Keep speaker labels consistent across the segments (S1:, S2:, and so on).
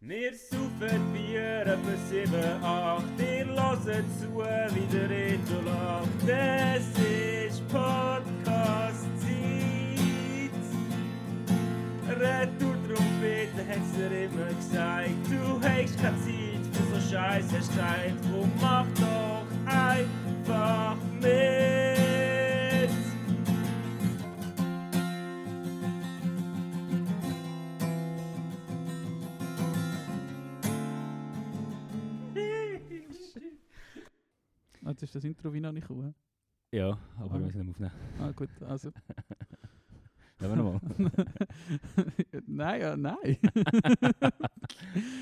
S1: Wir saufen Bier etwa 7, 8. Ihr hört zu, wie der Reto lacht. Es ist Podcast-Zeit. Retour-Trompete hat's dir immer gesagt. Du hast keine Zeit für so Scheiß, hast Zeit. Und mach doch einfach mit.
S2: Ah, Jetzt ist das Intro wie noch nicht gekommen.
S3: Ja,
S2: Ah.
S3: aber wir müssen ihn aufnehmen.
S2: Ah, gut, also.
S3: Nehmen wir nochmal.
S2: nein, ja, nein.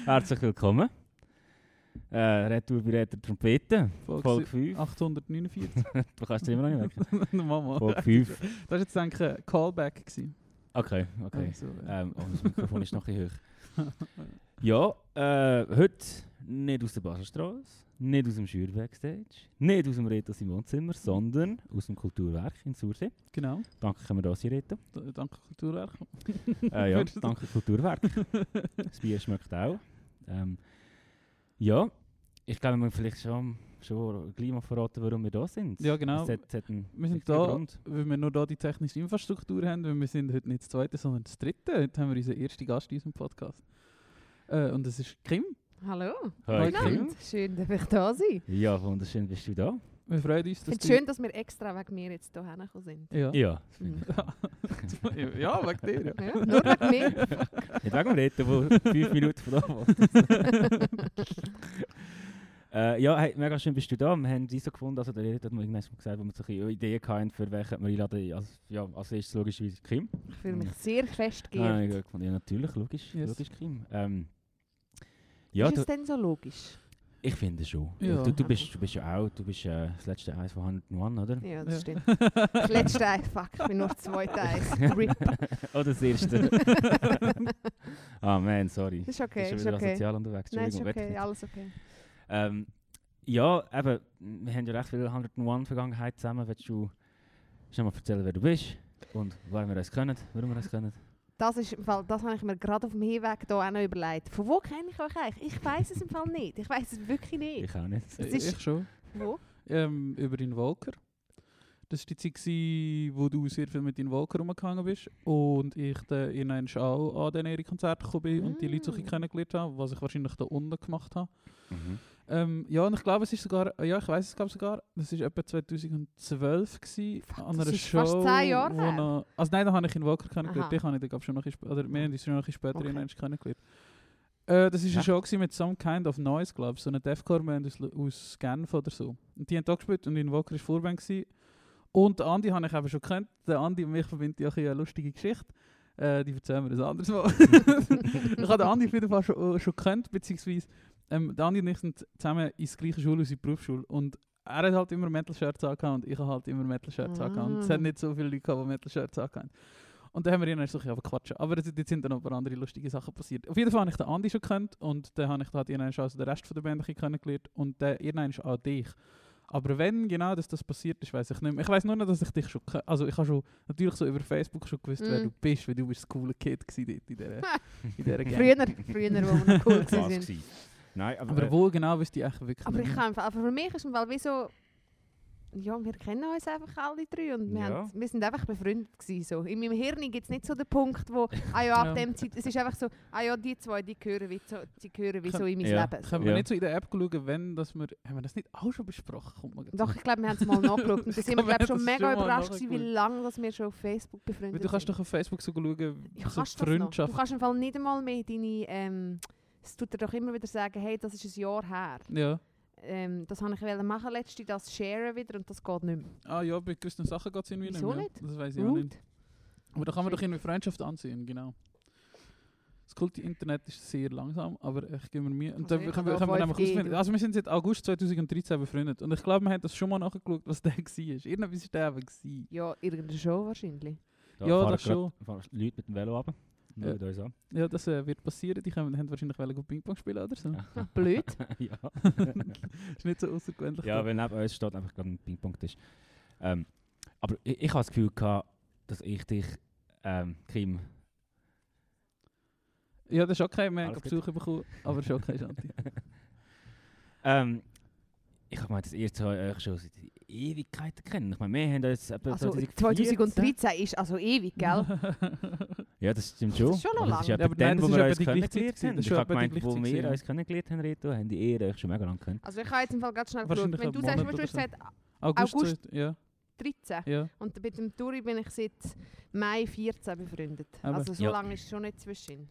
S3: Herzlich willkommen. Äh, Retour bei Retter Trompete, Folge
S2: Folge
S3: 5.
S2: 849.
S3: Du kannst es immer noch nicht merken.
S2: Mama.
S3: Folge 5.
S2: Das war jetzt, denke ich, ein Callback. Gewesen.
S3: Okay, okay.
S2: Also, äh,
S3: Ähm, oh, das Mikrofon ist noch ein bisschen höher. Ja, äh, heute nicht aus der Baselstraße, nicht aus dem Schür Backstage, nicht aus dem Reto Simonzimmer, sondern aus dem Kulturwerk in Sursee.
S2: Genau.
S3: Danke, können wir da sein, Reto.
S2: D- Danke, Kulturwerk.
S3: Äh, ja, danke Kulturwerk. das Bier schmeckt auch. Ähm, ja, ich glaube, wir müssen vielleicht schon, schon gleich mal verraten, warum wir da sind.
S2: Ja, nou. genau.
S3: Es hat, es hat einen
S2: Wir sind
S3: richtigen
S2: da,
S3: Grund.
S2: weil wir nur da die technische Infrastruktur haben, weil wir sind heute nicht das zweite, sondern das dritte. Heute haben wir unseren ersten Gast in unserem Podcast. Äh, und das ist Kim.
S4: Hallo,
S3: Hi,
S2: Hallo.
S3: Kim.
S4: Land. Schön, dass ich da sein.
S3: Ja, wunderschön bist du da.
S2: Wir freuen uns,
S4: Ich
S2: dass
S4: finde es schön, dass wir extra wegen mir jetzt hierher gekommen sind.
S2: Ja.
S3: Ja.
S4: Mhm.
S2: ja, wegen dir. Ja.
S4: Ja, nur wegen mir.
S3: Nicht wegen dem Reto, wo fünf Minuten von da wohnt. äh, ja, hey, mega schön bist du da. Wir haben dich so gefunden, also der Reto hat mir irgendwann mal gesagt, wo wir so ein bisschen Ideen hatten, für welche wir einladen. Als, ja, als erstes logischerweise Kim.
S4: Ich fühle mich sehr fest
S3: Ah, ja,
S4: geehrt.
S3: gut gefunden. ja, natürlich, logisch,
S2: Yes.
S3: logisch, Kim. Ähm, ja,
S4: Ist
S3: du,
S4: es denn so logisch?
S3: ich finde schon.
S2: Ja.
S3: Du, du, bist, du bist ja auch, du bist äh, das letzte Eis von 101, oder?
S4: Ja, das stimmt. Das letzte Eis, fuck, ich bin nur das zweite Eis. RIP.
S3: Oder das erste. Ah man, sorry.
S4: Ist okay,
S3: ich bin
S4: ist
S3: schon wieder
S4: okay.
S3: sozial unterwegs.
S4: Nein, ist
S3: Entschuldigung,
S4: okay,
S3: wirklich.
S4: alles okay.
S3: ähm, ja, eben, wir haben ja recht viel 101-Vergangenheit zusammen. Willst du schon mal erzählen, wer du bist und warum wir uns kennen? Warum wir uns kennen?
S4: Das, ist im Fall, das habe ich mir gerade auf dem Hinweg hier auch noch überlegt. Von wo kenne ich euch eigentlich? Ich weiß es im Fall nicht. Ich weiß es wirklich nicht.
S3: Ich auch nicht.
S4: Es ist-
S2: ich schon.
S4: Wo?
S2: Ähm, über den Walker. Das war die Zeit, gewesen, wo du sehr viel mit deinem Walker rumgegangen bist und ich dann in einen auch an den Erik-Konzert gekommen bin und die Leute so ein bisschen
S4: Mm.
S2: kennengelernt habe, was ich wahrscheinlich da unten gemacht habe.
S3: Mhm.
S2: Ähm, ja, und ich glaube, es ist sogar, ja, ich weiß es glaube sogar, das war etwa 2012 gewesen,
S4: Fuck,
S2: an
S4: das
S2: einer
S4: ist
S2: Show.
S4: fast zehn Jahre
S2: wo
S4: her.
S2: noch- also nein, da habe ich in Walker
S4: Aha.
S2: kennengelernt, ich habe ich dann glaub, schon noch ein bisschen sp- oder wir haben uns schon noch ein bisschen später
S4: Okay.
S2: in eins kennengelernt. Äh, das war
S3: Ja.
S2: eine Show gewesen mit Some Kind of Noise, glaube ich, so eine Deathcore-Band aus, L- aus Genf oder so. Und die haben da gespielt und in Walker war Vorband. Gewesen. Und den Andi habe ich eben schon gekannt. Der Andi und mich verbindet ja ein bisschen eine lustige Geschichte. Äh, die erzählen wir ein anderes Mal. ich habe den Andi auf jeden Fall schon, äh, schon gekannt, beziehungsweise ähm, der Andi und ich sind zusammen in der gleichen Schule, unsere Berufsschule. Und er hat halt immer Metal-Shirts angehabt und ich habe halt immer Metal-Shirts
S4: Ah.
S2: angehabt. Und es hat nicht so viele Leute gehabt, die Metal-Shirts angehabt und dann haben wir ihn erst so ein bisschen quatschen. Aber es- jetzt sind dann noch ein paar andere lustige Sachen passiert. Auf jeden Fall habe ich den Andi schon gekannt und dann habe ich halt ihn also den Rest von der Band ein bisschen kennengelernt und dann irgendwann auch dich. Aber wenn genau dass das passiert ist, weiß ich nicht mehr. Ich weiß nur noch, dass ich dich schon ke- Also ich habe schon natürlich so über Facebook schon gewusst, wer
S4: Mm.
S2: du bist, weil du bist das coole Kid gsi dort in dieser, in dieser Gang.
S4: Früher, früher, wo wir noch cool waren.
S3: Spaß Nein, aber, äh,
S2: Aber wo genau wisst ihr eigentlich wirklich
S3: Mhm.
S4: Aber
S2: nicht
S4: ich
S2: mehr.
S4: kann, aber für mich ist es weil wie so, ja, wir kennen uns einfach alle drei und wir,
S3: Ja.
S4: haben, wir sind einfach befreundet gewesen, so. In meinem Hirn gibt es nicht so den Punkt, wo, ah ja, ab
S2: Ja.
S4: dem Zeit, es ist einfach so, ah ja, die zwei, die gehören wie, so, die gehören wie
S2: Kann-
S4: so in mein
S3: Ja.
S4: Leben.
S2: Können wir
S3: Ja.
S2: nicht so in der App schauen, wenn dass wir... Haben wir das nicht auch schon besprochen? Kommt mal
S4: Doch, ich glaube, wir haben es mal nachgeschaut und da sind wir
S2: glaub, wir
S4: glaub,
S2: haben
S4: schon
S2: das
S4: mega
S2: schon mal
S4: überrascht gewesen, wie
S2: nachgeschaut.
S4: lange dass wir schon auf Facebook befreundet
S2: Weil du kannst
S4: sind.
S2: doch auf Facebook so schauen,
S4: ja,
S2: so
S4: kannst du das noch?
S2: Freundschaft.
S4: Du kannst im Fall nicht einmal mehr deine, ähm, es tut dir doch immer wieder sagen, hey, das ist ein Jahr her.
S2: ja.
S4: Ähm, das habe ich wollte machen letzte, das sharen wieder und das geht nicht mehr.
S2: Ah ja, bei gewissen Sachen geht es irgendwie
S4: Wieso
S2: nicht mehr.
S4: nicht?
S2: Das weiß ich auch
S4: Rude.
S2: nicht. Aber da kann man doch irgendwie Freundschaft ansehen, genau. Das kulte Internet ist sehr langsam, aber ich gebe mir Mühe. Und
S4: Also
S2: dann
S4: ich
S2: können wir,
S4: hab
S2: können wir
S4: auch
S2: nämlich
S4: 5G,
S2: ausfinden.
S4: du.
S2: Also wir sind seit August 2013 befreundet und ich glaube, wir haben das schon mal nachgeschaut, was der war. Irgendwas war der aber. gewesen.
S4: Ja, irgendeine Show wahrscheinlich.
S2: Ja,
S3: fahren
S2: das
S3: gerade-
S2: schon.
S3: fahren Leute mit dem Velo runter.
S2: Ja.
S3: Schaut uns an.
S2: Ja, das äh, wird passieren. Die haben, haben wahrscheinlich wollen gut Ping-Pong spielen oder so.
S4: Blöd.
S3: ja.
S2: ist nicht so außergewöhnlich.
S3: ja, weil neben uns steht einfach gerade ein Ping-Pong-Tisch. Ähm, aber ich, ich habe ehm, das Gefühl gehabt, dass ich dich, ähm, Kim,
S2: Ja, das ist okay, wir haben
S3: Alles
S2: gerade Besuch bekommen, aber es ist okay, Santi.
S3: Ähm, ich habe das erste euch schon seit Ewigkeiten kennen. Ich meine, wir haben das etwa
S4: Also
S3: 2014.
S4: 2013 ist also ewig, gell?
S2: Mhm.
S3: Ja, das stimmt schon.
S4: Das ist schon
S3: Aber
S4: noch
S3: das ist
S2: lang.
S3: etwa
S2: Ja, aber
S3: dann,
S2: nein,
S3: wo
S2: das
S3: wir
S2: ist
S3: uns
S2: etwa die gleiche
S3: kennengelernt
S2: Zeit.
S3: haben.
S2: Das
S3: Ich
S2: ist
S3: habe
S2: etwa die
S3: gemeint,
S2: gleiche
S3: wo
S2: Zeit,
S3: wir
S2: ja.
S3: uns kennengelernt haben, Reto, haben oh, die Ehre euch schon mega lange kennt.
S4: Also ich habe jetzt im Fall ganz schnell geschaut.
S2: Wahrscheinlich
S4: Wenn du
S2: einen
S4: sagst,
S2: Monat
S4: was du
S2: oder
S4: hast
S2: so.
S4: gesagt,
S2: August,
S4: August.
S2: zwei- ja,
S4: 13.
S2: ja.
S4: Und mit dem Turi bin ich seit Mai 14 befreundet.
S2: Aber-
S4: Also so
S3: Ja.
S4: lange ist schon nicht zwischen.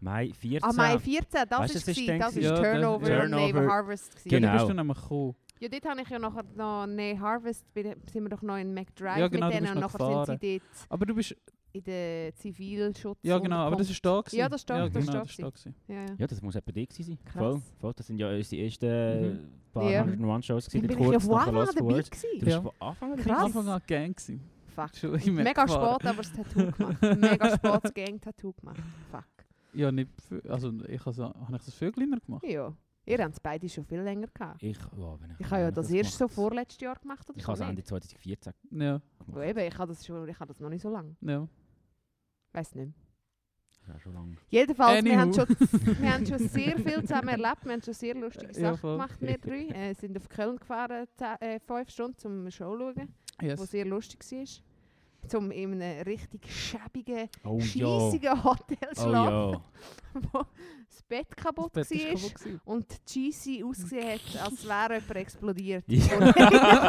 S3: Mai 14.
S4: Ah, Mai 14, das
S3: Weißt du,
S4: ist
S3: das ist
S4: gewesen,
S3: dann
S4: das ist
S2: gewesen. Ja, das-
S4: Turnover, und
S3: Turnover.
S4: Nave Harvest. gewesen.
S2: Genau.
S3: Genau.
S2: Ja, du bist dann nämlich gekommen.
S4: Ja, dort habe ich ja nachher noch Nave Harvest, bin, sind wir doch noch in McDrive
S2: Ja, genau, du
S4: mit denen
S2: bist
S4: und
S2: noch
S4: nachher sind sie dort
S2: Aber du bist,
S4: in der Zivilschutz.
S2: ja genau, aber das ist da gewesen.
S4: Ja, das ist da, das ist
S2: genau,
S4: da
S2: das ist da gewesen.
S4: ja, ja.
S3: Ja, das muss etwa die gewesen sein.
S4: Krass.
S3: Voll, voll. Das sind ja unsere ersten äh,
S2: Mhm.
S3: paar
S4: Ja.
S3: hundert One-Shows
S4: Dann
S3: gewesen.
S4: bin ich ja
S3: kurz
S4: von
S3: nach
S4: Anfang an
S3: Lost
S4: dabei
S3: Words. Du
S4: gewesen.
S3: bist
S2: Ja.
S3: von Anfang an
S2: Am
S4: Krass.
S2: Anfang an Gang gewesen.
S4: Fuck.
S2: Schon immer
S4: Mega
S2: gefahren.
S4: spät, aber das Tattoo gemacht. Mega spät das Gang-Tattoo gemacht. Fuck.
S2: Ja, nicht viel, also ich has- habe ich das viel kleiner gemacht.
S4: Ja. Ihr habt es beide schon viel länger gehabt.
S3: Ich, ja, wenn
S4: Ich habe ja
S3: wenn
S4: das erst so
S3: gemacht-
S4: vorletztes Jahr gemacht. Oder
S3: Ich
S4: so,
S3: habe es Ende
S4: nicht?
S3: 2014
S2: Ja,
S4: Ja,
S3: gemacht.
S4: eben, ich habe das, schon- ich habe das noch nicht so lange.
S2: ja.
S4: Weiß nicht. mehr.
S3: Ja, schon lange.
S4: Jedenfalls, wir
S2: Anywho.
S4: haben, schon, wir haben schon sehr viel zusammen erlebt. Wir haben schon sehr lustige
S2: Ja,
S4: Sachen
S2: voll.
S4: gemacht, wir drei. Äh, sind auf Köln gefahren, zeh- äh, fünf Stunden, um eine Show zu schauen, die
S2: Yes.
S4: sehr lustig war. Um in einem richtig schäbigen,
S3: Oh ja.
S4: scheissigen Hotel zu
S3: Oh
S4: schlafen,
S3: ja.
S4: wo das Bett kaputt
S2: Das Bett
S4: war.
S2: ist kaputt gewesen.
S4: und die Cheesy ausgesehen hat, als wäre jemand explodiert.
S3: Ja.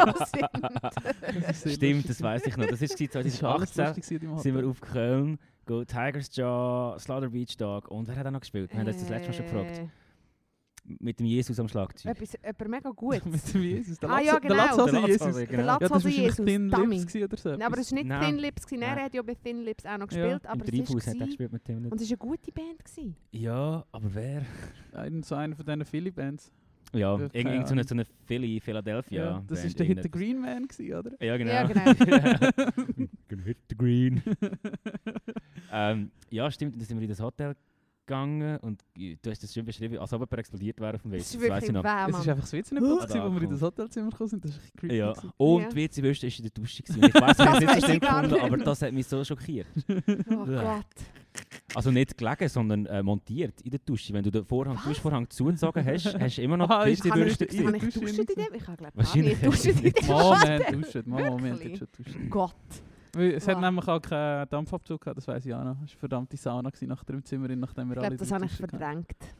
S2: Das ist sehr
S3: Stimmt,
S2: lustig
S3: das weiß ich noch. Das ist gewesen
S2: gewesen. Das ist alles
S3: 2018.
S2: lustig gewesen im
S3: Sind wir
S2: Hotel.
S3: auf Köln, go Tigers Jaw, Slaughter Beach Dog und wer hat auch noch gespielt? Wir haben das das letzte Mal schon gefragt.
S4: Äh,
S3: Mit dem Jesus am Schlagzeug.
S4: Etwas, etwas mega gut.
S2: Mit dem Jesus. Der
S4: Ah,
S2: Latz-
S4: ja,
S2: Der
S4: genau.
S2: Latzhose
S3: Der
S2: Jesus.
S3: Latzhose,
S4: Der
S3: genau.
S2: Ja, das war
S4: Latzhose
S2: wahrscheinlich
S4: Jesus,
S2: Thin
S4: Dummy.
S2: Lips gewesen oder so.
S4: Nein, aber es war nicht
S3: Nein.
S4: Thin Lips, gewesen. er
S3: Nein.
S4: hat ja bei Thin Lips auch noch
S2: Ja.
S4: gespielt,
S3: Im
S4: aber es
S3: Treibhaus hat er
S4: war...
S3: gespielt mit dem nicht.
S4: Und es war eine gute Band. Gewesen.
S3: Ja, aber wer?
S2: Ein, so einer von diesen Philly Bands.
S3: Ja,
S2: keine
S3: irgend irgend so eine,
S2: Ahnung.
S3: so eine Philly, Philadelphia.
S2: Ja, das
S3: Band,
S2: ist der Hit the
S3: irgendetwas.
S2: Green Man gewesen, oder?
S3: Ja, genau.
S4: Ja, genau.
S3: Gonna Hit the Green. ähm, ja, stimmt, dann sind wir in das Hotel gegangen und äh, du hast das schön beschrieben, als ob jemand explodiert wäre auf dem Weg.
S4: Das ist wirklich ein
S2: Es ist
S4: Mann.
S2: einfach das Witz in den Putz,
S3: Ah,
S2: gewesen, wo wir in
S3: cool.
S2: das Hotelzimmer gekommen sind. Das ist ein bisschen creepy.
S3: Ja,
S2: gewesen.
S3: und
S4: Ja.
S3: die WC-Wüste war in der Dusche. Gewesen. Und Ich weiß, ich habe es nicht so
S4: Das weiss ich
S3: schlimm
S4: gar
S3: gefunden,
S4: nicht.
S3: aber das hat mich so schockiert.
S4: Oh
S3: Ja.
S4: Gott.
S3: Also nicht gelegen, sondern äh, montiert in der Dusche. Wenn du den Vorhang,
S4: Was?
S3: Duschvorhang zugezogen hast, hast du immer noch
S2: Ah, ist
S3: die
S2: die
S3: WC-Würste
S2: Dusche-
S3: gesehen.
S4: Habe ich
S2: Dusche
S4: geduscht in
S2: nicht.
S4: dem? Ich habe glaube ich
S3: Wahrscheinlich
S4: nicht geduscht in
S3: nicht.
S4: dem.
S2: Mal, wir
S4: Hotel.
S2: haben geduscht. Mal, wir haben
S4: Wirklich?
S2: dort schon geduscht.
S4: Oh Gott.
S2: Weil Es
S4: Wow.
S2: hat nämlich auch keinen Dampfabzug gehabt, das weiss ich auch noch. Es war eine verdammte Sauna gewesen, nachher im Zimmer, nachdem wir
S4: Ich
S2: alle
S4: glaube, das
S2: drin
S4: habe ich
S2: geduscht haben.
S4: verdrängt.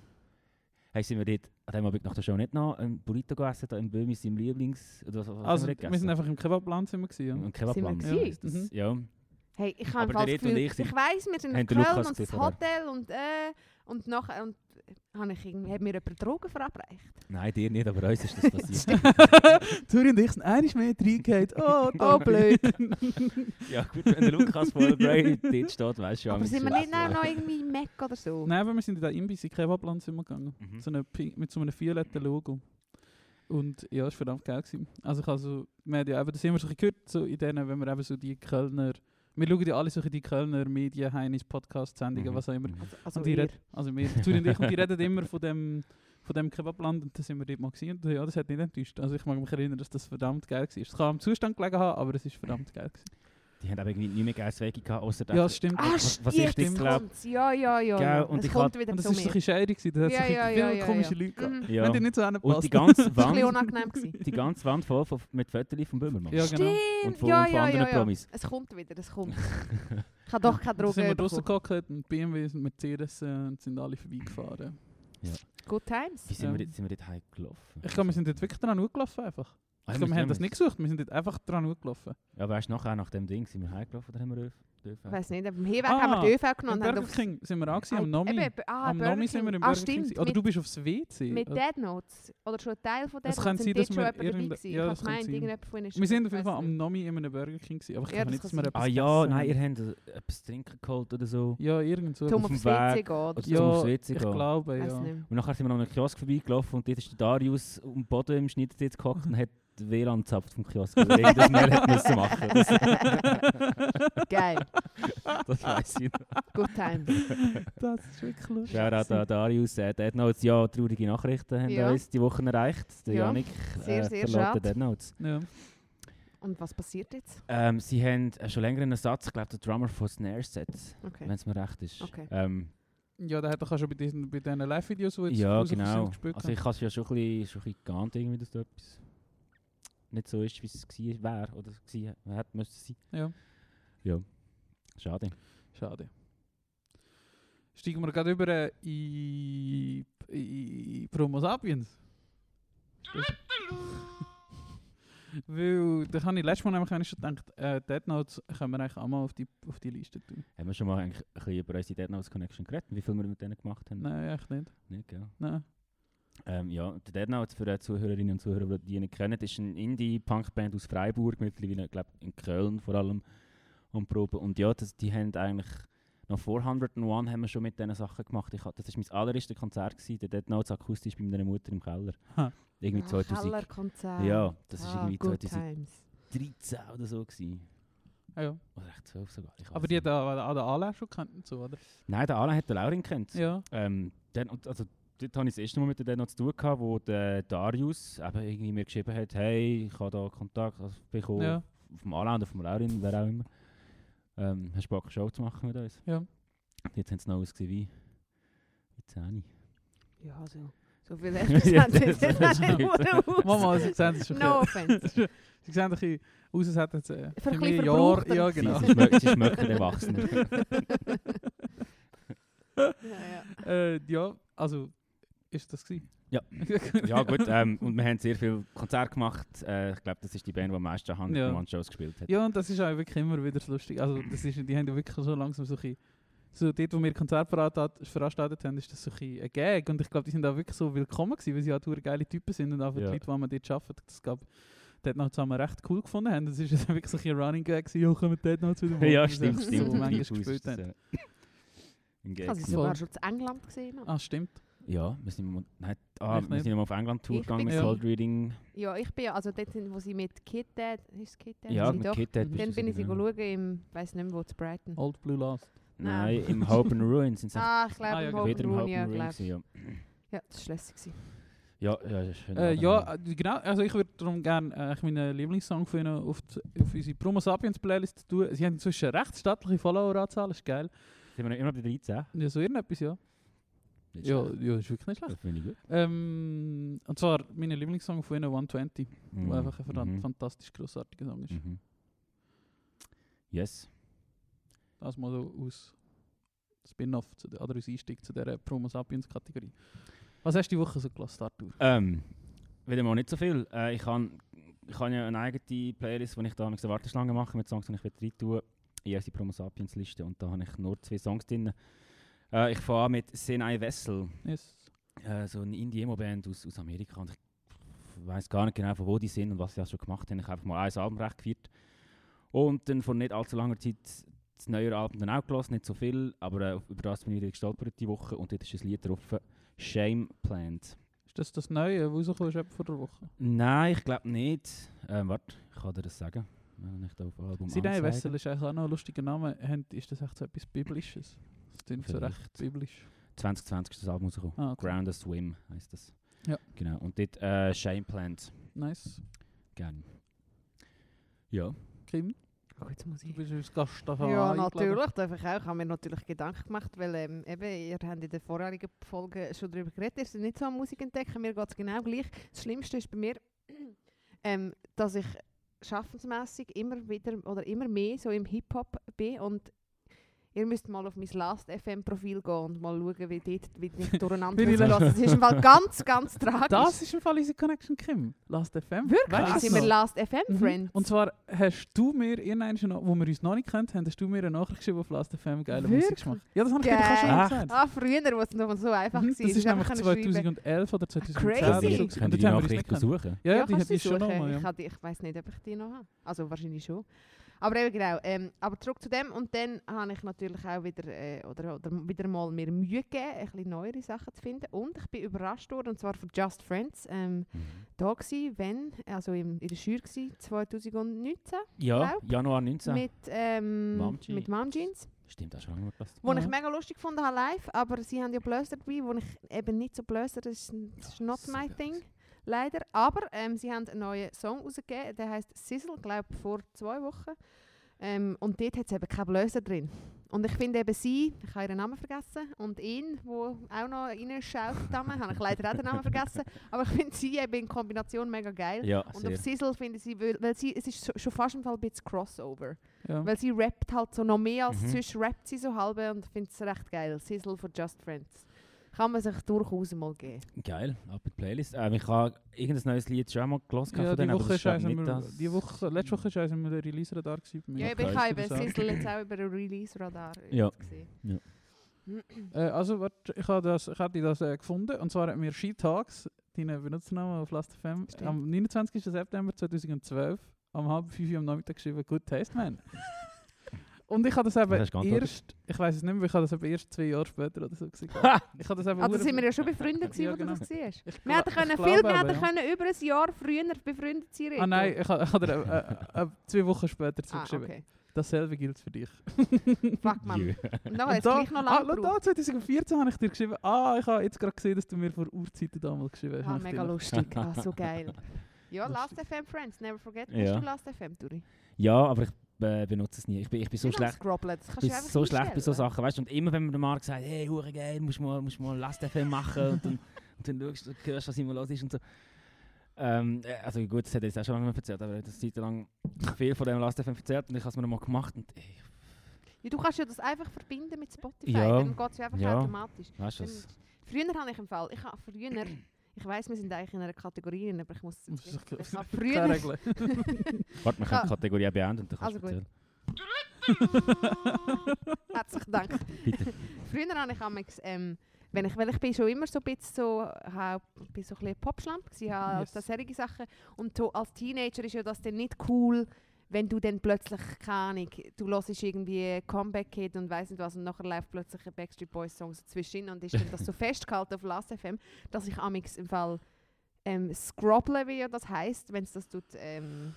S3: Hey, sind wir dort an dem Abend nach der Show nicht noch einen Burrito gegessen, da in Böhm, in seinem Lieblings... Oder was, was
S2: Also, wir
S3: haben wir
S2: sind
S3: gegessen?
S2: einfach im Kebablandzimmer gewesen. Ja.
S3: Ein Kebabland.
S4: Sind wir
S3: heisst das.
S2: gewesen? Mhm.
S3: Ja.
S4: Hey, ich habe
S3: Aber
S4: das
S3: der Reto und
S4: Gefühl,
S3: ich sind-
S4: ich weiss, wir sind
S3: haben den
S4: in Köln
S3: Lukas
S4: und das
S3: gesehen vorher.
S4: Hotel und äh, und noch und habe ich irgendwie, hat mir jemand Drogen verabreicht.
S3: Nein, dir nicht, aber uns ist das passiert.
S2: Turi und ich sind eines mehr reingehauen. Oh,
S4: Oh, blöd.
S3: ja gut, wenn der Lukas voll Grey dort steht, weißt du ja.
S4: Aber sind wir
S3: manchmal
S4: nicht noch, noch irgendwie im Mac oder so?
S2: Nein, aber wir sind in den Imbiss in Kebablandzimmer gegangen.
S3: Mhm.
S2: So eine Pink, mit so einem violetten Logo. Und ja, es war verdammt geil. Gewesen. Also, ich habe so, wir haben ja eben, das immer so ein bisschen gehört, so in denen, wenn wir eben so die Kölner, wir schauen ja alle so ein bisschen die Kölner Medien, Heinis, Podcast-Sendungen,
S3: Mhm.
S2: was auch immer.
S3: Mhm.
S4: Also, also
S2: und die
S4: ihr.
S2: reden, also wir, Zuri und ich, und die reden immer von dem, von dem Kebabland und da sind wir dort mal gewesen. und ja, das hat nicht enttäuscht. Also ich mag mich erinnern, dass das verdammt geil war. Es kann am Zustand gelegen haben, aber es ist verdammt geil. Gewesen.
S3: Die haben aber irgendwie nicht mehr gegessen, gehabt, außer
S2: Ja, das stimmt.
S4: Ah,
S3: Was- was
S4: stimmt,
S3: ist das,
S4: jetzt
S3: glaub-
S4: kommt's. Ja, ja, ja.
S3: Gell,
S4: ja.
S3: und
S4: es
S3: ich
S4: kommt
S3: hab-
S4: wieder
S2: und es
S4: zu
S2: war so ein
S4: mir.
S2: bisschen scheidig, gewesen. da hat
S4: Ja,
S2: es
S4: ja,
S2: ja,
S4: ja,
S2: viele
S4: ja,
S2: komische
S4: ja.
S2: Leute gehabt.
S4: Mhm.
S3: Ja.
S2: Wenn die nicht so
S3: Und die
S2: angepasst
S3: ganze
S4: Ein bisschen
S3: Wand,
S4: unangenehm gewesen.
S3: die ganze Wand voll von, mit Fotos vom Böhmermann.
S2: Ja, genau.
S3: Und
S4: Stimmt,
S3: von-
S4: ja,
S3: von
S4: ja,
S3: anderen
S4: ja, ja.
S3: Promis.
S4: Es kommt wieder, es kommt. ich habe doch keine
S2: Dann sind
S4: Drogen
S2: wir draussen
S4: bekommen.
S2: gehockt und BMWs und Mercedes äh, und sind alle vorbeigefahren.
S4: Good times.
S3: Wie sind,
S2: Ja.
S3: wir, dort- sind wir dort heimgelaufen?
S2: Ich glaube, wir sind dort wirklich dran hochgelaufen einfach.
S3: Ah,
S2: Ich glaube, wir haben das
S3: müssen-
S2: nicht gesucht, wir sind dort einfach dran hochgelaufen.
S3: Ja, weißt du, nachher, nach dem Ding, sind wir heimgelaufen oder haben wir
S4: Ich
S3: dürfen?
S4: weiss nicht, aber am Heeweg
S2: Ah,
S4: haben wir die ÖV genommen.
S2: Im
S4: und haben
S2: Burger
S4: aufs-
S2: King sind wir auch, gewesen, am
S4: Eben,
S2: Nomi.
S4: eben, ah,
S2: Am
S4: Burger
S2: Nomi sind wir im
S4: ah,
S2: Burger King.
S4: stimmt,
S2: gewesen. Oder
S4: mit-
S2: du bist aufs WC.
S4: Mit
S2: oder?
S4: Dead Notes oder schon ein Teil von Dead
S2: Es
S4: Notes
S2: könnte
S4: sind
S2: sein,
S4: dort
S2: dass
S4: schon
S2: wir
S4: jemand dabei
S2: irgend-
S4: gewesen.
S2: ja,
S4: ich
S2: das
S4: habe gemeint,
S2: könnte sein.
S4: irgendjemand von ihnen
S2: Wir sind auf jeden Fall am Nomi in einem Burger King gewesen, aber ich
S4: Ja,
S2: glaube
S4: das
S2: nicht,
S4: kann
S2: dass wir
S4: sein.
S2: etwas
S3: Ah ja,
S2: gegessen
S3: nein, ihr
S2: haben.
S3: habt äh, etwas zu trinken geholt oder so.
S2: Ja, irgend so.
S4: Tom
S3: auf dem
S4: aufs WC
S3: Weg.
S4: gehen oder
S3: Oder
S4: so.
S2: ja,
S3: zum aufs WC
S2: ich
S3: gehen.
S2: glaube,
S4: Weiss
S2: ja.
S4: nicht mehr.
S3: Und nachher sind wir an einem Kiosk vorbeigelaufen und dort ist der Darius am Boden im Schneidersitz gehockt und hat die WLAN gezapft vom Kiosk. Also irgendwas mehr hätte müssen machen. Das,
S4: Geil,
S3: das weiss ich noch.
S4: good times.
S2: Das ist wirklich lustig.
S3: Shoutout an Darius. Äh, Dead Notes, ja, traurige Nachrichten haben
S4: Ja.
S3: uns die Woche erreicht. Der
S4: Ja.
S3: Janik
S4: Sehr,
S3: äh,
S4: sehr
S3: verlässt
S4: schade.
S3: den Dead Notes.
S2: Ja.
S4: Und was passiert jetzt?
S3: Ähm, sie haben äh, schon länger einen Satz, ich glaube, der Drummer von Snare Set,
S4: Okay.
S3: wenn es mir recht ist.
S4: Okay.
S3: Ähm,
S2: Ja, der hat doch auch schon bei diesen, bei diesen Live-Videos, die jetzt
S3: Ja,
S2: raus sind,
S3: genau.
S2: gespielt
S3: Also ich kann es ja schon ein bisschen, schon ein bisschen geahnt, irgendwie, dass da etwas nicht so ist, wie es gewesen wäre oder gewesen hätte müssen sein.
S2: Ja.
S3: Ja. Schade.
S2: Schade. Steigen wir gerade über äh, in, in Promo Sapiens. Das- Weil, da habe ich letztes Mal nämlich eigentlich schon gedacht, äh, Dead Notes können wir eigentlich auch mal auf die, auf die Liste tun.
S3: Haben wir schon mal eigentlich ein bisschen über unsere Dead Notes Connection geredet, wie viel wir mit denen gemacht haben?
S2: Nein, echt nicht.
S3: Nicht, gell?
S2: Nein.
S3: Ähm, ja, der Dead Notes für die Zuhörerinnen und Zuhörer, die ihn nicht kennen, ist eine Indie-Punk-Band aus Freiburg, mittlerweile, glaube in Köln vor allem, am Proben. Und ja, das, die haben eigentlich noch 401 haben wir schon mit diesen Sachen gemacht. Ich, ha- das war mein allererstes Konzert, gewesen, der Dead Notes akustisch bei meiner Mutter im Keller.
S2: Ha.
S3: Irgendwie 2000.
S4: Kellerkonzert.
S3: Ja, das war
S4: Ah,
S3: irgendwie
S4: good
S3: 2013
S4: times.
S3: oder so. Gewesen.
S2: Ah, ja.
S3: Oder echt 12 sogar. ich
S2: Aber
S3: weiss
S2: die
S3: nicht.
S2: hat auch den Anlass schon gekannt und so, oder?
S3: Nein, der Alan hat den Laurin kennt.
S2: Ja.
S3: Ähm, dann, und- also, dort hatte ich das erste Mal mit denen noch zu tun, gehabt, wo der Darius eben irgendwie mir geschrieben hat, hey, ich habe da Kontakt also bekommen,
S2: Ja.
S3: auf dem Anland, auf dem Laurin, wer auch immer. Ähm, hast du Bock, eine Show zu machen mit uns?
S2: Ja.
S3: Und Jetzt haben sie noch ausgesehen wie, wie 10.
S4: Ja, so. So viel Ergebnis hat
S3: das
S4: es jetzt
S3: ist
S4: auch
S3: richtig.
S4: nicht aus.
S2: Mama, sie sehen es schon.
S4: No
S2: Oh. No.
S4: offense.
S2: Sie sehen ein bisschen aus, als hätten sie äh,
S4: Für ein
S2: für
S4: bisschen
S2: mich Jahr.
S4: verbraucht
S2: Ja,
S4: und-
S2: genau.
S3: Sie, sie, schmö sie schmecken erwachsen.
S4: ja, ja.
S2: äh, ja, also, ist das gewesen?
S3: Ja. ja gut, ähm, und wir haben sehr viele Konzerte gemacht. Äh, ich glaube, das ist die Band, die am meisten
S2: Ja.
S3: 101 Shows gespielt hat.
S2: Ja, und das ist auch wirklich immer wieder so lustig. Also, das ist, die haben ja wirklich so langsam so ein bisschen- so dort, wo wir Konzert veranstaltet veranstaltet haben, ist das so ein bisschen ein Gag. Und ich glaube, die sind auch wirklich so willkommen gewesen, weil sie halt hure geile Typen sind und auch für
S3: Ja.
S2: die Leute, die man dort arbeiten, das gab dort noch zusammen recht cool gefunden haben. Das ist jetzt wirklich so ein bisschen ein Running Gag gewesen, ja, kommen dort noch zu dem
S3: Ja, stimmt,
S2: so
S3: stimmt.
S2: manchmal
S3: Treibhaus ist
S2: gespielt
S3: das,
S2: haben.
S3: äh, ein
S4: Ich
S3: Gag
S4: habe sie
S3: gewesen.
S4: sogar
S2: Voll.
S4: schon zu England gesehen. Mann.
S2: Ah, stimmt.
S3: Ja, wir sind mal, nein, ah,
S2: Echt
S3: wir
S2: nicht?
S3: sind mal auf England Tour
S4: Ich
S3: gegangen
S4: bin
S3: mit
S2: Ja.
S3: Cold Reading.
S4: Ja, ich bin ja, also dort, sind, wo sie mit Kid Dad, ist es Kid Dad?
S3: Ja,
S4: Sie
S3: mit
S4: doch-
S3: Kid Dad genau.
S2: Mhm.
S3: bist
S4: Dann
S3: du
S4: bin ich sie
S3: sogar.
S4: schauen im, weiss nicht mehr wo, zu Brighton.
S3: Oh,
S2: Old Blue Last.
S3: Nein, im Hope and Ruin sind sie
S4: Ah, ich glaube
S2: Ah, ja,
S4: im
S2: genau.
S4: Hope
S3: wieder im
S4: Room,
S3: Hope
S4: ja,
S3: and Ruin.
S4: glaub.
S3: gewesen, Ja,
S4: Ja, das war lässig. gewesen.
S3: ja, ja, das ist schön.
S2: Äh,
S3: Adam,
S2: ja, äh, genau. Also ich würde darum gerne äh, eigentlich meinen Lieblingssong von ihnen auf, die- auf unsere Promo Sapiens Playlist tun. Sie haben inzwischen eine recht stattliche Followeranzahl, ist geil.
S3: Sind wir noch immer bei 13?
S2: Ja, so irgendetwas, ja.
S3: Nicht
S2: Ja,
S3: schlecht.
S2: ja, ist wirklich nicht schlecht.
S3: Das finde ich gut.
S2: Ähm, und zwar mein Lieblingssong von ihnen, 120,
S3: Mhm.
S2: wo einfach ein verdammt
S3: Mhm.
S2: fantastisch grossartiger Song ist.
S3: Mhm. Yes.
S2: Das mal so aus Spin-off zu der- oder aus Einstieg zu dieser Promo Sapiens Kategorie. Was hast du die Woche so gelassen, Arthur?
S3: Ähm, wieder mal nicht so viel. Äh, ich habe ich han ja eine eigene Playlist, wo ich da eine Warteschlange mache mit Songs, die ich wieder rein tue, in unsere Promo Sapiens Liste und da habe ich nur zwei Songs drin. Äh, ich fange an mit Senai Vessel.
S2: Yes.
S3: äh, so eine Indie-Emo-Band aus, aus Amerika und ich weiß gar nicht genau, von wo die sind und was sie auch schon gemacht haben. Ich habe einfach mal ein Album recht gefeiert. Und dann vor nicht allzu langer Zeit das neue Album dann auch gelassen, nicht so viel, aber äh, über das bin ich wieder gestolpert die Woche und dort ist ein Lied drauf, Shame Plant.
S2: Ist das das Neue, was rausgekommen ist etwa vor der Woche?
S3: Nein, ich glaube nicht. Ähm, warte, ich kann dir das sagen. Wenn ich da auf Album
S2: Sinai
S3: anzeigen.
S2: Wessel ist eigentlich auch noch ein lustiger Name. Haben- Ist das echt so etwas Biblisches? Das klingt so recht
S3: Vielleicht.
S2: biblisch.
S3: 2020 ist das Album rausgekommen.
S2: Ah, okay.
S3: Ground a Swim heisst das.
S2: Ja.
S3: Genau. Und dort äh, Shame Plant.
S2: Nice.
S3: Gerne. Ja.
S2: Kim,
S4: Oh, jetzt muss
S2: du
S4: ich.
S2: bist als Gast davon
S4: Ja, nou,
S2: eingeladen.
S4: natürlich, darf ich auch. Ich habe mir natürlich Gedanken gemacht, weil ähm, eben, ihr habt in der vorherigen Folge schon darüber geredet, ihr seid nicht so am Musik entdecken, mir geht es genau gleich. Das Schlimmste ist bei mir, ähm, dass ich schaffensmässig immer wieder oder immer mehr so im Hip-Hop bin und ihr müsst mal auf mein Last-FM-Profil gehen und mal schauen, wie dort wie ich durcheinander
S2: Bin ich
S4: rauslasse. Das ist im Fall ganz, ganz tragisch.
S2: Das ist im Fall unsere Connection, Kim. Last FM.
S4: Wirklich?
S2: Weisst du
S4: sind wir
S2: noch?
S4: Last-FM-Friends?
S2: Mhm. Und zwar hast du mir, irgendwann schon noch- wo wir uns noch nicht kennt haben, hast du mir eine Nachricht geschrieben auf Last FM, geile Musik
S4: Wirklich?
S2: gemacht. Ja, das habe ich dir doch auch schon
S4: Geil.
S2: mal gesagt.
S4: Ah, früher, wo es noch so einfach
S2: Mhm,
S4: war.
S2: das ist nämlich
S4: einfach können schreiben.
S2: 2011 oder 2010
S4: Crazy.
S2: oder so.
S4: Könnt ihr-
S2: gewesen.
S3: Könnt ihr
S2: Und
S3: die
S2: dort haben wir uns nicht
S3: Nachricht
S2: gekannt.
S3: besuchen?
S2: Ja, ja,
S4: Ja,
S2: die,
S4: kannst
S2: die
S4: du
S2: ist schon
S4: suchen.
S2: noch mal.
S4: Ich,
S2: Ja.
S4: hab die- ich weiß nicht, ob ich die noch habe. Also wahrscheinlich schon. Aber eben genau. Ähm, aber zurück zu dem. Und dann habe ich natürlich auch wieder, äh, oder, oder wieder mal mir Mühe gegeben, ein bisschen neuere Sachen zu finden. Und ich bin überrascht worden, und zwar von Just Friends. Ähm,
S2: Mhm.
S4: da gsi, wenn, also im, in der Schür gsi, 2019,
S3: Ja,
S4: Glaub.
S3: Januar 19.
S4: mit, ähm,
S3: Mom
S4: mit Mom Jeans.
S3: Stimmt, das ist schon lange nicht mehr gepasst.
S4: Wo
S2: Ja.
S4: ich mega lustig gefunden habe live, aber sie haben ja Blöster dabei, wo ich eben nicht so Blöster, das ist, das ist not
S3: so
S4: my
S3: geil
S4: thing,
S3: gewesen.
S4: leider. Aber ähm, sie haben einen neuen Song rausgegeben, der heißt Sizzle, glaube vor zwei Wochen. Ähm, und dort hat es eben keine Blöster drin. Und ich finde eben sie, ich habe ihren Namen vergessen, und ihn, wo auch noch reinschaucht, habe ich leider auch den Namen vergessen, aber ich finde sie eben in Kombination mega geil.
S3: Ja,
S4: Und
S3: sehr.
S4: auf Sizzle finde ich sie, weil, weil sie, es ist so- schon fast im Fall ein bisschen Crossover.
S2: Ja.
S4: Weil sie rappt halt so noch mehr als
S3: Mhm.
S4: sonst, rappt sie so halbe und ich finde es recht geil. Sizzle von Just Friends. Kann man sich durchaus mal geben.
S3: Geil, ab in die Playlist. Ähm, ich habe irgendein neues Lied schon mal gelesen
S2: Ja,
S3: von
S2: die
S3: denen, aber
S2: Woche
S3: das
S2: ist
S3: steht
S2: eins
S3: nicht
S2: immer-
S3: das.
S2: die Woche, letzte Woche war einmal der Release-Radar gewesen bei mir.
S4: Ja, eben, ich
S3: okay.
S4: habe eben
S2: Das auch.
S4: Sizzle jetzt auch über den Release-Radar
S3: Ja.
S4: jetzt gesehen.
S2: Äh, also, warte, ich habe das, ich hab die das äh, gefunden. Und zwar hat mir She-Talks, deinen Benutzernamen auf Last.fm,
S4: Stimmt.
S2: am 29. September 2012 am halb 5 Uhr am Nachmittag geschrieben, «Good Taste, man». Und ich habe das eben
S3: Das hast du geantwortet?
S2: erst, ich weiß es nicht mehr, ich habe das eben erst zwei Jahre später oder so gesehen. ich habe das eben...
S4: Also
S2: hure-
S4: sind wir ja schon befreundet gewesen,
S2: Ja,
S4: wo
S2: genau.
S4: du das siehst.
S2: Ich
S4: Wir
S2: gla-
S4: hätten
S2: ich
S4: können
S2: glaube
S4: viel, wir
S2: eben,
S4: hätten
S2: ja.
S4: können über ein Jahr früher befreundet sein. Reto.
S2: Ah nein, ich ha- ich habe dir äh, äh, äh, zwei Wochen später
S4: Ah,
S2: zugeschrieben.
S4: okay.
S2: Dasselbe gilt für dich.
S4: Fuck, man.
S3: Jö.
S4: Und
S2: Und
S4: dann hat es
S2: da-
S4: gleich noch
S2: ah,
S4: lange
S2: schau
S4: gebraucht.
S2: da, 2014 habe ich dir geschrieben, ah, ich habe jetzt gerade gesehen, dass du mir vor Urzeiten damals geschrieben hast.
S4: Ah,
S2: Habe ich
S4: mega
S2: dir-
S4: lustig. Ah, so geil. Ja, Last FM Friends, never forget. Hast
S3: Ja.
S4: du Last FM, Turi?
S3: Ja, aber ich äh, benutze es nie. Ich bin, ich bin so
S4: Genau,
S3: schlecht.
S4: das Groblet. Das kannst
S3: bin
S4: du einfach
S3: so schlecht bei so
S4: einstellen.
S3: Sachen, weißt du? Und immer wenn mir der Marc sagt, hey, hure geil, musst mal, musst mal Last FM machen und dann, und dann schaust du, hörst, was immer los ist und so. Ähm, äh, also gut, das hat er jetzt auch schon lange erzählt, aber er hat eine Zeit lang viel von dem Last FM erzählt und ich habe es mir nochmal gemacht und ey,
S4: Ja, du kannst ja das einfach verbinden mit Spotify,
S3: Ja.
S4: dann geht es ja einfach
S3: Ja.
S4: automatisch.
S3: weißt du
S4: Dann-
S3: was?
S4: Früher habe ich im Fall, ich habe früher, ich weiss, wir sind eigentlich in einer Kategorie, aber ich muss es
S2: Das
S4: jetzt
S2: ist
S4: wissen.
S2: keine
S4: Ich habe früher,
S2: Regel.
S3: Warte,
S2: Oh.
S3: wir können die
S4: Ah.
S3: Kategorie auch beenden und dann kannst
S4: Also
S3: du
S4: gut.
S3: erzählen.
S4: herzlichen Dank.
S3: Bitte.
S4: Früher habe ich amix, ähm, wenn ich, weil ich bin schon immer so ein bisschen so, hab, bin so ein bisschen Popschlampe gewesen, habe
S2: Yes.
S4: yes. solche Sachen. Und to, als Teenager ist ja das dann nicht cool, wenn du dann plötzlich, keine Ahnung, du hörst irgendwie Comeback Kid und weiss nicht was und nachher läuft plötzlich ein Backstreet Boys Song so zwischen und ist dann das so festgehalten auf Last FM, dass ich amix im Fall ähm, scrobble, wie ja das heisst, wenn es das tut, ähm,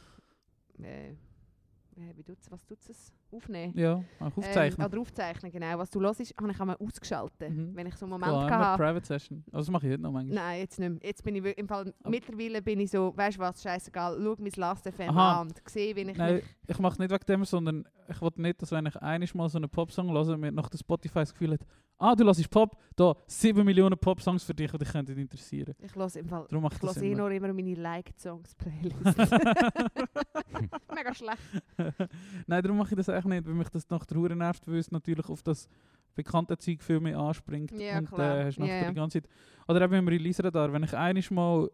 S4: äh, äh, wie tut's, was tut es? Aufnehmen.
S2: Ja, auch
S4: Ähm,
S2: aufzeichnen.
S4: oder aufzeichnen, genau. Was du hörst, habe ich einmal ausgeschaltet.
S2: Mhm.
S4: Wenn ich so einen Moment
S2: Klar, immer
S4: hatte.
S2: Private Session. Oh, dus Also das mache ich heute noch manchmal.
S4: Nein, jetzt nicht mehr. Jetzt bin ich wir- im Fall,
S2: Aber-
S4: mittlerweile bin ich so, weißt du was, scheißegal, schau mein Last FM
S2: Aha.
S4: an und sehe, wie ich
S2: Nein,
S4: mich...
S2: ich mache es nicht wegen dem, sondern ich will nicht, dass wenn ich einiges Mal so einen Popsong höre, mir nach der Spotify das Gefühl hat, ah, du hörst Pop, da 7 Millionen Popsongs für dich, die dich könnten interessieren.
S4: Ich höre im Fall...
S2: Darum mache ich
S4: Ich
S2: das
S4: höre eh
S2: immer.
S4: nur immer meine Liked-Songs-Playlist. Mega schlecht.
S2: Nein, darum mache ich das eigentlich nicht, weil mich das nach der Hure nervt, weil es natürlich auf das bekannte Zeug viel mehr anspringt.
S4: Ja,
S2: und
S4: klar.
S2: äh, hast nachher
S4: Ja, ja.
S2: die ganze Zeit... Oder eben im Release-Radar, wenn ich einiges Mal...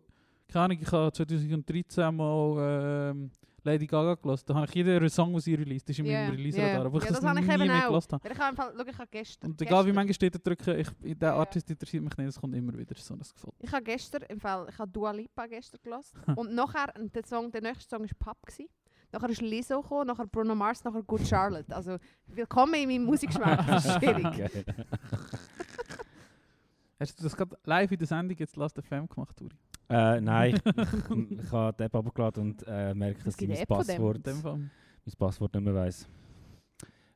S2: Keine Ahnung, ich habe 2013 mal ähm, Lady Gaga gelassen, dann habe ich jeden Song, den sie released, ist in
S4: Ja,
S2: meinem
S4: ja.
S2: Release-Radar,
S4: Ja,
S2: aber ich
S4: ja,
S2: das,
S4: das habe
S2: nie
S4: ich eben
S2: mehr
S4: auch.
S2: gelassen habe.
S4: Ich habe im Fall... Schau, ich habe gestern...
S2: Und egal wie
S4: gestern-
S2: manchmal steht da drücken, ich, der
S4: Ja, ja.
S2: Artist interessiert mich nicht, es kommt immer wieder so ein Gefühl.
S4: Ich habe gestern im Fall, ich habe Dua Lipa gestern gelost und nachher und der Song, der nächste Song ist Pub gsi. Nachher ist Lizzo gekommen, nachher Bruno Mars, nachher Good Charlotte. Also willkommen in meinem Musikschmack. Das ist schwierig.
S3: Geil.
S2: Hast du das gerade live in der Sendung jetzt Last FM gemacht, Uri?
S3: Äh, nein, ich, ich, ich habe die App abgeladen und äh, merke, dass ich
S4: gibt
S3: mein
S4: eine App von dem.
S2: In
S3: Passwort,
S2: dem
S3: mein
S2: Fall.
S3: Passwort nicht mehr weiss.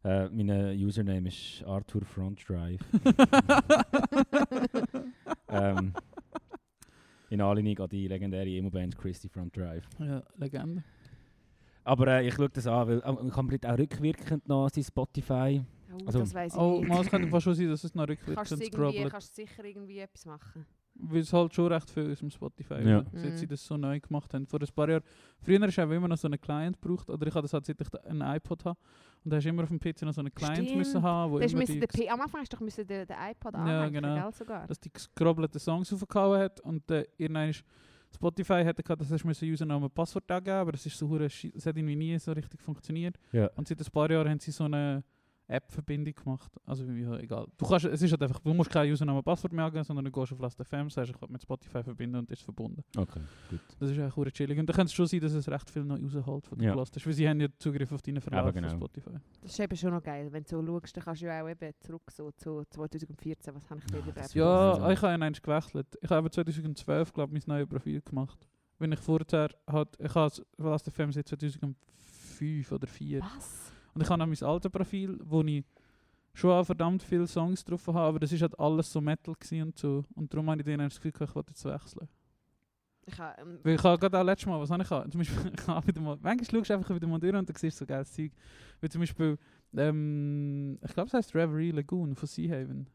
S3: Äh, mein Username ist Arthur Front Drive. ähm, in Anlehnung an die legendäre Emo-Band Christy Front Drive.
S2: ja, Legende.
S3: Aber äh, ich schaue das an, weil ähm, ich kann man dort auch rückwirkend noch sein Spotify.
S4: Oh,
S3: Also-
S4: das weiß ich
S2: Oh, mal,
S4: nicht.
S2: es könnte fast schon sein, dass es noch rückwärts
S4: Kannst du
S2: ins
S4: irgendwie,
S2: Trouble
S4: kannst du sicher irgendwie etwas machen.
S2: Weil es halt schon recht viel aus dem Spotify
S3: Ja.
S2: ist, seit
S4: Mhm.
S2: sie das so neu gemacht haben. Vor ein paar Jahren, früher hast du auch immer noch so einen Client gebraucht, oder ich habe das halt, seit ich da- einen iPod habe, und da hast du immer auf dem PC noch so einen Client
S4: Stimmt.
S2: müssen haben, wo
S4: Das ist
S2: immer
S4: müssen
S2: die,
S4: der P Am Anfang hast du doch müssen den, den iPod
S2: Ja,
S4: anhängen,
S2: genau.
S4: gell, sogar.
S2: dass die gescrobbelten Songs aufgehauen hat, und äh, irgendwann ist Spotify hätte gehabt, dass du musst Username und Passwort angeben, aber das ist so hure schi- das hat irgendwie nie so richtig funktioniert.
S3: Ja.
S2: Und seit ein paar Jahren haben sie so eine App-Verbindung gemacht. Also ja, egal. Du, kannst, es ist halt einfach, du musst kein Username und Passwort mehr angeben, sondern du gehst auf Last.fm, sagst, ich will mit Spotify verbinden und ist verbunden.
S3: Okay, gut.
S2: Das ist eigentlich hure chillig. Und da könnte es schon sein, dass es recht viel noch rausholt von der
S3: Ja.
S2: ja. Weil sie haben ja Zugriff auf deine Verlauf
S3: Eben genau.
S2: von Spotify.
S4: Das ist eben schon noch geil. Wenn du so schaust, dann kannst du ja auch eben zurück so zu 2014. Was habe ich
S3: Ah,
S4: wieder
S3: das-
S2: Ja,
S3: Ja.
S2: ich habe eins gewechselt. Ich habe 2012, glaube ich, mein neues Profil gemacht. Wenn ich vorher hat, ich habe Last FM seit 2005 oder 4.
S4: Was?
S2: Und ich habe noch mein altes Profil, wo ich schon auch verdammt viele Songs drauf habe, aber das ist halt alles so Metal gewesen und so. Und darum habe ich dann das Gefühl, gehabt, ich wollte jetzt wechseln.
S4: Ich habe ähm,
S2: Weil ich habe gerade auch letztes Mal, was habe ich gehabt? Zum Beispiel, ich habe wieder mal, manchmal schaust du einfach wieder mal durch und dann siehst du so geiles Zeug. Wie zum Beispiel, ähm, ich glaube es heisst Reverie Lagoon von Seahaven.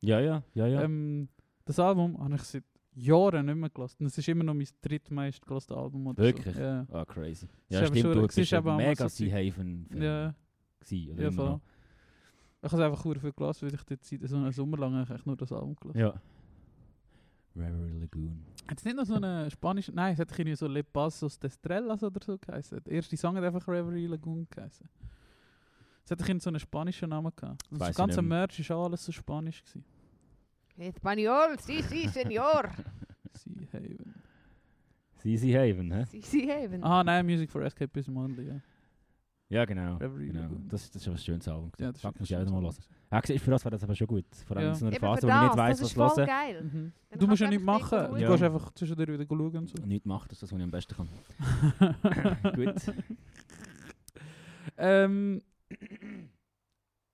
S3: Ja, ja, ja, ja.
S2: Ähm, das Album habe ich seit Jahren nicht mehr gelassen. Das ist immer noch mein drittmeist gelastes Album. Oder
S3: Wirklich?
S2: So. Ja.
S3: Ah, crazy.
S2: Es
S3: Ja,
S2: ist eben
S3: stimmt,
S2: schon-
S3: du
S2: es ist
S3: bist ein
S2: eben auch mal so
S3: mega
S2: Zeug-
S3: Seahaven
S2: ja,
S3: gewesen. oder
S2: ja,
S3: immer
S2: voll.
S3: noch.
S2: Ich habe es einfach sehr viel gelassen, weil ich die Zeit, so einen Sommer lang eigentlich nur das Album gelassen
S3: Ja. Reverie Lagoon.
S2: Hat es nicht noch so eine spanische, nein, es hat irgendwie so Le Pasos de Estrellas oder so geheißen. Der erste Song hat einfach Reverie Lagoon geheißen. Es hat irgendwie so einen spanischen Namen gehabt. Und
S3: Weiss
S2: das
S3: ich
S2: ganze
S3: nicht mehr.
S2: Dus Merch war alles so spanisch. Gewesen.
S4: Espanol, sí, sí, señor.
S2: Sea Haven.
S3: Seasy Haven, hä?
S4: sí, sí, eben.
S2: Ah nein, Music for Escapism Only, ja.
S3: Ja, genau.
S2: Reverie
S3: genau.
S2: Lagoon.
S3: Das, das ist aber ein schönes Album.
S2: ja Mhm.
S3: Ja, das Fuck, muss ich auch
S2: wirklich
S3: wieder mal
S2: so.
S3: hören. Ja, siehst, für das wäre das aber schon gut. Vor allem
S2: Ja.
S3: in so einer
S4: Eben
S3: Phase,
S4: für
S3: wo man
S4: das,
S3: nicht weiss,
S4: das ist
S3: was
S4: voll
S3: hören.
S4: geil.
S2: Mhm.
S4: Dann
S2: Du musst
S4: kannst
S2: ja
S4: du
S2: nichts
S4: einfach
S2: machen.
S4: drin
S2: Du
S3: schauen.
S2: gehst
S3: Ja.
S2: einfach zwischendurch wieder schauen und so.
S3: Nichts macht, das ist das, was ich am besten kann. gut.
S2: Ähm,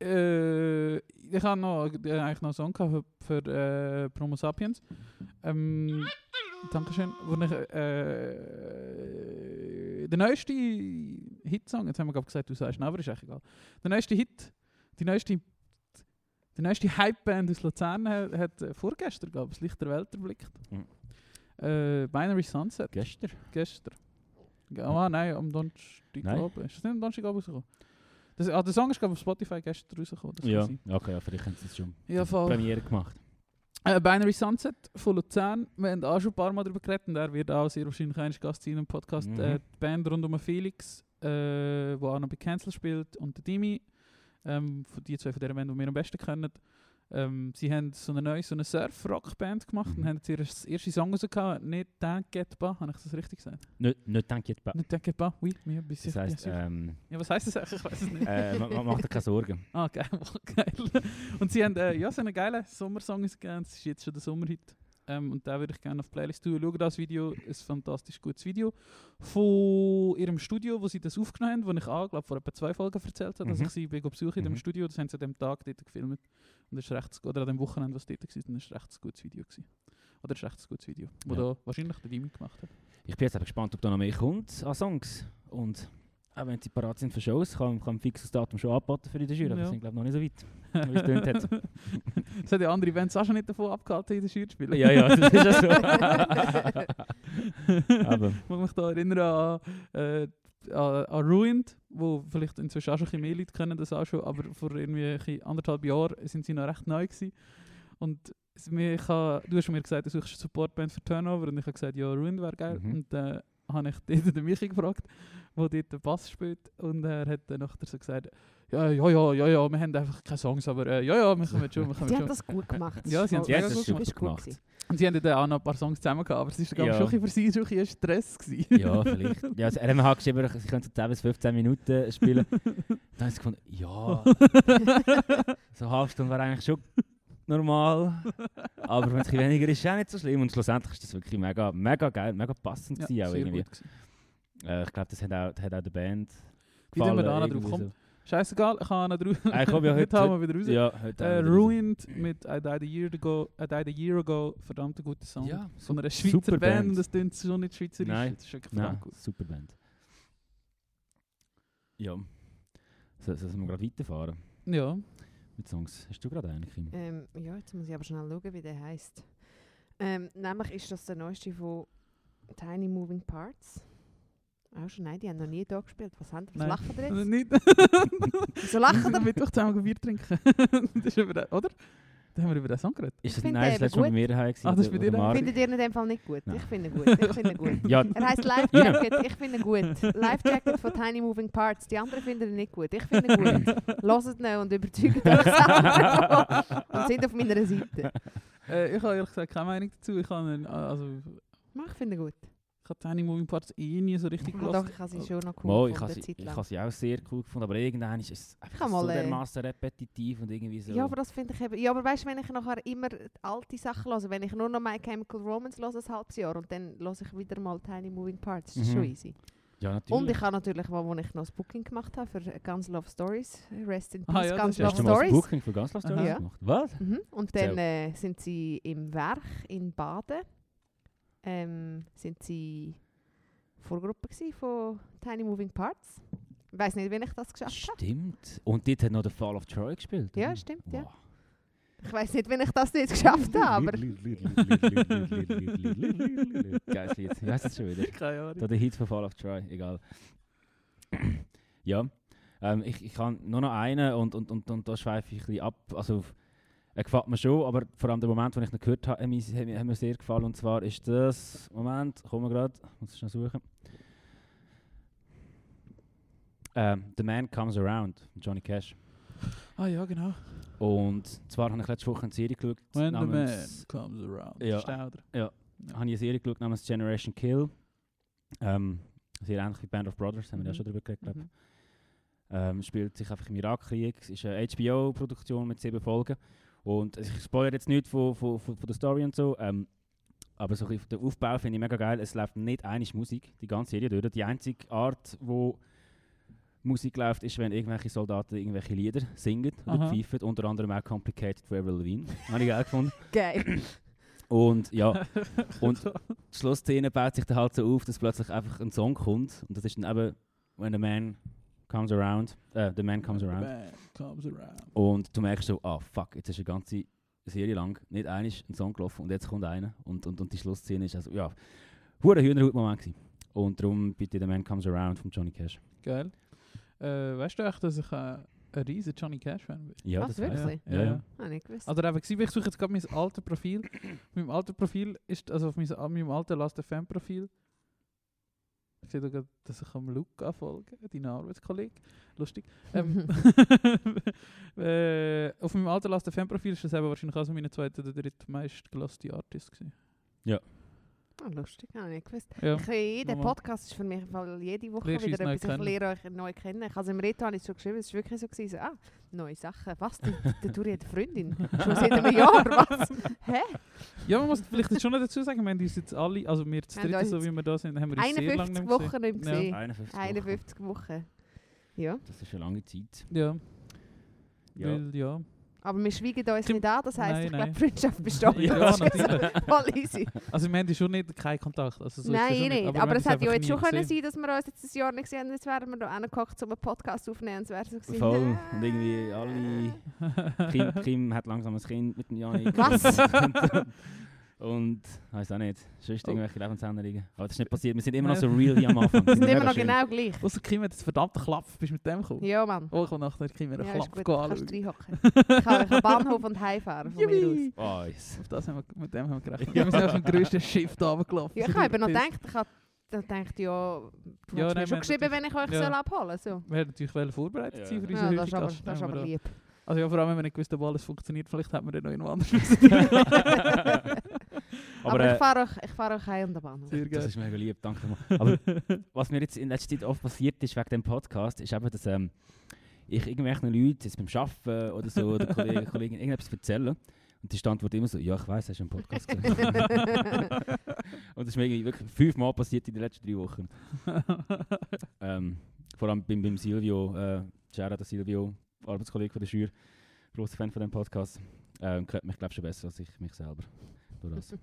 S2: äh, ich habe noch, äh, eigentlich noch einen Song gehabt für, für äh, Promo Sapiens. Ähm, Dankeschön. Wo ich, äh, der eh, neueste Hitsong, jetzt haben wir gerade gesagt, du sagst, nein, aber ist echt egal. Der neueste Hit, die neueste, die neueste dus Hype-Band aus Luzern hat, hat äh, vorgestern, glaube ich, das Licht der Welt erblickt.
S3: Mhm.
S2: Äh, Binary Sunset,
S3: Gestern?
S2: gestern. Ah, nein, am Donnerstagabend. Ist das nicht am Donnerstagabend rausgekommen? Das, ah, der Song ist, glaube ich, auf Spotify gestern rausgekommen. Das kann
S3: Ja.
S2: sein.
S3: Okay, ja, vielleicht haben sie es schon
S2: Ja, voll.
S3: Premiere gemacht.
S2: Äh, Binary Sunset von Luzern. Wir haben auch schon ein paar Mal darüber geredet und er wird auch sehr wahrscheinlich ein Gast sein im Podcast.
S3: Mhm.
S2: Äh, die Band rund um Felix, äh, wo auch noch bei Cancel spielt, und der Dimi. Ähm, von die zwei von der Band, die wir am besten kennen. Ähm, sie haben so eine neue so eine Surf-Rock-Band gemacht und
S3: Mhm.
S2: haben jetzt ihren ersten Song rausgehauen. Nicht Denketba, habe ich das richtig gesagt?
S3: Nicht, nicht denke ich,
S2: Nicht Denketba, oui, mir ein bisschen.
S3: das heisst,
S2: ja,
S3: ähm,
S2: ja, was heisst das eigentlich? Ich weiß es nicht.
S3: äh, man, man macht dir keine Sorgen.
S2: Ah, geil, geil. Und sie haben äh, ja, so einen geilen Sommersong ausgegeben. Das ist jetzt schon der Sommerhit. Ähm, und da würde ich gerne auf die Playlist tun. Schau das Video, ein fantastisch gutes Video. Von ihrem Studio, wo sie das aufgenommen haben, wo ich auch, glaube vor etwa zwei Folgen erzählt habe, dass
S3: Mhm.
S2: ich sie bin besuche in dem
S3: Mhm.
S2: Studio. Das haben sie an dem Tag dort gefilmt. Und das ist recht, oder an dem Wochenende, was dort war, dann ist ein recht gutes Video. Gewesen. Oder ein recht gutes Video, wo
S3: Ja.
S2: da wahrscheinlich der Dimi gemacht hat.
S3: Ich bin jetzt aber gespannt, ob da noch mehr kommt an Songs. Und auch wenn sie parat sind für Shows, kann, kann ein fixes Datum schon angeboten für die Jury. aber
S2: Ja.
S3: Wir sind, glaube ich, noch nicht so weit. Wie es tönt hat.
S2: das hat ja andere Bands auch schon nicht davon abgehalten, in der Schule zu spielen.
S3: Ja, ja, das ist ja so. aber,
S2: Ich mich da erinnern an, äh, an, an Ruined, wo vielleicht inzwischen auch schon ein bisschen mehr Leute kennen das auch schon, aber vor irgendwie ein bisschen anderthalb Jahren sind sie noch recht neu gewesen. Und es- mir- ich ha, du hast mir gesagt, du suchst eine Supportband für Turnover und ich habe gesagt, ja, Ruined wäre geil.
S3: Mhm.
S2: Und dann äh, habe ich dort den Michi gefragt, der dort den Bass spielt und er hat dann nachher so gesagt, ja, ja, ja, ja, ja, wir haben einfach keine Songs, aber äh, ja, ja, wir kommen schon, wir kommen
S4: Die haben
S2: schon.
S4: das gut gemacht.
S2: Ja, sie haben es
S3: ja,
S2: mega
S3: das
S2: gut
S3: ist
S2: gemacht.
S3: super gemacht.
S2: Und sie haben dann auch noch ein paar Songs zusammen gehabt, aber es war glaub ich,
S3: Ja.
S2: schon ein bisschen für sie schon ein bisschen Stress. Gewesen.
S3: Ja, vielleicht. Ja, also RMH hat geschrieben, sie können so 10 bis 15 Minuten spielen. Dann habe ich gefunden, ja, so eine halbe Stunde wäre eigentlich schon normal. Aber wenn es ein bisschen weniger ist, ist auch nicht so schlimm. Und schlussendlich ist das wirklich mega, mega geil, mega passend
S2: Ja,
S3: gewesen auch
S2: sehr
S3: irgendwie.
S2: gut gewesen.
S3: Äh, ich glaube, das hat auch, hat auch der Band
S2: Wie tun wir
S3: gefallen,
S2: da noch drauf?
S3: irgendwie
S2: Komm, Scheißegal, ich kann noch drauf.
S3: Ah, komm, ja,
S2: Heute
S3: heute-
S2: haben wir wieder raus.
S3: So. Ja, heute
S2: Äh,
S3: haben wir
S2: Ruined mit I Died a Year Ago, I Died a Year Ago, verdammt ein guter Song.
S3: Ja,
S2: Von einer Schweizer
S3: super
S2: Band. Dus und
S3: Band. Nou.
S2: das klingt so nicht schweizerisch.
S3: Nein,
S2: das ist wirklich
S3: Nein,
S2: verdammt gut.
S3: super Band. Ja. So, so sollen wir gerade weiterfahren
S2: Ja,
S3: mit Songs. Hast du gerade einen, Kim?
S4: Ähm, ja, jetzt muss ich aber schnell schauen, wie der heisst. Ähm, nämlich ist das der neueste von Tiny Moving Parts. Auch schon, nein, die haben noch nie da gespielt. Was, haben, was
S2: Nein.
S4: lachen die
S2: also
S4: jetzt?
S2: nicht.
S4: Wieso lachen die?
S2: am Mittwoch zusammen Bier trinken. das ist über den, oder? Da haben wir über den Song geredet.
S3: Ist das,
S4: finde
S3: nein,
S4: den
S3: das letzte
S4: eben
S3: Mal bei mir daheim gewesen,
S2: Ah, das ist
S3: oder-
S2: bei dir
S3: oder
S2: daheim?
S3: Marc.
S4: Findet ihr in dem Fall nicht gut?
S3: Nein.
S4: Ich finde ihn gut. Ich finde ihn gut.
S3: Ja,
S4: Er heisst Live Jacket. Ich finde ihn gut. Live Jacket von Tiny Moving Parts. Die anderen finden ihn nicht gut. Ich finde ihn gut. Hört ihn und überzeugt euch selber. und sind auf meiner Seite.
S2: Äh, ich habe ehrlich gesagt keine Meinung dazu. Ich habe einen- also,
S4: Ja, Ich finde ihn gut.
S2: ich habe Tiny Moving Parts eh nie so richtig
S4: Ah,
S2: gelassen.
S4: Doch, ich habe sie schon noch cool
S3: Mo, ich habe sie,
S4: gefunden, eine Zeit
S3: ich
S4: lang.
S3: habe sie auch sehr cool gefunden, aber irgendwann ist es einfach
S4: kann
S3: so
S4: mal, äh,
S3: dermaßen repetitiv und irgendwie so.
S4: Ja, aber das finde ich eben. Ja, aber weißt du, wenn ich nachher immer die alte Sachen höre, wenn ich nur noch My Chemical Romance höre, ein halbes Jahr und dann höre ich wieder mal Tiny Moving Parts, das ist
S3: Mhm.
S4: schon easy.
S3: ja, natürlich.
S4: Und ich habe natürlich, wo, wo ich noch das Booking gemacht habe für Guns Love Stories, Rest in
S2: Ah,
S4: Peace,
S2: ja, das
S4: Guns
S2: ist ja
S4: Love
S3: Hast du mal das
S4: Stories. Mhm.
S3: Booking für ganz Love
S2: Aha.
S3: Stories
S4: Ja.
S3: gemacht? Was?
S4: Mhm. Und dann äh, sind sie im Werk in Baden ähm, sind sie Vorgruppe gsi von Tiny Moving Parts. Ich weiß nicht, wie ich das geschafft habe.
S3: Stimmt. Oh, Und dort hat noch der nou Fall of Troy gespielt.
S4: Ja,
S3: oder?
S4: stimmt, ja.
S3: Wow.
S4: Ich weiß nicht, wie ich das nicht geschafft habe, aber
S3: Geiles Lied. Ich weiß es schon wieder.
S2: Keine Ahnung.
S3: Da der Hit von Fall of Troy, egal. ja. Ähm, ich, ich kann nur noch einen und, und, und, und da schweife ich ein bisschen ab. Also, auf- er gefällt mir schon, aber vor allem der Moment, den ich noch gehört habe, hat mir, hat mir- hat mir sehr gefallen. Und zwar ist das. Moment, kommen wir gerade, muss ich schnell suchen. Ähm, The Man Comes Around, Johnny Cash.
S2: Ah ja, genau.
S3: Und zwar habe ich letzte Woche eine Serie geschaut.
S2: When the man
S3: namens-
S2: comes around.
S3: Nou, Ja.
S2: Stauder.
S3: habe ich eine Serie geschaut namens Generation Kill. Ähm, sehr ähnlich wie Band of Brothers, haben wir ja
S4: Mhm.
S3: schon darüber geredet, glaub.
S4: Mhm.
S3: Ähm, spielt sich einfach im Irakkrieg. Es ist eine HBO-Produktion mit sieben Folgen. Und ich spoilere jetzt nicht von, von, von, von der Story und so. Ähm, aber so ein bisschen den Aufbau finde ich mega geil. Es läuft nicht eine Musik, die ganze Serie durch. Die einzige Art, wo Musik läuft, ist, wenn irgendwelche Soldaten irgendwelche Lieder singen oder
S2: Aha.
S3: pfeifen. Unter anderem auch Complicated von Avril Lavigne. Habe ich geil gefunden.
S4: geil.
S3: Und ja, und die Schlussszene baut sich dann halt so auf, dass plötzlich einfach ein Song kommt. Und das ist dann eben When the Man Comes Around. Äh, The Man Comes
S2: When the
S3: Around.
S2: man comes around.
S3: Und du merkst so, ah fuck, jetzt ist eine ganze Serie lang nicht einmal ein Song gelaufen und jetzt kommt einer. Und, und, und die Schlussszene ist also, ja, hure Hühnerhaut-Moment gewesen. Und darum bitte The Man Comes Around von Johnny Cash.
S2: Geil. Äh, weißt du eigentlich, dass ich äh, ein riesen Johnny Cash-Fan bin?
S3: Ja,
S4: Was,
S3: weiss ich.
S4: Wirklich?
S3: Ja, ja. ja.
S4: Habe ich nicht gewusst.
S2: Also eben, gewesen, ich suche jetzt gerade mein altes Profil. Auf meinem alten Profil ist, also auf meinem, an meinem alten Last FM Profil, ich sehe da gerade, dass ich am Luca folge, deinen Arbeitskollege. Lustig. Ähm, äh, auf meinem alten Last FM Profil ist das eben wahrscheinlich also meine zweite oder dritte meistgelasste Artist gewesen.
S4: Ah, lustig, habe ich nicht gewusst.
S2: Ja.
S4: Ich, jeder
S2: Nochmal.
S4: Podcast ist für mich im Fall jede Woche
S2: Lernst uns
S4: wieder
S2: neu
S4: etwas. Ich
S2: kennen.
S4: lerne euch neu kennen. Ich habe im Reto habe ich schon geschrieben, es war wirklich so, gewesen, so ah, neue Sachen. Was, die, die Duri hat eine Freundin? Schon seit einem Jahr, was? Hä?
S2: ja, man muss vielleicht jetzt schon noch dazu sagen, wir haben uns jetzt alle, also wir zu
S4: Wir haben
S2: dritt,
S4: uns
S2: so wie wir da sind, haben wir uns sehr lange nicht
S4: 51
S2: mehr
S4: Wochen nicht
S2: Ja.
S4: gesehen.
S3: 51.
S4: 51 Wochen. Ja,
S3: Das ist eine lange Zeit.
S2: gesehen. Ja.
S3: Ja.
S2: Weil, ja.
S4: aber wir schweigen uns
S2: Kim-
S4: nicht an, das heisst,
S2: Nein,
S4: ich glaube,
S2: nein.
S4: die Freundschaft besteht.
S2: Ja,
S4: Das ist
S2: natürlich.
S4: Voll easy.
S2: Also wir haben ja schon nicht, keinen Kontakt. Also so ist
S4: Nein,
S2: das schon
S4: eh nicht.
S2: wir
S4: Aber,
S2: haben
S4: es
S2: uns
S4: hätte ja
S2: einfach
S4: jetzt
S2: nie
S4: schon können
S2: gesehen.
S4: sein dass wir uns jetzt ein Jahr nicht gesehen haben. Jetzt wären wir da angekocht, um einen Podcast aufzunehmen. Es wäre so gewesen.
S3: Voll. Und irgendwie alle- Kim, Kim hat langsam ein Kind mit dem Janik.
S4: Was?
S3: Und, weiß auch nicht, sonst
S2: Oh.
S3: irgendwelche Lebensänderungen. Aber das ist nicht passiert, wir sind immer noch
S2: Nein.
S3: so real wie am Anfang. Das
S4: Wir sind immer
S3: mega
S4: noch
S3: schön.
S4: genau gleich.
S2: Außer Kim hat jetzt verdammt Klapf, bist du mit dem gekommen?
S4: Ja, Mann.
S2: Oh, ich will nachher Kim einen
S4: Ja, dus ist
S2: Klapf
S4: gut.
S2: gehen
S4: Kannst
S2: anschauen.
S4: reinhocken. Ich kann euch am Bahnhof und heimfahren von mir aus.
S2: Juhu.
S3: Oh, yes.
S2: Auf das haben wir, mit dem haben wir gerechnet. Wir sind auf dem grössten Schiff da runtergelaufen.
S4: Ja, ich habe eben noch gedacht, ich habe dann gedacht, ja, du
S2: Ja,
S4: hast
S2: nein,
S4: mir schon
S2: wir-
S4: geschrieben, wenn ich euch
S2: ja.
S4: soll abholen soll. So.
S2: Wir hätten natürlich wollen vorbereitet
S3: Ja.
S2: sein für
S3: Ja,
S2: unsere
S4: Ja,
S2: ja,
S4: das ist aber, das ist aber lieb.
S2: Also ja, vor allem, wenn wir nicht gewusst ob alles funktioniert, vielleicht hätten wir dann noch irgendwo anders müssen.
S3: Aber,
S4: Aber,
S3: äh,
S4: ich fahre euch, ich fahr euch heim an der Bahnhof.
S2: Sehr
S3: Das
S2: geil.
S3: ist mega lieb, danke mal. Aber was mir jetzt in letzter Zeit oft passiert ist wegen dem Podcast, ist eben, dass ähm, ich irgendwelchen Leuten jetzt beim Arbeiten oder so, oder Kollegen, Kollegen irgendetwas erzähle. Und die Antwort immer so, ja, ich weiß, hast du einen Podcast gemacht. und das ist mir irgendwie wirklich fünfmal passiert in den letzten drei Wochen. Ähm, vor allem beim, beim Silvio, äh, Gerard Silvio, Arbeitskollege von der Schür, großer Fan von dem Podcast. Ähm, kennt mich, glaube ich, schon besser als ich mich selber. Durch das.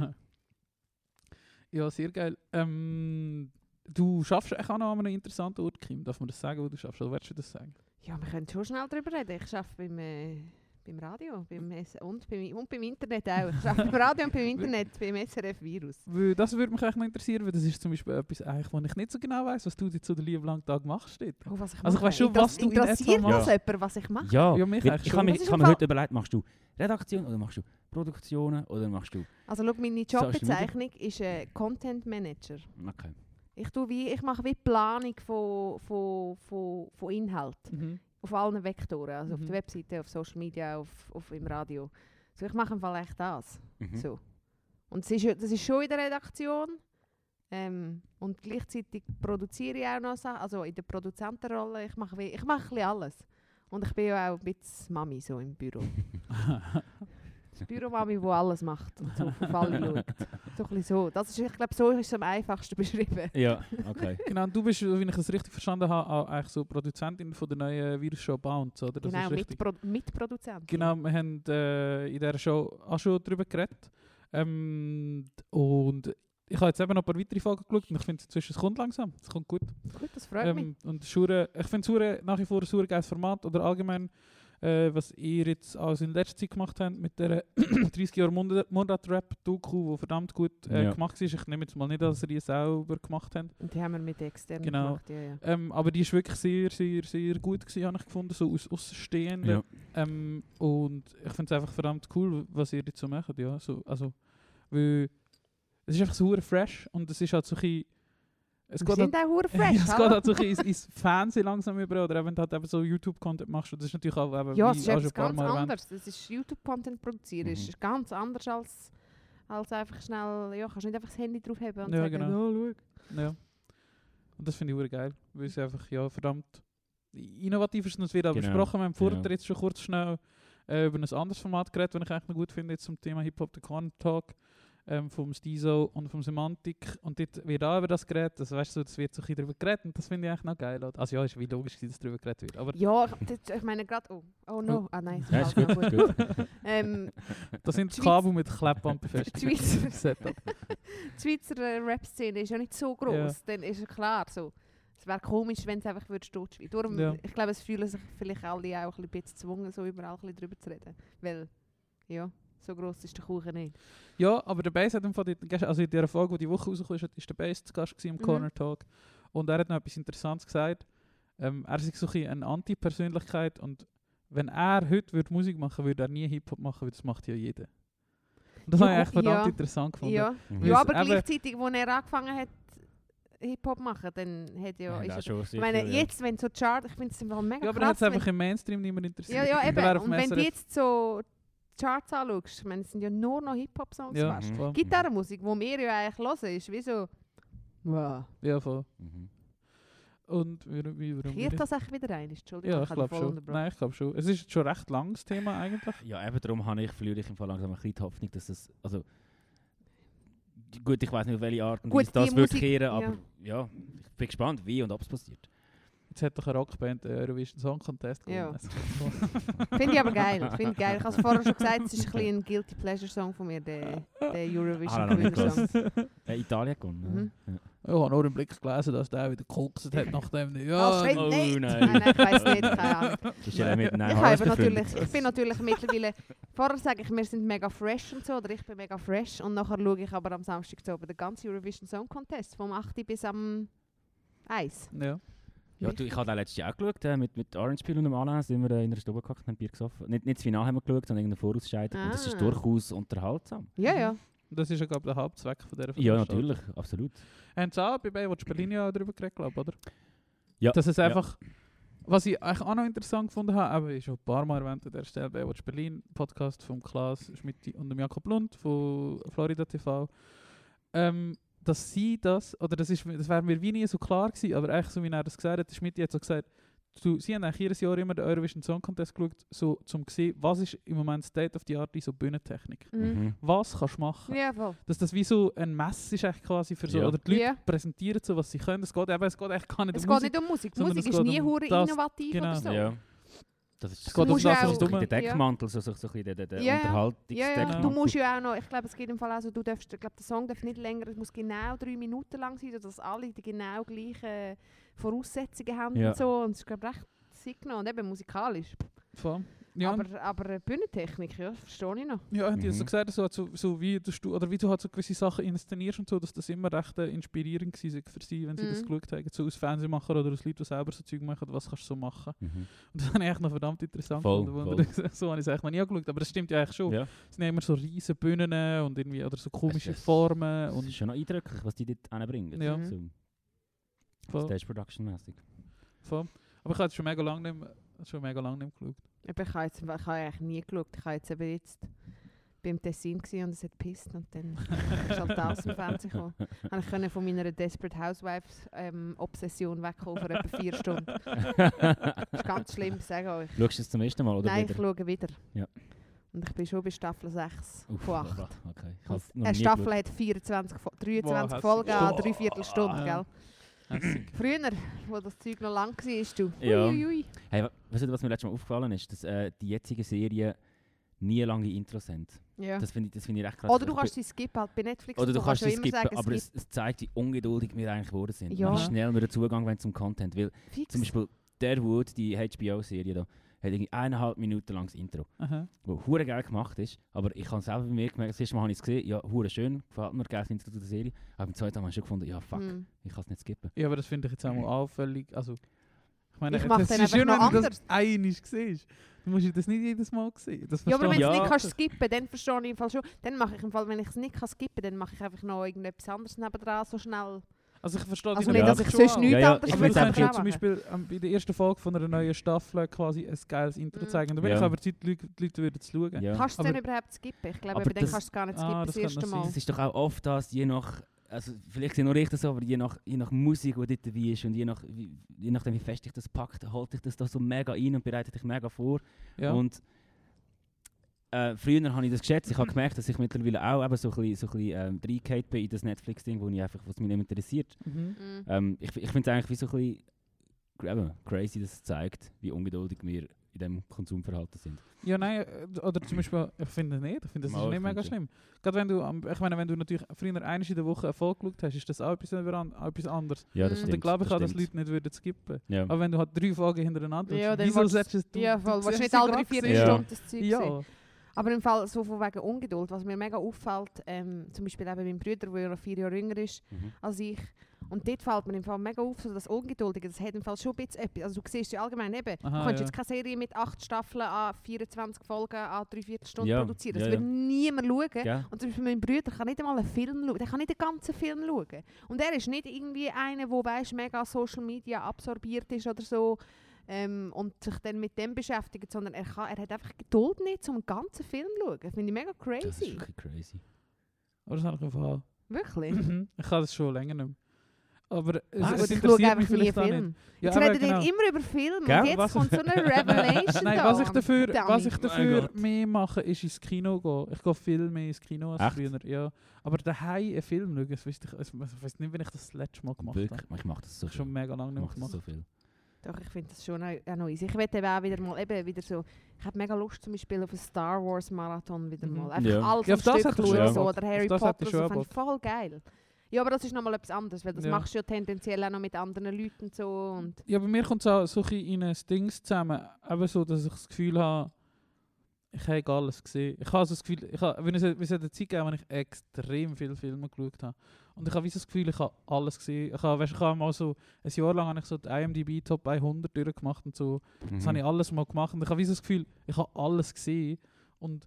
S2: ja, sehr geil. Ähm, du schaffst echt auch noch an einem interessanten Ort, Kim. Darf man das sagen, wo du schaffst? Oder willst du das sagen?
S4: Ja, wir können schon schnell darüber reden. Ich arbeite beim, äh, beim Radio beim S und, beim, und beim Internet auch. Ich arbeite beim Radio und beim Internet, beim SRF Virus.
S2: Weil das würde mich echt noch interessieren, weil das ist zum Beispiel etwas, eigentlich, wo ich nicht so genau weiss, was du jetzt so den lieben langen Tag machst. Dort.
S4: Oh, was ich
S2: Also ich
S4: mache.
S2: weiss schon, was du in
S4: Interessiert
S2: etwa
S4: das
S3: machst.
S4: jemand, was ich mache?
S3: Ja,
S2: Ja, mich
S3: weil
S2: eigentlich
S3: ich
S2: schon.
S3: habe mir,
S4: Das ist
S3: ich habe
S4: im
S3: mir
S4: Fall-
S3: heute überlegt, machst du Redaktion oder machst du Produktionen oder machst du...
S4: Also schau, meine
S3: Social Media.
S4: Jobbezeichnung ist äh, Content Manager.
S3: Okay.
S4: Ich, tu wie, ich mache wie die Planung von, von, von, von Inhalt.
S2: Mhm.
S4: Auf allen Vektoren. Also auf
S2: Mhm.
S4: der Webseite, auf Social Media, auf, auf im Radio. So, ich mache im Fall echt das.
S3: Mhm.
S4: So. Und es ist, ja- das ist schon in der Redaktion. Ähm, und gleichzeitig produziere ich auch noch Sachen. Also in der Produzentenrolle. Ich mache, wie- ich mache ein bisschen alles. Und ich bin ja auch ein bisschen Mami so im Büro. Die Büromami, die alles macht und so auf alle schaut. So ein bisschen so. Das ist, ich glaube, so ist es am einfachsten beschrieben.
S3: Ja, okay.
S2: Genau, und du bist, wenn ich es richtig verstanden habe, auch eigentlich so Produzentin von der neuen Virus-Show Bounce, oder? Das
S4: genau,
S2: ist dus richtig.
S4: Mitpro Mitproduzent.
S2: Genau, wir haben äh, in dieser Show auch schon darüber geredet. Ähm, d- und ich habe jetzt eben noch ein paar weitere Folgen geschaut und ich finde, inzwischen es kommt langsam. Es kommt gut.
S4: Gut, das freut mich.
S2: Ähm, und Schure, ich finde Schure nach wie vor ein super geiles Format oder allgemein, äh, was ihr jetzt alles in letzter Zeit gemacht habt mit der 30 Jahre Mundart-Rap-Doku, die verdammt gut äh,
S3: Ja.
S2: gemacht war. Ich nehme jetzt mal nicht, dass ihr die selber gemacht habt.
S4: Und die haben wir mit extern
S2: Genau.
S4: gemacht. Ja, ja.
S2: Ähm, aber die war wirklich sehr, sehr, sehr gut, gewesen, habe ich gefunden, so aus Außenstehenden.
S3: Ja.
S2: Ähm, und ich finde es einfach verdammt cool, was ihr dazu macht. Ja. So, also, weil es ist einfach so hure fresh und es ist halt so ein bisschen- es
S4: Wir
S2: geht halt,
S4: sind auch hure fresh.
S2: es geht
S4: hallo?
S2: halt so ein bisschen ins, ins Fernsehen langsam über oder wenn du halt eben so YouTube-Content machst. Und das ist natürlich auch eben,
S4: ja,
S2: eh, wie
S4: es ist
S2: auch
S4: etwas ganz
S2: erwähnt.
S4: anderes. Es ist YouTube-Content produzieren. Es
S3: Mhm.
S4: ist ganz anders als, als einfach schnell... Ja, kannst nicht einfach das Handy drauf haben und
S2: Ja,
S4: sagen,
S2: genau.
S4: «Ja, schau.
S2: Ja. Und das finde ich hure geil, weil es einfach ja, verdammt innovativ ist. Und es wird auch
S3: Genau,
S2: besprochen. Wir haben vorher
S3: genau.
S2: jetzt schon kurz schnell äh, über ein anderes Format geredet, das ich eigentlich noch gut finde, jetzt zum Thema Hip-Hop, der Corn Talk ähm, vom Stizo und vom Semantik. Und dort wird auch über das geredet. Also, weißt du, es wird so ein bisschen darüber geredet und das finde ich eigentlich noch geil. oder? Also ja, ist wie logisch, gewesen, dass darüber geredet wird. Aber
S4: Ja, ich, das- ich meine gerade... Oh, oh no. Ah nein,
S3: Ja,
S4: es
S3: ist
S4: ist alles
S3: gut,
S4: noch
S3: ist
S4: gut.
S3: gut.
S4: ähm,
S2: das sind
S4: die
S2: Kabel mit Kleppband befestigt.
S4: die Schweizer,
S2: Setup.
S4: die Schweizer äh, Rap-Szene ist ja nicht so gross.
S2: Ja.
S4: Dann ist ja klar so... Es wäre komisch, wenn es einfach würde totschweigen. Darum,
S2: Ja.
S4: ich glaube, es fühlen sich vielleicht alle auch ein bisschen gezwungen, so überall ein bisschen drüber zu reden. Weil, ja, so gross ist der Kuchen nicht.
S2: Ja, aber der Bass hat im Fall, dort gestern- also in der Folge, die die Woche rausgekommen ist, ist der Bass zu Gast gewesen im
S4: Mhm.
S2: Corner Talk. Und er hat noch etwas Interessantes gesagt. Ähm, er ist so ein bisschen eine Anti-Persönlichkeit und wenn er heute würde Musik machen würde, er nie Hip-Hop machen, weil das macht ja jeder. Und das
S4: Ja,
S2: habe ich echt verdammt
S4: ja.
S2: interessant gefunden.
S4: Ja.
S3: Mhm.
S2: Weil
S4: Ja,
S2: es
S4: aber
S2: eben-
S4: gleichzeitig, als er angefangen hat, Hip-Hop zu machen, dann hat
S3: Ja,
S4: ja... ist
S3: das
S4: ja
S3: ist schon
S4: ich
S3: sehr
S4: meine,
S3: viel, ja.
S4: jetzt, wenn so die Chart... Ich finde es einfach mega
S2: Ja, aber er hat
S4: krass.
S2: es einfach im Mainstream nicht mehr
S4: wenn, ja,
S2: interessiert.
S4: ja,
S2: Und er wäre
S4: eben.
S2: auf
S4: Und wenn du
S2: SRF.
S4: jetzt so die Charts anschaust, ich meine, es sind ja nur noch Hip-Hop-Songs
S2: Ja.
S4: fast.
S3: Mhm.
S2: voll.
S4: Gitarrenmusik, die wir ja eigentlich hören, ist wie so... Wow.
S2: Ja, voll.
S3: Mhm.
S2: Und wie, wie, warum
S4: Kehrt
S2: nicht?
S4: das eigentlich wieder rein? Entschuldigung,
S2: Ja, ich
S4: ich hab dich
S2: glaube
S4: voll
S2: schon.
S4: unterbrochen.
S2: Nein, ich glaube schon. Es ist schon recht langes Thema eigentlich.
S3: Ja, eben darum habe ich, verliere ich im Fall langsam ein bisschen die Hoffnung, dass es, also, gut, ich weiß nicht, auf welche Art und
S4: Gut,
S3: Weise das
S4: die
S3: wird
S4: Musik-
S3: kehren,
S4: ja.
S3: aber ja. ich bin gespannt, wie und ob es passiert.
S2: Jetzt hat doch eine Rockband den Eurovision Song Contest
S4: Ja.
S2: gewonnen. Also,
S4: Finde ich aber geil. Finde ich geil. Ich habe es vorher schon gesagt, es ist ein, bisschen ein Guilty Pleasure-Song von mir, der, der
S3: Ah, noch nicht
S4: Eurovision-Song.
S3: Äh, Italien
S4: Mhm.
S3: gewonnen. ja.
S2: Ich habe nur im Blick gelesen, dass der wieder gekokst hat nach dem.
S4: Oh,
S2: Ja,
S4: stimmt
S3: oh, nein.
S4: nicht. Nein, nein, ich weiß nicht, keine Ahnung.
S3: Das ist ja mit
S4: ich,
S3: Nein,
S4: habe
S3: Harz
S4: aber natürlich,
S3: befreundet.
S4: ich bin natürlich mittlerweile, vorher sage ich, wir sind mega fresh und so, oder ich bin mega fresh und nachher schaue ich aber am Samstag zu oben den ganzen Eurovision Song Contest, vom 8. Uhr bis am 1.
S2: ja.
S3: Ja, du, ich habe den letztes Jahr auch geschaut, äh, mit, mit Orange Peel und dem Alain sind wir äh, in der Stube gehockt und haben Bier gesoffen. Nicht, nicht das Finale haben wir geschaut, sondern irgendeinen Vorausscheid. Und das
S4: Ah.
S3: ist durchaus unterhaltsam.
S4: Ja, ja.
S2: Das ist ja, glaube ich, der Hauptzweck von dieser
S3: Ja, natürlich, absolut.
S2: Haben sie auch bei Baywatch Berlin ja auch darüber geredet, glaube ich, oder?
S3: Ja,
S2: Dass es
S3: ja.
S2: einfach... Was ich eigentlich auch noch interessant gefunden habe, aber ich schon ein paar Mal erwähnt an der Stelle, Baywatch Berlin, Podcast von Klaas Schmidt und dem Jakob Lund von Florida TV, ähm, dass sie das, oder das, ist, mir- das wäre mir wie nie so klar gewesen, aber eigentlich so wie er das gesagt hat, der Schmidt hat so gesagt, du, sie haben eigentlich jedes Jahr immer den Eurovision Song Contest geschaut, so, um zu sehen, was ist im Moment State of the Art in so Bühnentechnik.
S4: Mhm.
S2: Was kannst du machen?
S4: Ja, voll.
S2: dass das wie so ein Mess ist echt quasi für so,
S3: Ja.
S2: oder die Leute
S4: Ja.
S2: präsentieren so, was sie können. Es geht eben, es geht echt gar nicht
S4: Es
S2: um
S4: geht
S2: Musik.
S4: nicht um Musik.
S2: sondern
S4: Musik
S2: es
S4: ist
S2: geht
S4: nie
S2: um
S4: hure
S2: das-
S4: innovativ
S2: genau.
S4: oder so.
S3: Ja. Das ist
S2: Es geht um
S4: musst
S2: das, was
S4: auch-
S2: es
S3: so ein bisschen
S2: dumme...
S3: der Deckmantel, so, so, so ein bisschen der, der, der
S4: Ja, ja. Ja, ja.
S3: Unterhaltungsdeckmantel.
S4: Du musst ja auch noch, ich glaube, es geht im Fall auch so, du darfst, ich glaube, der Song darf nicht länger, es muss genau drei Minuten lang sein, sodass alle die genau gleichen Voraussetzungen haben
S3: Ja.
S4: und so. Und es ist, glaube ich, recht signo und eben musikalisch.
S2: Voll. Ja, und-
S4: Aber, aber äh, Bühnentechnik, ja, verstehe ich noch.
S2: ja, haben die
S3: Mhm.
S2: so gesagt, so, so, so wie, dass du, oder wie du halt so gewisse Sachen inszenierst und so, dass das immer recht äh, inspirierend gewesen war für sie, wenn sie das
S4: Mhm.
S2: geschaut haben. So aus Fernsehmacher oder aus Leuten, die selber so Zeug machen, was kannst du so machen.
S3: Mhm.
S2: Und das habe ich echt noch verdammt interessant
S3: Voll,
S2: gefunden. wo er- So habe ich es eigentlich noch nie angeschaut, aber das stimmt ja eigentlich schon.
S3: Ja.
S2: Es sind immer so riesen Bühnen und irgendwie, oder so komische
S3: Es ist-
S2: Formen.
S3: Das ist
S2: Und
S3: schon noch eindrücklich, was die dort anbringen.
S2: Ja.
S3: So,
S2: voll,
S3: Stage-Production-mäßig.
S2: voll. Aber ich habe jetzt schon mega lange nicht mehr, schon mega lange nicht mehr geschaut.
S4: Aber ich habe jetzt ich habe eigentlich nie geschaut. Ich habe jetzt eben jetzt beim Tessin gewesen und es hat gepisst und dann ist halt aus dem Fernsehen gekommen. Habe ich können von meiner Desperate Housewives ähm, Obsession wegkommen für etwa vier Stunden. Das ist ganz schlimm, sage ich euch.
S3: Schaust du es zum ersten Mal oder
S4: Nein,
S3: wieder?
S4: ich schaue wieder.
S3: Ja.
S4: Und ich bin schon bei Staffel 6
S3: Uff,
S4: von 8.
S3: aber- Okay. Ich
S4: Und
S3: hab's noch
S4: Eine
S3: nie
S4: Staffel
S3: geschaut.
S4: hat 24, Fo- 23
S2: hässlich.
S4: Folgen an
S2: Oh.
S4: 3 Viertelstunden,
S2: Ja.
S4: gell?
S2: Hässig.
S4: Früher, wo das Zeug noch lang war, ist du.
S3: Ja.
S4: Uiuiui.
S3: Hey, wa- weißt du, was mir letztes Mal aufgefallen ist? Dass äh, die jetzigen Serien nie lange Intros haben.
S4: Ja.
S3: Das finde ich, das find ich recht krass.
S4: Oder du
S3: Ich
S4: kannst
S3: bin-
S4: sie skippen, halt bei Netflix.
S3: oder du
S4: so
S3: kannst sie
S4: ja immer
S3: skippen,
S4: sagen,
S3: aber es, es zeigt, wie ungeduldig wir eigentlich geworden sind.
S4: Ja.
S3: Ja. Wie schnell wir den Zugang wollen zum Content. Weil
S4: skip. Fix.
S3: zum Beispiel Deadwood, die HBO-Serie da, hat irgendwie eineinhalb Minuten langes Intro.
S2: Aha.
S3: wo hure geil gemacht ist. Aber ich habe selber bei mir gemerkt, das erste Mal habe ich es gesehen, ja, hure schön, gefällt mir, geil Intro zu der Serie. Aber beim zweiten Mal habe ich schon gefunden, ja, fuck,
S4: Hm.
S3: ich kann es nicht skippen.
S2: Ja, aber das finde ich jetzt auch
S3: Mhm.
S2: mal anfällig. Also, ich meine,
S4: Ich mach
S2: das
S4: dann
S2: ist
S4: einfach
S2: schön, wenn
S4: noch
S2: du das
S4: anders.
S2: einmal siehst. Du musst ja das nicht jedes Mal sehen. Das
S4: Ja, aber
S2: verstehe
S4: wenn du es
S3: Ja,
S4: nicht kannst
S2: das-
S4: skippen, dann verstehe ich im Fall schon. Dann mache ich im Fall, wenn ich es nicht kann skippen, dann mache ich einfach noch irgendetwas anderes nebendran, so schnell.
S2: ich. Also ich verstehe
S4: Also
S2: deine
S4: nicht,
S3: Ja.
S4: dass ich
S2: Ansicht
S4: sonst
S2: schon auch.
S4: nichts
S3: Ja, ja,
S4: anderes
S3: ich
S2: Aber
S3: würd
S2: du
S4: würde
S3: sagen,
S2: kannst ja
S4: einfach
S2: zum
S4: auch machen.
S2: Beispiel ähm, bei der ersten Folge von einer neuen Staffel quasi ein geiles Intro
S4: Mhm.
S2: zeigen. Da bin
S3: Ja.
S2: ich aber Zeit, die Leute, die Leute würden es schauen.
S3: Ja.
S4: Kannst du es
S2: Aber-
S4: dann überhaupt skippen? Ich glaube,
S3: Aber
S4: aber dann
S3: das-
S4: kannst du es gar nicht
S2: Ah,
S4: skippen,
S2: das
S4: das
S2: kann
S4: erste
S2: noch sein.
S4: Mal.
S3: Das ist doch auch oft das, je nach, also vielleicht sind nur ich das so, aber je nach, je nach Musik, die dort dabei ist und je, nach, wie, je nachdem, wie fest ich das packt, holt dich das da so mega ein und bereitet dich mega vor.
S2: Ja.
S3: Und äh, früher habe ich das geschätzt, ich habe gemerkt, dass ich mittlerweile auch eben so ein bisschen, so ein bisschen ähm, reingehauen bin in das Netflix-Ding, wo ich einfach, was mich nicht interessiert.
S2: Mhm.
S4: Mhm.
S3: Ähm, ich ich finde es eigentlich wie so ein bisschen gra- eben, crazy, dass es zeigt, wie ungeduldig wir in diesem Konsumverhalten sind.
S2: Ja, nein, äh, oder zum Beispiel, ich finde nicht, ich finde, das
S3: Mal,
S2: ist nicht
S3: ich
S2: mega
S3: find's ja.
S2: schlimm. Gerade wenn du, am- ich meine, wenn du natürlich früher einmal in der Woche eine Folge geschaut hast, ist das auch etwas, an- etwas anderes.
S3: Ja,
S4: das Mhm.
S2: Und dann glaube ich auch, dass Leute nicht würden skippen.
S3: Ja.
S2: Aber wenn du halt drei Folgen hintereinander
S4: Ja,
S2: schaust,
S4: dann
S2: wieso
S4: willst-
S2: solltest du es- du
S4: Ja, voll.
S2: siehst
S4: Willst du nicht
S2: sie
S4: alle
S2: gerade
S4: drei, vier
S2: sehen.
S3: Ja.
S4: Stunden das Zeug sehen?
S2: Ja, Oh,
S4: Aber im Fall so von wegen Ungeduld, was mir mega auffällt, ähm, zum Beispiel eben mein Bruder, der ja noch vier Jahre jünger ist
S3: Mhm.
S4: als ich, und dort fällt mir im Fall mega auf, so das Ungeduldige, das hat im Fall schon ein bisschen etwas, also du siehst ja allgemein eben,
S2: Aha,
S4: du kannst
S2: ja.
S4: jetzt keine Serie mit acht Staffeln an 24 Folgen an drei Viertelstunden
S3: Ja,
S4: produzieren, das
S3: ja,
S4: würde
S3: ja.
S4: niemand schauen.
S3: Ja.
S4: Und zum Beispiel mein Bruder kann nicht einmal einen Film schauen, der kann nicht den ganzen Film schauen. Und er ist nicht irgendwie einer, der weißt, mega Social Media absorbiert ist oder so ähm, und sich dann mit dem beschäftigt, sondern er, kann, er hat einfach Geduld nicht, um einen ganzen Film zu schauen. Das finde ich mega
S3: Das ist
S4: crazy.
S3: wirklich crazy.
S2: aber das habe ich im Fall.
S4: Wirklich.
S2: ich kann das schon länger nicht mehr. Aber es,
S3: Was?
S4: Gut,
S2: es
S4: ich schaue
S2: interessiert mich
S4: einfach nie
S2: vielleicht auch nicht.
S4: Film.
S2: Ja,
S4: Jetzt
S2: aber
S4: redet
S2: genau.
S4: ihr immer über Film
S3: Gell?
S4: und jetzt
S2: Was-
S4: kommt so eine Revelation
S2: Nein,
S4: da.
S2: was ich dafür, was ich
S4: Dummy.
S3: Oh
S2: dafür
S3: Mein
S2: mehr mache, ist ins Kino gehen. Ich gehe viel mehr ins Kino als
S3: Echt?
S2: früher. Ja. Aber daheim einen Film schauen, das weiss ich, ich weiß nicht, wenn ich das, das letzte Mal gemacht habe.
S3: Wirklich, ich mache das so
S2: Ich schon
S3: viel.
S2: mega lange
S3: Ich
S2: nicht mehr
S3: mache das
S2: gemacht.
S3: so viel.
S4: Doch, ich finde das schon auch auch noch easy. Ich werde eben auch wieder mal, eben wieder so, ich habe mega Lust zum Beispiel auf einen Star Wars Marathon wieder
S2: Mhm.
S4: mal. Einfach
S3: Ja.
S4: alles
S2: Ja,
S4: ja,
S2: auf das
S4: Stück
S2: hätte ich
S4: schauen,
S3: schon
S4: so,
S2: Bock.
S4: oder
S2: Auf
S4: Harry
S2: das
S4: das
S2: hätte
S4: Potter,
S2: ich
S4: so,
S2: schon
S4: fand ich
S2: Bock.
S4: voll geil. Ja, aber das ist nochmal etwas anderes, weil das
S2: Ja.
S4: machst du ja tendenziell auch noch mit anderen Leuten und so. Und
S2: Ja, bei mir kommt es auch so ein bisschen in ein Dings zusammen. Eben so, dass ich das Gefühl habe, ich habe alles gesehen. Ich habe so das Gefühl, ich habe, wenn es, wenn es eine Zeit gegeben, wenn ich extrem viele Filme geschaut habe. Und ich habe wie so das Gefühl, ich habe alles gesehen. Ich habe, weißt, ich habe mal so, ein Jahr lang habe ich so die IMDb Top 100 durchgemacht und so. Das
S3: Mhm.
S2: habe ich alles mal gemacht und ich habe wie so das Gefühl, ich habe alles gesehen und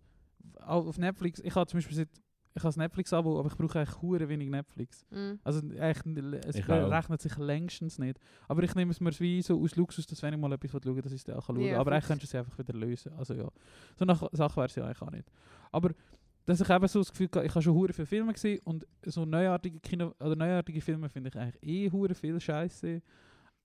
S2: auch auf Netflix, ich habe zum Beispiel seit, ich habe das Netflix-Abo, aber ich brauche eigentlich hure wenig Netflix.
S4: mm.
S2: Also eigentlich, n- es
S3: Ich auch.
S2: rechnet sich längstens nicht. Aber ich nehme es mir wie so aus Luxus, dass wenn ich mal etwas schauen will, dass ich es dann auch schauen kann.
S4: Ja,
S2: aber eigentlich
S4: fix.
S2: könntest du es einfach wieder lösen. Also ja, so eine Sache wäre es ja eigentlich auch nicht. Aber dass ich eben so das Gefühl hatte, ich habe schon hure viele Filme gesehen und so neuartige Kino oder neuartige Filme finde ich eigentlich eh hure viel Scheiße.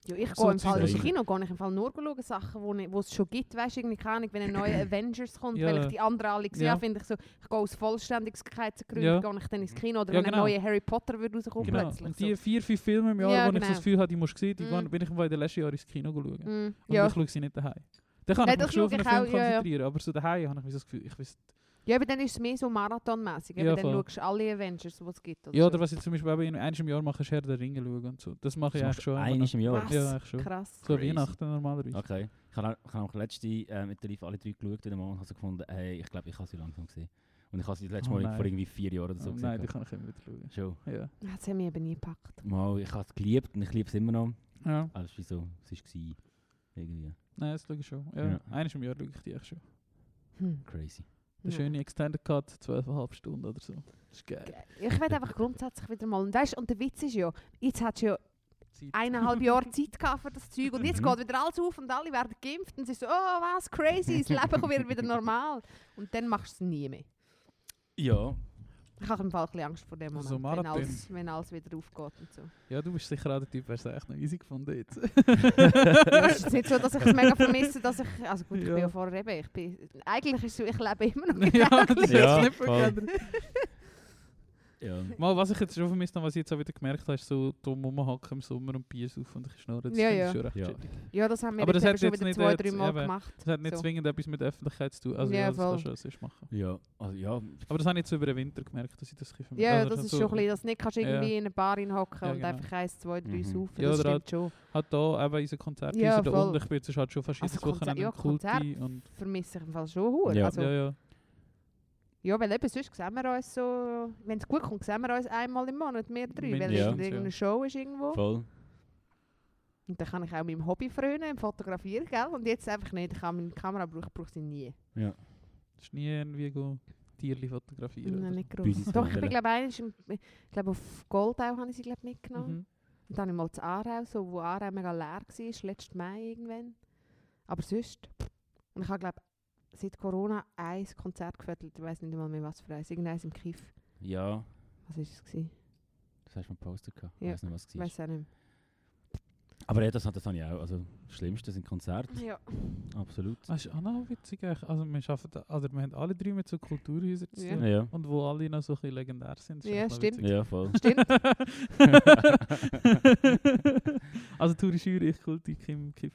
S4: Ja, ich
S2: So
S4: gehe im
S2: Zeug
S4: Fall, im
S3: sehen.
S4: Kino gehe ich im Fall nur schauen, Sachen, wo ni- wo es schon gibt, weißt du, irgendwie keine Ahnung, wenn ein neuer Avengers kommt,
S2: Ja.
S4: weil ich die anderen alle gesehen
S2: Ja.
S4: habe, finde ich so, ich gehe aus Vollständigkeitsgründen,
S2: Ja.
S4: gehe ich dann ins Kino, oder
S2: Ja,
S4: wenn
S2: genau.
S4: ein neuer Harry Potter würde rauskommen
S2: Genau.
S4: plötzlich.
S2: Und die vier, fünf Filme im Jahr,
S4: Ja,
S2: wo ich
S4: genau.
S2: so das Gefühl habe, die musst du sehen, die
S4: Mhm.
S2: waren- bin ich mal in den letzten Jahren ins Kino schauen.
S4: so. Mm,
S2: Und
S4: ja.
S2: ich schaue sie nicht daheim. Dann kann
S4: Nein,
S2: ich mich
S4: das
S2: schon auf
S4: schaue
S2: einen
S4: ich
S2: Film
S4: auch, ja, ja.
S2: konzentrieren, aber so daheim habe ich so das Gefühl, ich weiß
S4: Ja, aber dann ist es mehr so marathonmäßig.
S2: Ja,
S4: Ja, dann
S2: voll.
S4: schaust du alle Avengers, die es gibt. Oder
S2: Ja,
S4: so.
S2: oder was ich zum Beispiel eben in einem Jahr mache, ist Herr der Ringe schauen und so. Das mache ich eigentlich schon. immer
S3: Eines im
S4: Jahr.
S3: Jahr.
S4: Was?
S2: noch. Ja, eigentlich schon.
S4: Krass.
S2: So
S3: Crazy.
S2: Weihnachten normalerweise.
S3: Okay. Ich habe auch- ich habe auch letzte äh, mit der Live alle drei geschaut in dem Morgen und habe so gefunden, hey, ich glaube, ich habe sie langsam gesehen. Und ich habe sie das letzte
S2: Oh
S3: Mal
S2: nein.
S3: vor irgendwie vier Jahren oder so
S2: Oh,
S3: gesehen.
S2: nein, die
S3: gehabt.
S2: kann ich immer wieder schauen.
S3: Schon.
S2: Ja.
S4: Ah, Das haben wir eben nie gepackt.
S3: Mal, ich habe es geliebt und ich liebe es immer noch.
S2: ja.
S3: Aber es ist wie so, es war irgendwie
S2: Nein, das schaue ich schon. Ja.
S3: Ja.
S2: Eines im Jahr schaue ich die echt schon.
S4: Hm.
S3: crazy.
S2: Der
S4: Ja.
S2: schöne Extended Cut, 12,5 Stunden oder so. Das ist geil.
S4: Ge- Ich werde einfach grundsätzlich wieder mal. Und, weißt, und der Witz ist ja, jetzt hast du ja
S2: Zeit.
S4: eineinhalb Jahre Zeit gehabt für das Zeug und jetzt
S3: Mhm.
S4: geht wieder alles auf und alle werden geimpft und es ist so, oh was, crazy, das Leben kommt wieder, wieder normal. Und dann machst du es nie mehr.
S3: Ja.
S4: Ich habe im Fall ein bisschen Angst vor dem Moment,
S2: So
S4: wenn,
S2: Marathon.
S4: alles, wenn alles wieder aufgeht und so.
S2: Ja, du bist sicher auch der Typ, der es echt noch easy gefunden jetzt.
S4: Ja, es ist jetzt nicht so, dass ich es mega vermisse, dass ich, also gut, ich
S2: Ja.
S4: bin ja vorher eben, ich bin, eigentlich ist es so, ich lebe immer noch
S2: ja, das
S4: gedanklich.
S2: ist
S3: Ja,
S2: nicht
S3: voll.
S2: verkehrt.
S3: Ja.
S2: Mal, was ich jetzt schon vermisst habe, was ich jetzt auch wieder gemerkt habe, ist so dumm rumhacken im Sommer und Bier auf und ein bisschen schnurren. Das
S4: Ja,
S2: finde ich
S4: ja.
S2: schon recht
S3: Ja.
S2: chillig.
S4: Ja, das haben wir
S2: Aber
S4: jetzt
S2: das
S4: eben
S2: hat
S4: schon
S2: jetzt
S4: wieder
S2: nicht
S4: zwei,
S2: jetzt-
S4: drei Mal
S2: eben.
S4: gemacht.
S2: Das hat nicht
S4: So.
S2: zwingend etwas mit Öffentlichkeit zu tun. Also
S4: Ja,
S2: ja, das
S4: voll.
S2: kannst du als sonst machen.
S3: Ja, also ja,
S2: Aber das habe ich jetzt so über den Winter gemerkt, dass ich das ein bisschen vermisse.
S4: Ja,
S2: Also
S4: das
S2: so-
S4: ist schon ein bisschen, dass du nicht kannst irgendwie in eh, eine Bar hinhocken
S2: Ja,
S4: und
S2: genau.
S4: einfach eins, zwei, drei
S3: Mhm.
S4: saufen.
S2: Ja,
S4: das
S2: oder
S4: stimmt schon.
S2: Hat da eben unser Konzert
S4: Ja,
S2: ja, da
S4: voll.
S2: unten. Ich bin jetzt halt schon fast
S4: Also
S2: jedes
S4: Konzer-
S2: Wochenende
S4: ja,
S2: im Kulti.
S4: Konzert.
S2: Und,
S4: Vermisse ich im Fall schon hure.
S3: Ja.
S4: Also,
S2: ja, ja.
S4: ja. weil eben sonst sehen wir uns so, wenn es gut kommt, sehen wir uns einmal im Monat, wir drei. Weil
S2: Mindestens,
S4: irgend-
S2: ja.
S4: irgendeine Show ist irgendwo.
S3: voll.
S4: Und dann kann ich auch meinem Hobby frönen, im Fotografieren, gell? Und jetzt einfach nicht. Ich habe meine Kamera braucht, braucht sie nie.
S2: Es ist nie irgendwie go Tierli fotografieren.
S4: Nein,
S2: oder
S4: nicht gross.
S3: Bühne
S4: Doch, ich bin
S3: fördern.
S4: glaube ich ich glaube auf Goldau habe ich sie glaube
S2: so.
S4: mitgenommen.
S2: Mhm.
S4: Und dann habe ich mal zu Aarau, so, wo Aarau mega leer war, letzten Mai irgendwann. Aber sonst. pff. Und ich habe, glaube seit Corona ein Konzert gefördert. Ich weiß nicht einmal mehr, was für eins. Irgendeins im Kiff.
S3: Ja,
S4: Was war es? Gewesen?
S3: das hast du mir gepostet. gehabt. Ich
S4: Ja.
S3: weiß nicht, was es
S4: Ich
S3: war.
S4: weiß auch nicht
S3: Aber ja, das, das habe ich auch. Also, das Schlimmste sind Konzerte.
S4: mehr. Ja.
S3: Absolut.
S4: Ah,
S2: Das Ah, ist auch noch witzig eigentlich. Also wir, schaffen da, also wir haben alle drei mit so Kulturhäusern zu
S4: Ja.
S2: tun.
S3: Ja,
S2: Und wo alle noch so ein bisschen legendär sind. Das ist
S4: Ja,
S2: eigentlich noch
S4: stimmt.
S2: witzig.
S3: ja voll.
S4: Stimmt.
S2: also Touri Schürich, Kulti, Kim Kiff.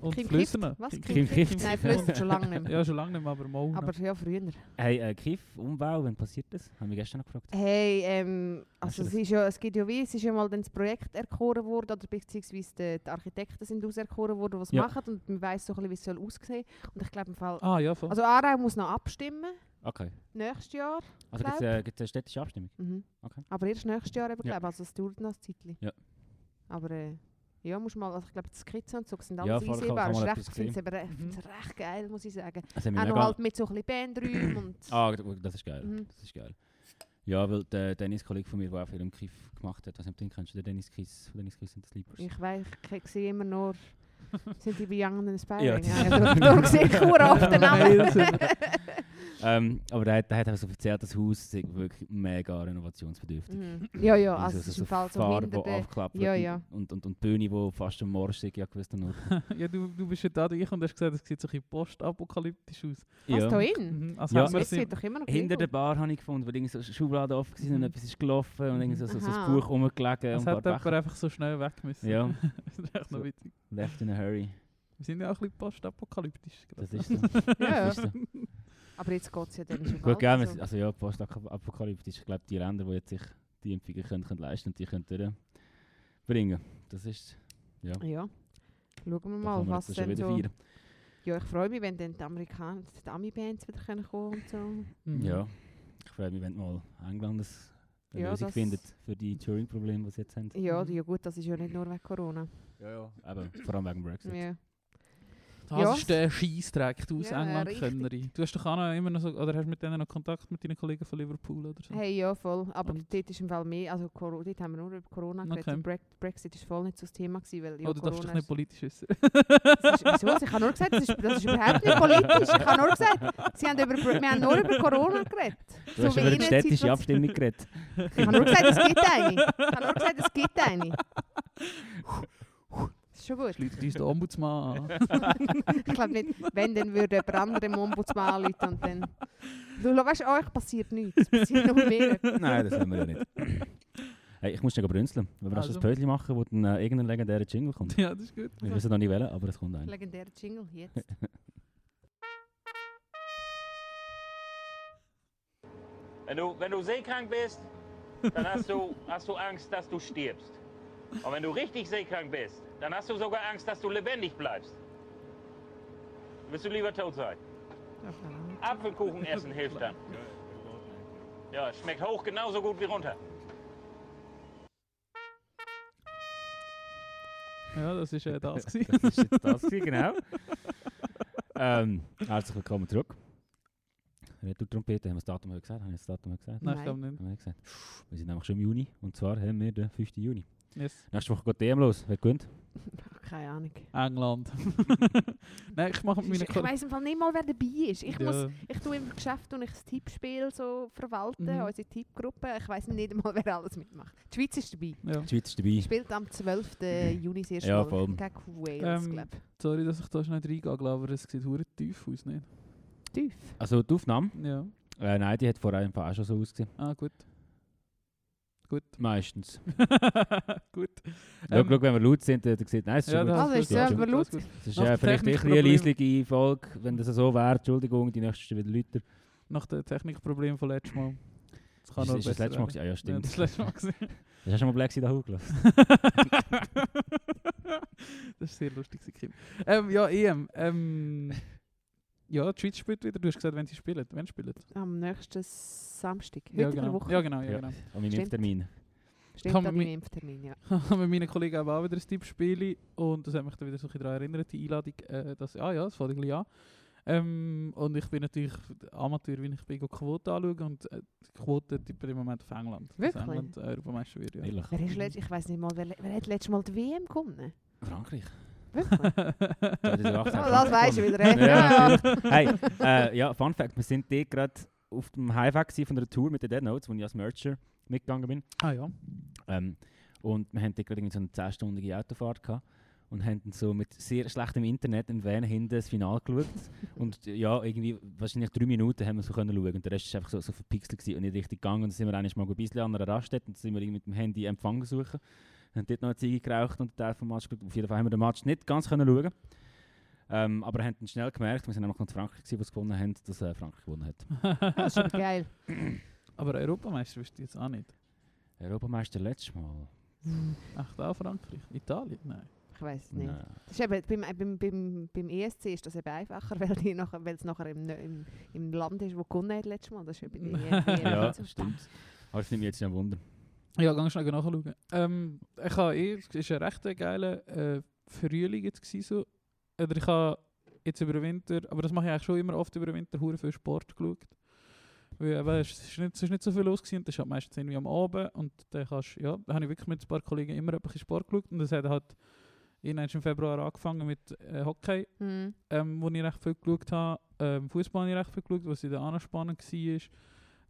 S2: Und
S4: Kim
S2: Flüssener.
S4: Kift? Was? Kim,
S3: Kim
S4: Kift?
S3: Kift.
S4: Nein, flüssen schon lange nicht mehr.
S2: Ja, schon lange nicht mehr, aber mal. noch.
S4: Aber ja, früher.
S3: Hey, äh, Kiff, Umbau, wann passiert das? Haben wir gestern noch gefragt.
S4: Hey, ähm,
S3: Hast
S4: also
S3: du
S4: es,
S3: das-
S4: ist ja, es gibt ja wie, es ist ja mal dann das Projekt erkoren worden, oder beziehungsweise die, die Architekten sind auserkoren worden, was
S3: Ja.
S4: machen und man weiss so ein bisschen, wie es soll aussehen Und ich glaube im Fall,
S2: Ah ja, voll.
S4: also Aarau muss noch abstimmen,
S3: Okay.
S4: nächstes Jahr.
S3: Also
S4: Glaub.
S3: gibt es äh, gibt's eine städtische Abstimmung?
S4: Mhm.
S3: Okay.
S4: Aber erst nächstes Jahr eben,
S3: Ja.
S4: glaube ich, also es dauert noch ein Zeitchen.
S3: Ja.
S4: Aber äh, ja, muss mal, also ich glaube die Skizzen und so sind
S3: Ja,
S4: alles
S3: voll, ich
S4: einsehbar,
S3: habe
S4: ist
S3: schon mal
S4: recht,
S3: etwas
S4: ich finde es
S3: gesehen.
S4: eben recht,
S2: Mhm.
S4: find's recht geil, muss ich sagen.
S3: Das haben wir
S4: Auch noch
S3: mega-
S4: halt mit so ein bisschen Bandräumen und...
S3: Ah, gut, das ist geil.
S4: Mhm.
S3: Das ist geil. Ja, weil der Dennis-Kollege von mir, der auch viel im Kiff gemacht hat, was nicht, den kennst du, den Dennis Kiss, von Dennis Kiss und die Sleepers.
S4: Ich weiß, ich sehe immer nur, sind die bei Young and
S3: Ja,
S4: Inspiring.
S3: die-
S4: Ja, darum- darum sehe ich sehr oft den
S2: Nein,
S4: Namen.
S2: das sind-
S3: Ähm, aber der, hat- der hat auch so erzählt, das Haus ist wirklich mega renovationsbedürftig.
S4: Mhm. ja, ja, also
S3: Also
S4: es
S3: so-
S4: ist
S3: so
S4: im Fall so
S3: Farbe,
S4: hinter
S3: die
S4: der...
S3: abgeklappt
S4: Ja,
S3: wird
S4: ja.
S3: Und, und, und die Bühne, die fast am Morgen ist, ja gewusst noch.
S2: ja, du, du bist ja da durch und hast gesagt, es sieht so ein bisschen postapokalyptisch aus.
S4: Was, da hin?
S2: Mhm. Also
S3: Ja.
S2: haben wir
S4: Es
S2: sie,
S4: sieht doch immer noch
S3: Hinter der
S4: gleich
S3: Bar habe ich gefunden, weil irgendwie so Schubladen offen waren und
S2: Mhm.
S3: etwas ist gelaufen und irgendwie so, so, so
S4: Aha.
S3: ein Buch rumgelegen
S2: es
S3: und ein
S2: hat
S3: paar
S2: jemand
S3: Becher.
S2: einfach so schnell weg müssen.
S3: Ja,
S2: das ist echt noch
S3: So.
S2: witzig.
S3: left in a hurry.
S2: Wir sind ja auch ein bisschen postapokalyptisch. gerade.
S3: Das ist so.
S4: aus. Ja,
S3: Das ist so.
S4: ja. aber jetzt geht es ja dann schon
S3: Gut,
S4: bald,
S3: gell,
S4: also.
S3: also. also ja, postapokalyptisch. Ich glaube, die Länder, die jetzt sich die Impfungen können, können leisten und die können durchbringen. Das ist,
S4: Ja. Schauen wir
S3: da
S4: mal,
S3: kann man
S4: was
S3: jetzt schon
S4: denn
S3: wieder
S4: so...
S3: feiern.
S4: Ja, ich freue mich, wenn dann die Amerikaner, die Ami-Bands wieder können kommen und so.
S2: Mhm.
S3: Ja, ich freue mich, wenn mal England das eine
S4: Ja,
S3: Lösung
S4: das-
S3: findet für die Turing-Probleme, die sie jetzt haben.
S4: Ja,
S2: Mhm.
S4: ja gut, das ist ja nicht nur wegen Corona.
S3: Ja, ja. Aber vor allem wegen Brexit.
S4: Ja.
S2: Das
S4: Ja.
S2: ist der Scheissdreck, du aus
S4: Ja,
S2: England
S4: richtig.
S2: Könnerin. Du hast doch auch noch immer noch so, oder hast mit denen noch Kontakt mit deinen Kollegen von Liverpool oder so?
S4: Hey, ja, voll. Aber
S2: Und-
S4: dort ist im Fall mehr, also Coro- dort haben wir nur über Corona geredet.
S2: Okay.
S4: und Brex- Brexit ist voll nicht so das Thema gewesen,
S3: Oh,
S4: weil ja,
S2: oder darfst du
S4: Corona
S2: dich nicht politisch wissen?
S4: Das ist, wieso? Ich habe nur gesagt, das ist, das ist überhaupt nicht politisch. Ich habe nur gesagt, sie haben über, wir haben nur über Corona geredet.
S3: Du hast
S4: wie
S3: über
S4: Ihnen
S3: eine städtische
S4: Situation-
S3: Abstimmung geredet.
S4: Ich habe nur gesagt, es gibt eine. Ich habe nur gesagt, es gibt eine. Das ist schon gut.
S2: Leute, die ist der Ombudsmann an.
S4: Ich glaube nicht, wenn, dann würde jemand anderem Ombudsmann anrufen und dann... Du, schau, weißt du, euch passiert nichts. Es passiert nur mehr.
S3: Nein, das haben wir ja nicht. Hey, ich muss schnell brünzeln. Wenn wir also.
S2: Also.
S3: das Pötchen machen, wo dann äh, irgendein legendärer Jingle kommt.
S2: ja, das ist gut.
S3: Wir wissen noch nicht wählen, aber es kommt ein.
S4: Legendärer Jingle, jetzt.
S1: Wenn du, wenn du seekrank bist, dann hast du, hast du Angst, dass du stirbst. Und wenn du richtig seekrank bist, dann hast du sogar Angst, dass du lebendig bleibst. Willst du lieber tot sein? Apfelkuchen essen hilft dann. Ja, schmeckt hoch genauso gut wie runter.
S2: Ja, das ist äh, das gewesen.
S3: Das ist jetzt das, gewesen, genau. ähm, herzlich willkommen zurück. Retour Trompete, haben wir das Datum heute gesagt? Haben wir das Datum heute gesagt?
S2: Nein,
S4: Nein.
S2: ich glaube nicht.
S3: Haben wir nicht gesagt. Wir sind nämlich schon im Juni und zwar haben wir den 5. Juni.
S2: Yes.
S3: Nächste Woche geht die EM los. Wer gewinnt?
S4: Keine Ahnung.
S2: England. Nein, ich mache mit meinen
S4: Ich
S2: Kollegen.
S4: weiss im Fall nicht mal, wer dabei ist. Ich muss
S2: Ja.
S4: Ich tue im Geschäft und ich das Tippspiel so verwalten,
S2: Mhm.
S4: unsere Tippgruppe. Ich weiß nicht einmal, wer alles mitmacht. Die Schweiz ist dabei.
S2: Ja.
S3: Die Schweiz ist dabei.
S4: Spielt am 12. Juni das erste
S3: Ja,
S4: Mal
S3: voll.
S4: gegen Wales,
S2: Ähm,
S4: glaube
S2: Sorry, dass ich da schnell reingehe, aber es sieht hure tief aus, nicht?
S4: ich. Tief.
S3: Also die Aufnahme,
S2: Ja.
S3: äh, nein, die hat vor allem auch schon so ausgesehen.
S2: Ah, gut. Gut.
S3: Meistens.
S2: Gut.
S3: Schau,
S2: Ähm,
S3: schau, wenn wir laut sind, dann dann sieht man, nein, es ist
S2: Ja,
S3: schon
S2: das
S3: gut.
S4: Also ist
S2: gut, das
S4: selber
S2: gut,
S4: laut.
S2: das ist gut.
S3: Das ist
S2: nach
S3: ja
S2: dem
S3: vielleicht ein bisschen eine
S2: Technikproblem-
S3: leislige Folge, wenn das so wäre. Entschuldigung, die nächste ist wieder lauter.
S2: Nach dem Technikproblem von letztem Mal. Das
S3: Ist,
S2: nur
S3: ist das
S2: besser
S3: letzte
S2: werden.
S3: Mal? gewesen? Ah, ja,
S2: Ja,
S3: stimmt.
S2: das letzte Mal gewesen.
S3: Hast du schon mal Black Sea da hochgelassen?
S2: das ist sehr lustig, gewesen, Kim. Ähm, ja, EM. Ähm, ja, die Schweiz spielt wieder. Du hast gesagt, wenn sie spielen. Wann spielen? sie?
S4: Am nächsten Samstag. Heute
S2: Ja,
S4: in der
S2: genau.
S4: Woche.
S2: Ja, genau. Ja,
S3: Ja.
S2: genau.
S3: An meinem
S4: Stimmt.
S3: Termin.
S4: Stimmt,
S2: Kann
S4: an
S2: man
S4: deinem
S2: mi-
S4: Impftermin, ja.
S2: haben wir meinen Kollegen eben auch wieder ein Tippspiel und das hat mich dann wieder so ein bisschen daran erinnert, die Einladung, äh, dass, ah ja, das fällt ein bisschen an. Ähm, und ich bin natürlich Amateur, wenn ich bin, gehe Quote anschauen und äh, die Quote tippen im Moment auf England. dass
S4: Wirklich?
S2: England Europameister wird, ja.
S3: Ehrlich.
S4: Wer ist letzt, ich weiß nicht mal, wer, wer hat letztes Mal die WM gewonnen?
S3: Frankreich.
S4: Wirklich? oh,
S3: 2018.
S4: das weisst du wieder.
S3: Ja,
S4: eh. Ja, ja.
S3: natürlich. Hey, äh, ja, Fun Fact: Wir sind dort gerade auf dem Highweg gewesen von der Tour mit den Dead Notes, wo ich als Mercher mitgegangen bin.
S2: ah ja.
S3: Ähm, und wir haben dort gerade irgendwie so eine 10-stündige Autofahrt gehabt und haben dann so mit sehr schlechtem Internet im Van hinten das Finale geschaut. und ja, irgendwie wahrscheinlich drei Minuten haben wir so können schauen. Und der Rest war einfach so, so verpixelt gewesen und nicht richtig gegangen. Und dann sind wir eines Mal ein bisschen an einer Raststätte und dann sind wir irgendwie mit dem Handy Empfang suchen. Haben dort noch eine Ziege geraucht und einen Teil vom Match gespielt. Auf jeden Fall haben wir den Match nicht ganz können schauen ähm, aber haben dann schnell gemerkt, wir sind nämlich noch in Frankreich, gewesen, wo sie gewonnen haben, dass äh, Frankreich gewonnen hat.
S4: Das ist aber geil.
S2: Aber Europameister bist du jetzt auch nicht.
S3: Europameister letztes Mal?
S2: Echt auch Frankreich? Italien? Nein.
S4: Ich weiß es nicht. Das ist eben, beim, äh, beim, beim, beim ESC ist das eben einfacher, weil die nachher- weil es nachher im, im, im Land ist, wo gewonnen hat letztes Mal. Das ist eben die E EM.
S3: Ja,
S4: so.
S3: stimmt. Aber das nimmt mich jetzt nicht wunder.
S2: Ja, ganz schnell genau nachschauen. Ähm, ich habe eh, es ist ein recht geiler äh, Frühling jetzt gewesen, so. Oder ich habe jetzt über den Winter, aber das mache ich eigentlich schon immer oft über den Winter, hure viel Sport geschaut. Weil eben, es ist nicht, es ist nicht so viel los gewesen, und das ist halt meistens irgendwie am Abend und dann kannst, ja, da habe ich wirklich mit ein paar Kollegen immer ein bisschen Sport geschaut und das hat halt, irgendwann im Februar angefangen mit äh, Hockey
S4: Mhm.
S2: ähm, wo ich recht viel geschaut habe. Ähm, Fußball habe ich recht viel geschaut, was in der anderen spannend war.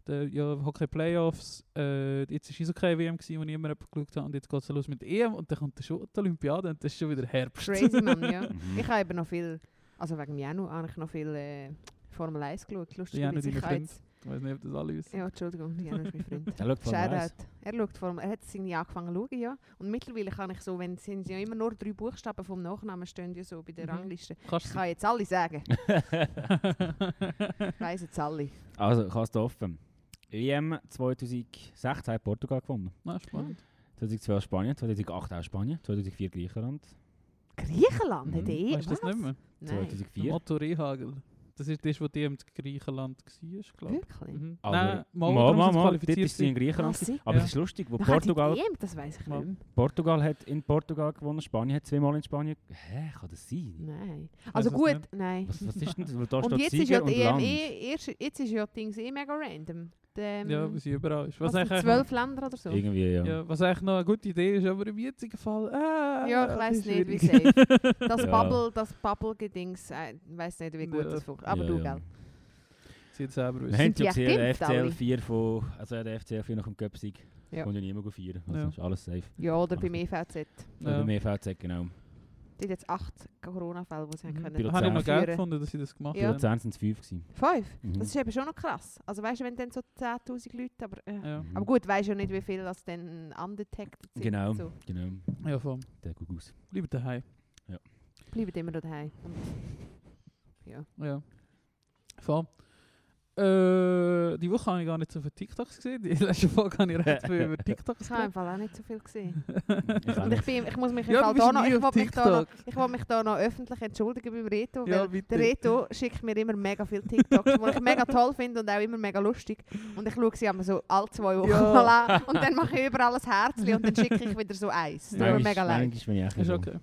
S2: Der, ja, Hockey Playoffs, äh, jetzt war Eishockey WM, gewesen, wo ich immer jemanden geschaut habe. Und jetzt geht es los E mit EM und dann kommt schon die Olympiade und das ist schon wieder Herbst.
S4: Crazy Mann, ja.
S3: Mhm.
S4: Ich habe eben noch viel, also wegen Janu habe ich noch viel äh, Formel 1 geschaut. Lustig,
S2: Janu, deine
S4: ich habe
S2: Freund.
S4: jetzt-
S2: Ich weiß nicht, ob das alle wissen.
S4: Ja, Entschuldigung, Janu ist mein Freund.
S3: Er schaut Formel 1.
S4: Shoutout. Er schaut Formel, er hat es irgendwie angefangen zu schauen, ja. Und mittlerweile kann ich so, wenn sind ja immer nur drei Buchstaben vom Nachnamen stehen, ja so bei der
S2: Mhm.
S4: Rangliste. Ich
S2: Kannst du
S4: kann jetzt alle sagen. Ich weiss jetzt alle.
S3: also, ich habe es offen. EM 2016 hat Portugal gewonnen.
S2: Na, Nou, spannend.
S3: 2012 Spanien, 2008 auch Spanien, 2004 Griechenland,
S4: Griechenland hat
S3: Mhm.
S4: eh
S2: Weißt du das
S4: was?
S2: nicht mehr?
S4: Nein,
S3: 2004.
S2: Motto Rehagel. Das ist das, was die im Griechenland war, glaube ich.
S4: wirklich.
S2: Mhm.
S3: Aber-
S2: Nein, mal,
S3: mal,
S2: darum sind
S3: mal,
S2: sie
S3: mal, dort
S2: qualifiziert
S3: ist sie in
S2: gewesen.
S3: Griechenland.
S4: Krass.
S3: Aber
S2: Ja.
S3: es ist lustig, wo
S4: Nachher die E
S3: Portugal,
S4: EM, das weiß ich
S2: Mal.
S4: nicht.
S3: Portugal hat in Portugal gewonnen, Spanien hat zweimal in Spanien. Hä, kann das sein?
S4: Nein. Also
S2: es
S4: gut,
S2: nicht.
S4: nein.
S3: Was, was ist denn das? Weil Da
S4: Und
S3: steht
S4: jetzt ist
S3: Sieger
S4: ja
S3: und
S4: die EM
S3: Land.
S4: eh, erst, jetzt ist ja die Dings eh mega random. Die, Ähm,
S2: Ja, weil sie überall ist. Was
S4: was
S2: eigentlich-
S4: sind zwölf Länder oder so.
S3: Irgendwie, ja.
S2: Ja, was eigentlich noch eine gute Idee ist, aber im jetzigen Fall. Ah,
S4: Ja, ich weiss
S2: das ist
S4: nicht,
S2: schwierig.
S4: wie Das
S3: Ja.
S4: Bubble, das Bubble-Gedings, äh, ich weiss nicht, wie
S2: Ja.
S4: gut das funktioniert. Aber
S3: Ja,
S4: du,
S3: ja.
S4: gell?
S2: Sie hat selber
S3: Wir
S2: wissen.
S3: haben
S4: Sind
S3: ja
S4: die
S3: gesehen, der
S4: echt geimpft, alle?
S3: FCL 4 von, also der FCL 4 nach dem Cup-Sieg.
S4: Ja.
S3: Kommt ja niemand feiern. Also
S2: Ja.
S3: ist alles safe.
S4: Ja, oder beim EVZ.
S3: Ja.
S2: Ja.
S3: Bei mir fehlt genau.
S4: Die hat jetzt acht Corona-Fälle, die sie
S2: Mhm.
S4: mhm. können.
S3: Pilot
S2: Habe ich noch geil
S4: führen.
S2: gefunden, dass sie das gemacht
S4: Ja.
S3: Ja.
S2: haben.
S3: Luzern sind es 5 gewesen.
S4: Fünf?
S3: Mhm.
S4: Das ist eben schon noch krass. Also weißt du, wenn dann so 10'000 Leute, aber... Äh.
S2: Ja,
S3: Mhm.
S4: Aber gut, weißt du ja nicht, wie viele das dann undetected sind.
S3: Genau,
S4: und So.
S3: genau.
S2: ja voll.
S3: Der guckt aus.
S2: Bleibt daheim.
S4: Bleibt immer daheim.
S2: Ja. Voll. Äh, die Woche habe ich gar nicht so viel TikToks gesehen. Die letzte Folge habe ich recht viel über TikToks
S4: Ich habe im
S2: gesehen.
S4: Fall auch nicht so viel gesehen.
S3: Ich auch
S4: Und ich,
S3: nicht.
S4: bin, ich muss mich
S2: Ja,
S4: im
S2: du
S4: Fall
S2: bist
S4: da noch,
S2: nie
S4: ich
S2: auf
S4: will mich da noch,
S2: TikTok.
S4: ich will mich da noch öffentlich entschuldigen beim Reto, weil
S2: Ja, bitte.
S4: der Reto schickt mir immer mega viele TikToks, die ich mega toll finde und auch immer mega lustig. Und ich schaue sie immer so alle zwei Wochen
S2: Ja.
S4: mal an und dann mache ich überall ein Herzchen und dann schicke ich wieder so eins. Das tut mir
S3: Manchmal-
S4: mega leid.
S3: Manchmal bin ich echt
S2: Ist
S3: so.
S2: okay.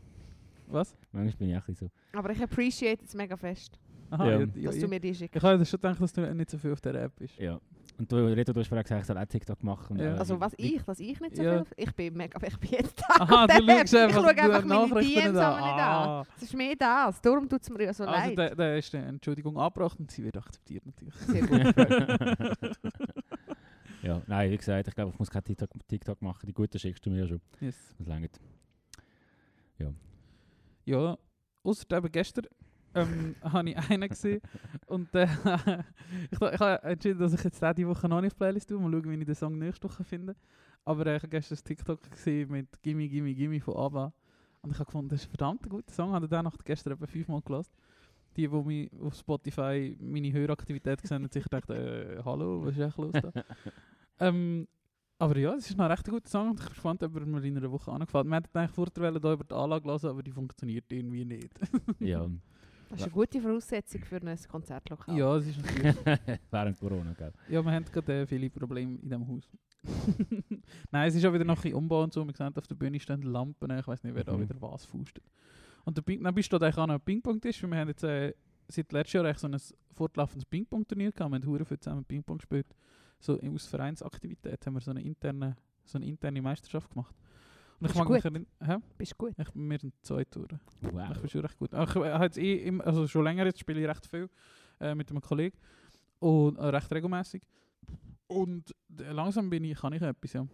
S2: Was?
S3: Manchmal bin ich echt so.
S4: Aber ich appreciate es mega fest,
S2: Aha, ja.
S3: Ja.
S2: Ja,
S4: dass du
S2: ich,
S4: mir die schickst.
S2: ich habe ja schon gedacht, dass du nicht so viel auf der App bist.
S3: Ja. Und du, Reto, du hast vorher gesagt, ich soll auch TikTok machen.
S2: Ja.
S3: Äh,
S4: Also was
S3: wie-
S4: ich, dass ich nicht so
S2: Ja.
S4: viel... Ich bin mega... Ich bin jeden Tag
S2: Aha,
S4: auf
S2: du
S4: der App.
S2: schaust
S4: ich
S2: einfach,
S4: schaue
S2: du
S4: einfach meine
S2: Nachrichten
S4: DMs aber nicht an.
S2: Ah.
S4: Es ist mehr das, darum tut es mir ja so
S2: Also,
S4: leid.
S2: da, da ist eine Entschuldigung angebracht und sie wird akzeptiert natürlich.
S4: Sehr gut.
S3: ja, nou, nein, wie gesagt, ich glaube, ich muss kein TikTok, TikTok machen. Die guten schickst du mir ja schon.
S2: Yes.
S3: Das reicht.
S2: Ja, außer eben gestern ähm, habe ich einen gesehen, Und äh, ich, ich habe entschieden, dass ich jetzt diese Woche noch nicht die Playlist tue. Mal schauen, wie ich den Song nächste Woche finde. Aber äh, ich habe gestern ein TikTok gesehen mit Gimme, Gimme, Gimme von ABBA. Und ich habe gefunden, das ist ein verdammt guter Song. Ich habe den Nacht gestern etwa fünfmal gelesen. Die, die mich auf Spotify meine Höraktivität gesehen haben, sicher gedacht, äh, hallo, was ist echt los da? ähm, aber ja, es ist noch ein recht guter Song und ich bin gespannt, ob er mir in einer Woche angefällt. Wir hätten eigentlich vorher wollen, hier über die Anlage hören, aber die funktioniert irgendwie nicht.
S3: ja.
S4: Das ist eine gute Voraussetzung für ein Konzertlokal.
S2: ja, es ist natürlich...
S3: Während Corona, gell?
S2: Ja, wir haben gerade äh, viele Probleme in diesem Haus. Nein, es ist auch wieder noch ein bisschen Umbau und so. Wir sehen, auf der Bühne stehen Lampen. Ich weiß nicht, wer da
S3: Mhm.
S2: wieder was faustet. Und der Ping dann bist du da eigentlich auch noch am Ping-Pong-Tisch. weil Wir haben jetzt äh, seit letztem Jahr eigentlich so ein fortlaufendes Ping-Pong-Turnier gehabt. Wir haben hure viel zusammen Ping-Pong gespielt. So in- aus Vereinsaktivität haben wir so eine interne, so eine interne Meisterschaft gemacht. Und ich
S4: Ist
S2: mag
S4: gut.
S2: mich erinnern, hä?
S4: Bist gut.
S2: ich bin mir in zwei Touren.
S3: Wow.
S2: Ich bin schon recht gut. Ich äh, habe jetzt eh im, also schon länger jetzt spiele ich recht viel äh, mit einem Kollegen und äh, recht regelmäßig. Und äh, langsam bin ich, kann ich etwas, ja.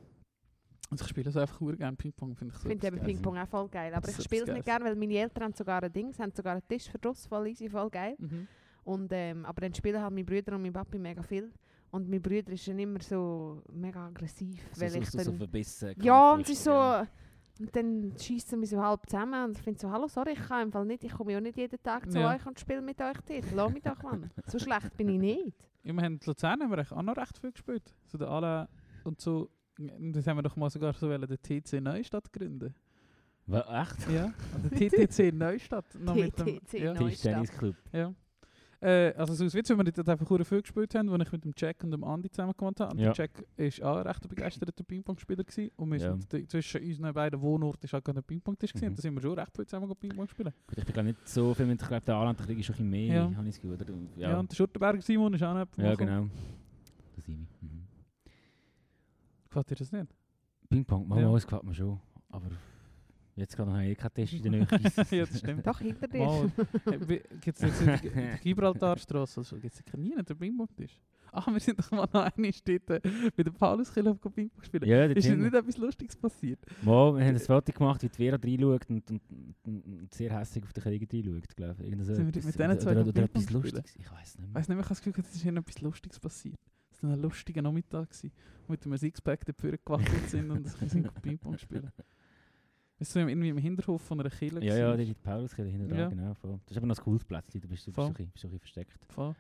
S2: Also ich spiele es einfach sehr gerne Ping-Pong, finde ich
S4: Ich
S2: so.
S4: finde eben
S3: geil.
S4: Ping-Pong auch voll geil. Aber
S2: Das
S4: ich
S2: ist
S4: spiele es
S2: geil.
S4: nicht gerne, weil meine Eltern haben sogar ein Ding, sie haben sogar einen Tisch für das, voll easy, voll geil.
S2: Mhm.
S4: Und, ähm, aber dann spielen halt meine Brüder und mein Papi mega viel. Und mein Bruder ist dann immer so mega aggressiv. weil ich dann
S3: eh,
S4: ja, und es ist so... Und dann schießen wir so halb zusammen und ich finde so, hallo, sorry, ich kann im Fall nicht, ich komme ja nicht jeden Tag zu
S2: Ja.
S4: euch und spiele mit euch Tisch. Lass mich doch, Mann. So schlecht bin ich nicht.
S2: Ja, wir haben in Luzern haben wir eigentlich auch noch recht viel gespielt. So der Ala und so. Und Das haben wir doch mal sogar so wollen, den TC Neustadt gründen.
S3: Wa- Echt?
S2: Ja, also TTC Neustadt. Noch mit dem,
S4: TTC
S2: ja,
S4: Neustadt.
S3: Tischtennisclub.
S2: ja. Äh, also so aus Witz, weil wir dort einfach sehr viel gespielt haben, als ich mit dem Jack und dem Andi zusammen gemacht habe. Und
S3: Ja.
S2: der Jack ist auch ein recht begeisterter Ping-Pong-Spieler gewesen. Und wir
S3: Ja.
S2: sind d- zwischen unseren beiden Wohnorten ist auch gerade ein Ping-Pong-Tisch gewesen.
S3: Mhm.
S2: Und da sind wir schon recht viel zusammen Ping-Pong spielen.
S3: Gut, ich bin glaub nicht so viel mit, ich glaube, der Anland kriege ich schon ein bisschen mehr.
S2: Ja.
S3: Habe ich das Gefühl, oder?
S2: Ja,
S3: Ja,
S2: und der Schurtenberger Simon ist auch noch
S3: ja genau. Das ist ich. Mhm.
S2: Gefällt dir das nicht?
S3: Ping-Pong,
S2: Ja.
S3: manchmal ja. gefällt mir schon. Aber jetzt gerade habe ich eh keinen Tisch in der Nähe.
S2: ja, das stimmt.
S4: Doch, hinter dir.
S2: Mal. Gibt es jetzt in der Gi- in der Gibraltarstraße? Also, Gibt es nie einen Ping-Pong-Tisch? Ah, wir sind doch mal noch einmal dort äh, bei der Pauluskirche auf Ping-Pong spielen.
S3: ja, dort
S2: Ist denn
S3: hinten.
S2: nicht etwas Lustiges passiert?
S3: Mal, wir haben ein Foto gemacht, wie die Vera reinschaut und, und, und, und sehr hässlich auf den Krieg reinschaut, glaube ich. Irgend so
S2: Sind wir
S3: etwas.
S2: mit denen
S3: Oder-
S2: zwei
S3: Oder,
S2: noch
S3: oder etwas
S2: Ping-Pong
S3: Lustiges, ich weiß nicht
S2: Ich
S3: mehr.
S2: weiß nicht, mehr, ich habe das Gefühl, es ist ihnen etwas Lustiges passiert. Es war ein lustiger Nachmittag, gewesen, wo wir mit einem Sixpack dafür gewackelt sind und wir sind Ping-Pong spielen. Wir sind irgendwie im Hinterhof von einer Kirche.
S3: Ja, ja,
S2: gewesen.
S3: die die Pauluskirche hinten dran,
S2: Ja.
S3: genau. Voll. Das ist aber noch ein cooles Plätzchen, da bist du bist so
S2: Voll.
S3: ein bisschen bist so ein bisschen versteckt.
S2: Voll.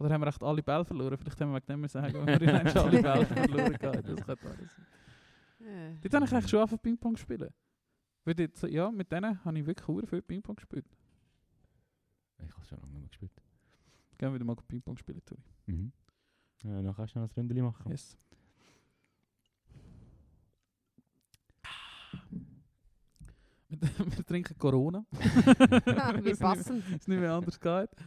S2: Oder haben wir echt alle Bälle verloren? Vielleicht haben wir wegen dem müssen sagen, wenn wir in einem schon alle Bälle verloren haben. Das könnte alles sein.
S4: Äh.
S2: Dort habe ich eigentlich schon angefangen Ping-Pong zu spielen. Weil dort, so- ja, mit denen habe ich wirklich sehr viel Ping-Pong gespielt.
S3: Ich habe es schon lange nicht mehr gespielt.
S2: Gehen wir wieder mal Ping-Pong spielen, Turi.
S3: Mhm. Ja, dann kannst du noch ein Ründchen machen.
S2: Yes. Ah. Wir wir trinken Corona.
S4: Wie passend.
S2: Es nicht mehr anders geht.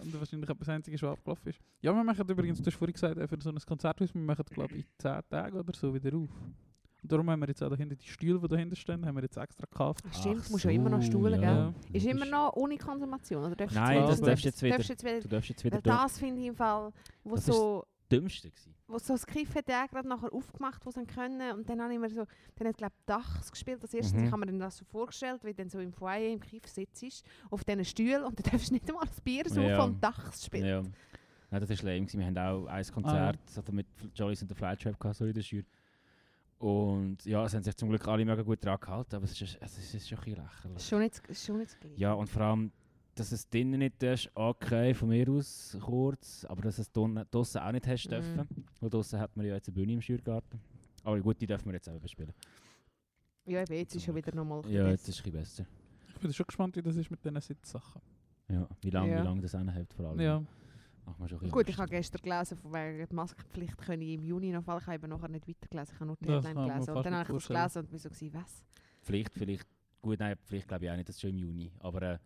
S2: Und wahrscheinlich etwas Einziges, was abgelaufen ist. Ja, wir machen übrigens, du hast vorhin gesagt, äh, für so ein Konzerthaus, wir machen, glaube ich, in 10 Tagen oder so wieder auf. Und darum haben wir jetzt auch dahinter die Stühle, die dahinter stehen, haben wir jetzt extra gekauft.
S4: Ach, stimmt,
S3: Ach
S4: du musst ja immer noch
S3: so,
S4: stuhlen,
S3: ja.
S4: gell? Ist
S3: Logisch.
S4: immer noch ohne Konsumation? Oder darfst du
S3: Nein,
S2: das
S4: jetzt-
S2: darfst
S3: du jetzt wieder.
S4: darfst du jetzt wieder.
S3: Du darfst jetzt wieder
S4: Weil
S3: da.
S4: das finde ich im Fall, wo
S3: Das
S4: so,
S3: Dümmste gewesen.
S4: wo so das Kiff hat er gerade nachher aufgemacht, wo sie können. Und dann habe ich mir so, dann hat glaube ich Dachs gespielt, das erste.
S3: Mhm.
S4: Ich habe mir dann das so vorgestellt, wie du dann so im Foyer, im Kiff sitzt, auf diesen Stühlen und dann darfst du nicht einmal das Bier suchen
S3: Ja.
S4: und Dachs spielen.
S3: Ja. Nein, das war schlimm. gewesen. Wir haben auch ein
S4: Ah.
S3: Konzert also mit Jollies und der Flytrap gehabt, so in der Schür. Und ja, es haben sich zum Glück alle mega gut dran gehalten, aber es ist, es ist, es ist schon ein bisschen lächerlich.
S4: Ist Schon nicht, ist schon nicht das Gleiche.
S3: Ja, und vor allem, dass es drinnen nicht ist, okay, von mir aus kurz, aber dass es drinnen- draussen auch nicht hast
S4: Mhm.
S3: dürfen. Weil draussen hat man ja jetzt eine Bühne im Schürgarten. Aber gut, die dürfen wir jetzt auch bespielen.
S4: Ja, eben, jetzt ist schon wieder nochmal
S3: Ja, jetzt ist es ein bisschen besser.
S2: Ich bin schon gespannt, wie das ist mit diesen Sitzsachen.
S3: Ja, wie lange,
S4: Ja.
S3: wie lange das anhält vor allem.
S2: Oh, Ja,
S3: Macht man schon ein bisschen
S4: Gut, ich
S3: Angst.
S4: habe gestern gelesen, von wegen der Maskenpflicht könne ich im Juni noch fallen. Ich habe eben nachher nicht weitergelesen, ich habe nur die
S2: Das kann
S4: Headline
S2: man
S4: gelesen.
S2: fast
S4: Und dann
S2: nicht
S4: habe ich das
S2: vorstellen.
S4: gelesen und bin so, gewesen, was?
S3: Vielleicht, vielleicht, gut, nein, vielleicht glaube ich auch nicht, das ist schon im Juni. Aber äh,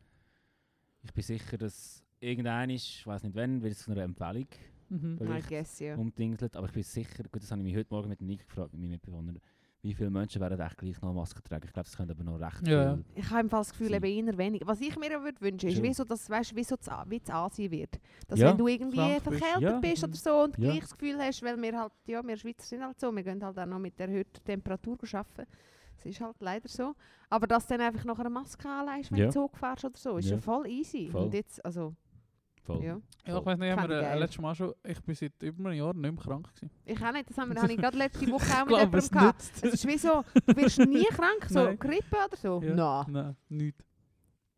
S3: ich bin sicher, dass irgendein ist, ich weiß nicht wann, wird es zu einer Empfehlung
S2: mhm.
S4: I
S3: Vielleicht.
S4: guess, ja.
S3: umdingselt. Aber ich bin sicher, gut, das habe ich mich heute Morgen mit dem Nick gefragt, mit meinem Mitbewohner, wie viele Menschen wären echt gleich noch Masken tragen. Ich glaube, es können aber noch recht
S2: Ja.
S3: viel.
S4: Ich habe im Fall das Gefühl,
S3: Sie-
S4: eben eher wenig. Was ich mir ja würd wünschen würde, ist,
S3: Schön.
S4: wie so das, weißt, wie so das, wie das Asien wird. Dass
S3: Ja.
S4: wenn du irgendwie
S2: Krank bist.
S4: verkältet
S3: Ja.
S4: bist oder so und
S3: Ja.
S4: gleich das Gefühl hast, weil wir halt, ja, wir Schweizer sind halt so, wir gehen halt auch noch mit erhöhter Temperatur arbeiten. Das ist halt leider so. Aber dass du dann einfach noch eine Maske anlegst, wenn
S3: Ja.
S4: du Zug fährst oder so, ist
S3: Ja.
S4: ja voll easy.
S3: Voll.
S4: Und jetzt, also,
S3: Voll.
S4: Ja.
S2: Ja, ich weiß nicht, haben
S4: Fand
S2: wir
S4: ich
S2: äh,
S4: geil.
S2: letztes Mal schon, ich bin seit über einem Jahr nicht mehr krank gewesen.
S4: Ich auch nicht, das haben wir, habe ich gerade letzte Woche auch
S2: Ich
S4: mit
S2: glaube,
S4: jemandem
S2: es
S4: gehabt.
S2: nützt.
S4: Es ist wie so, du wirst nie krank, so
S2: Nein.
S4: Grippe oder so.
S2: Ja.
S4: Nein.
S2: Nein, nichts.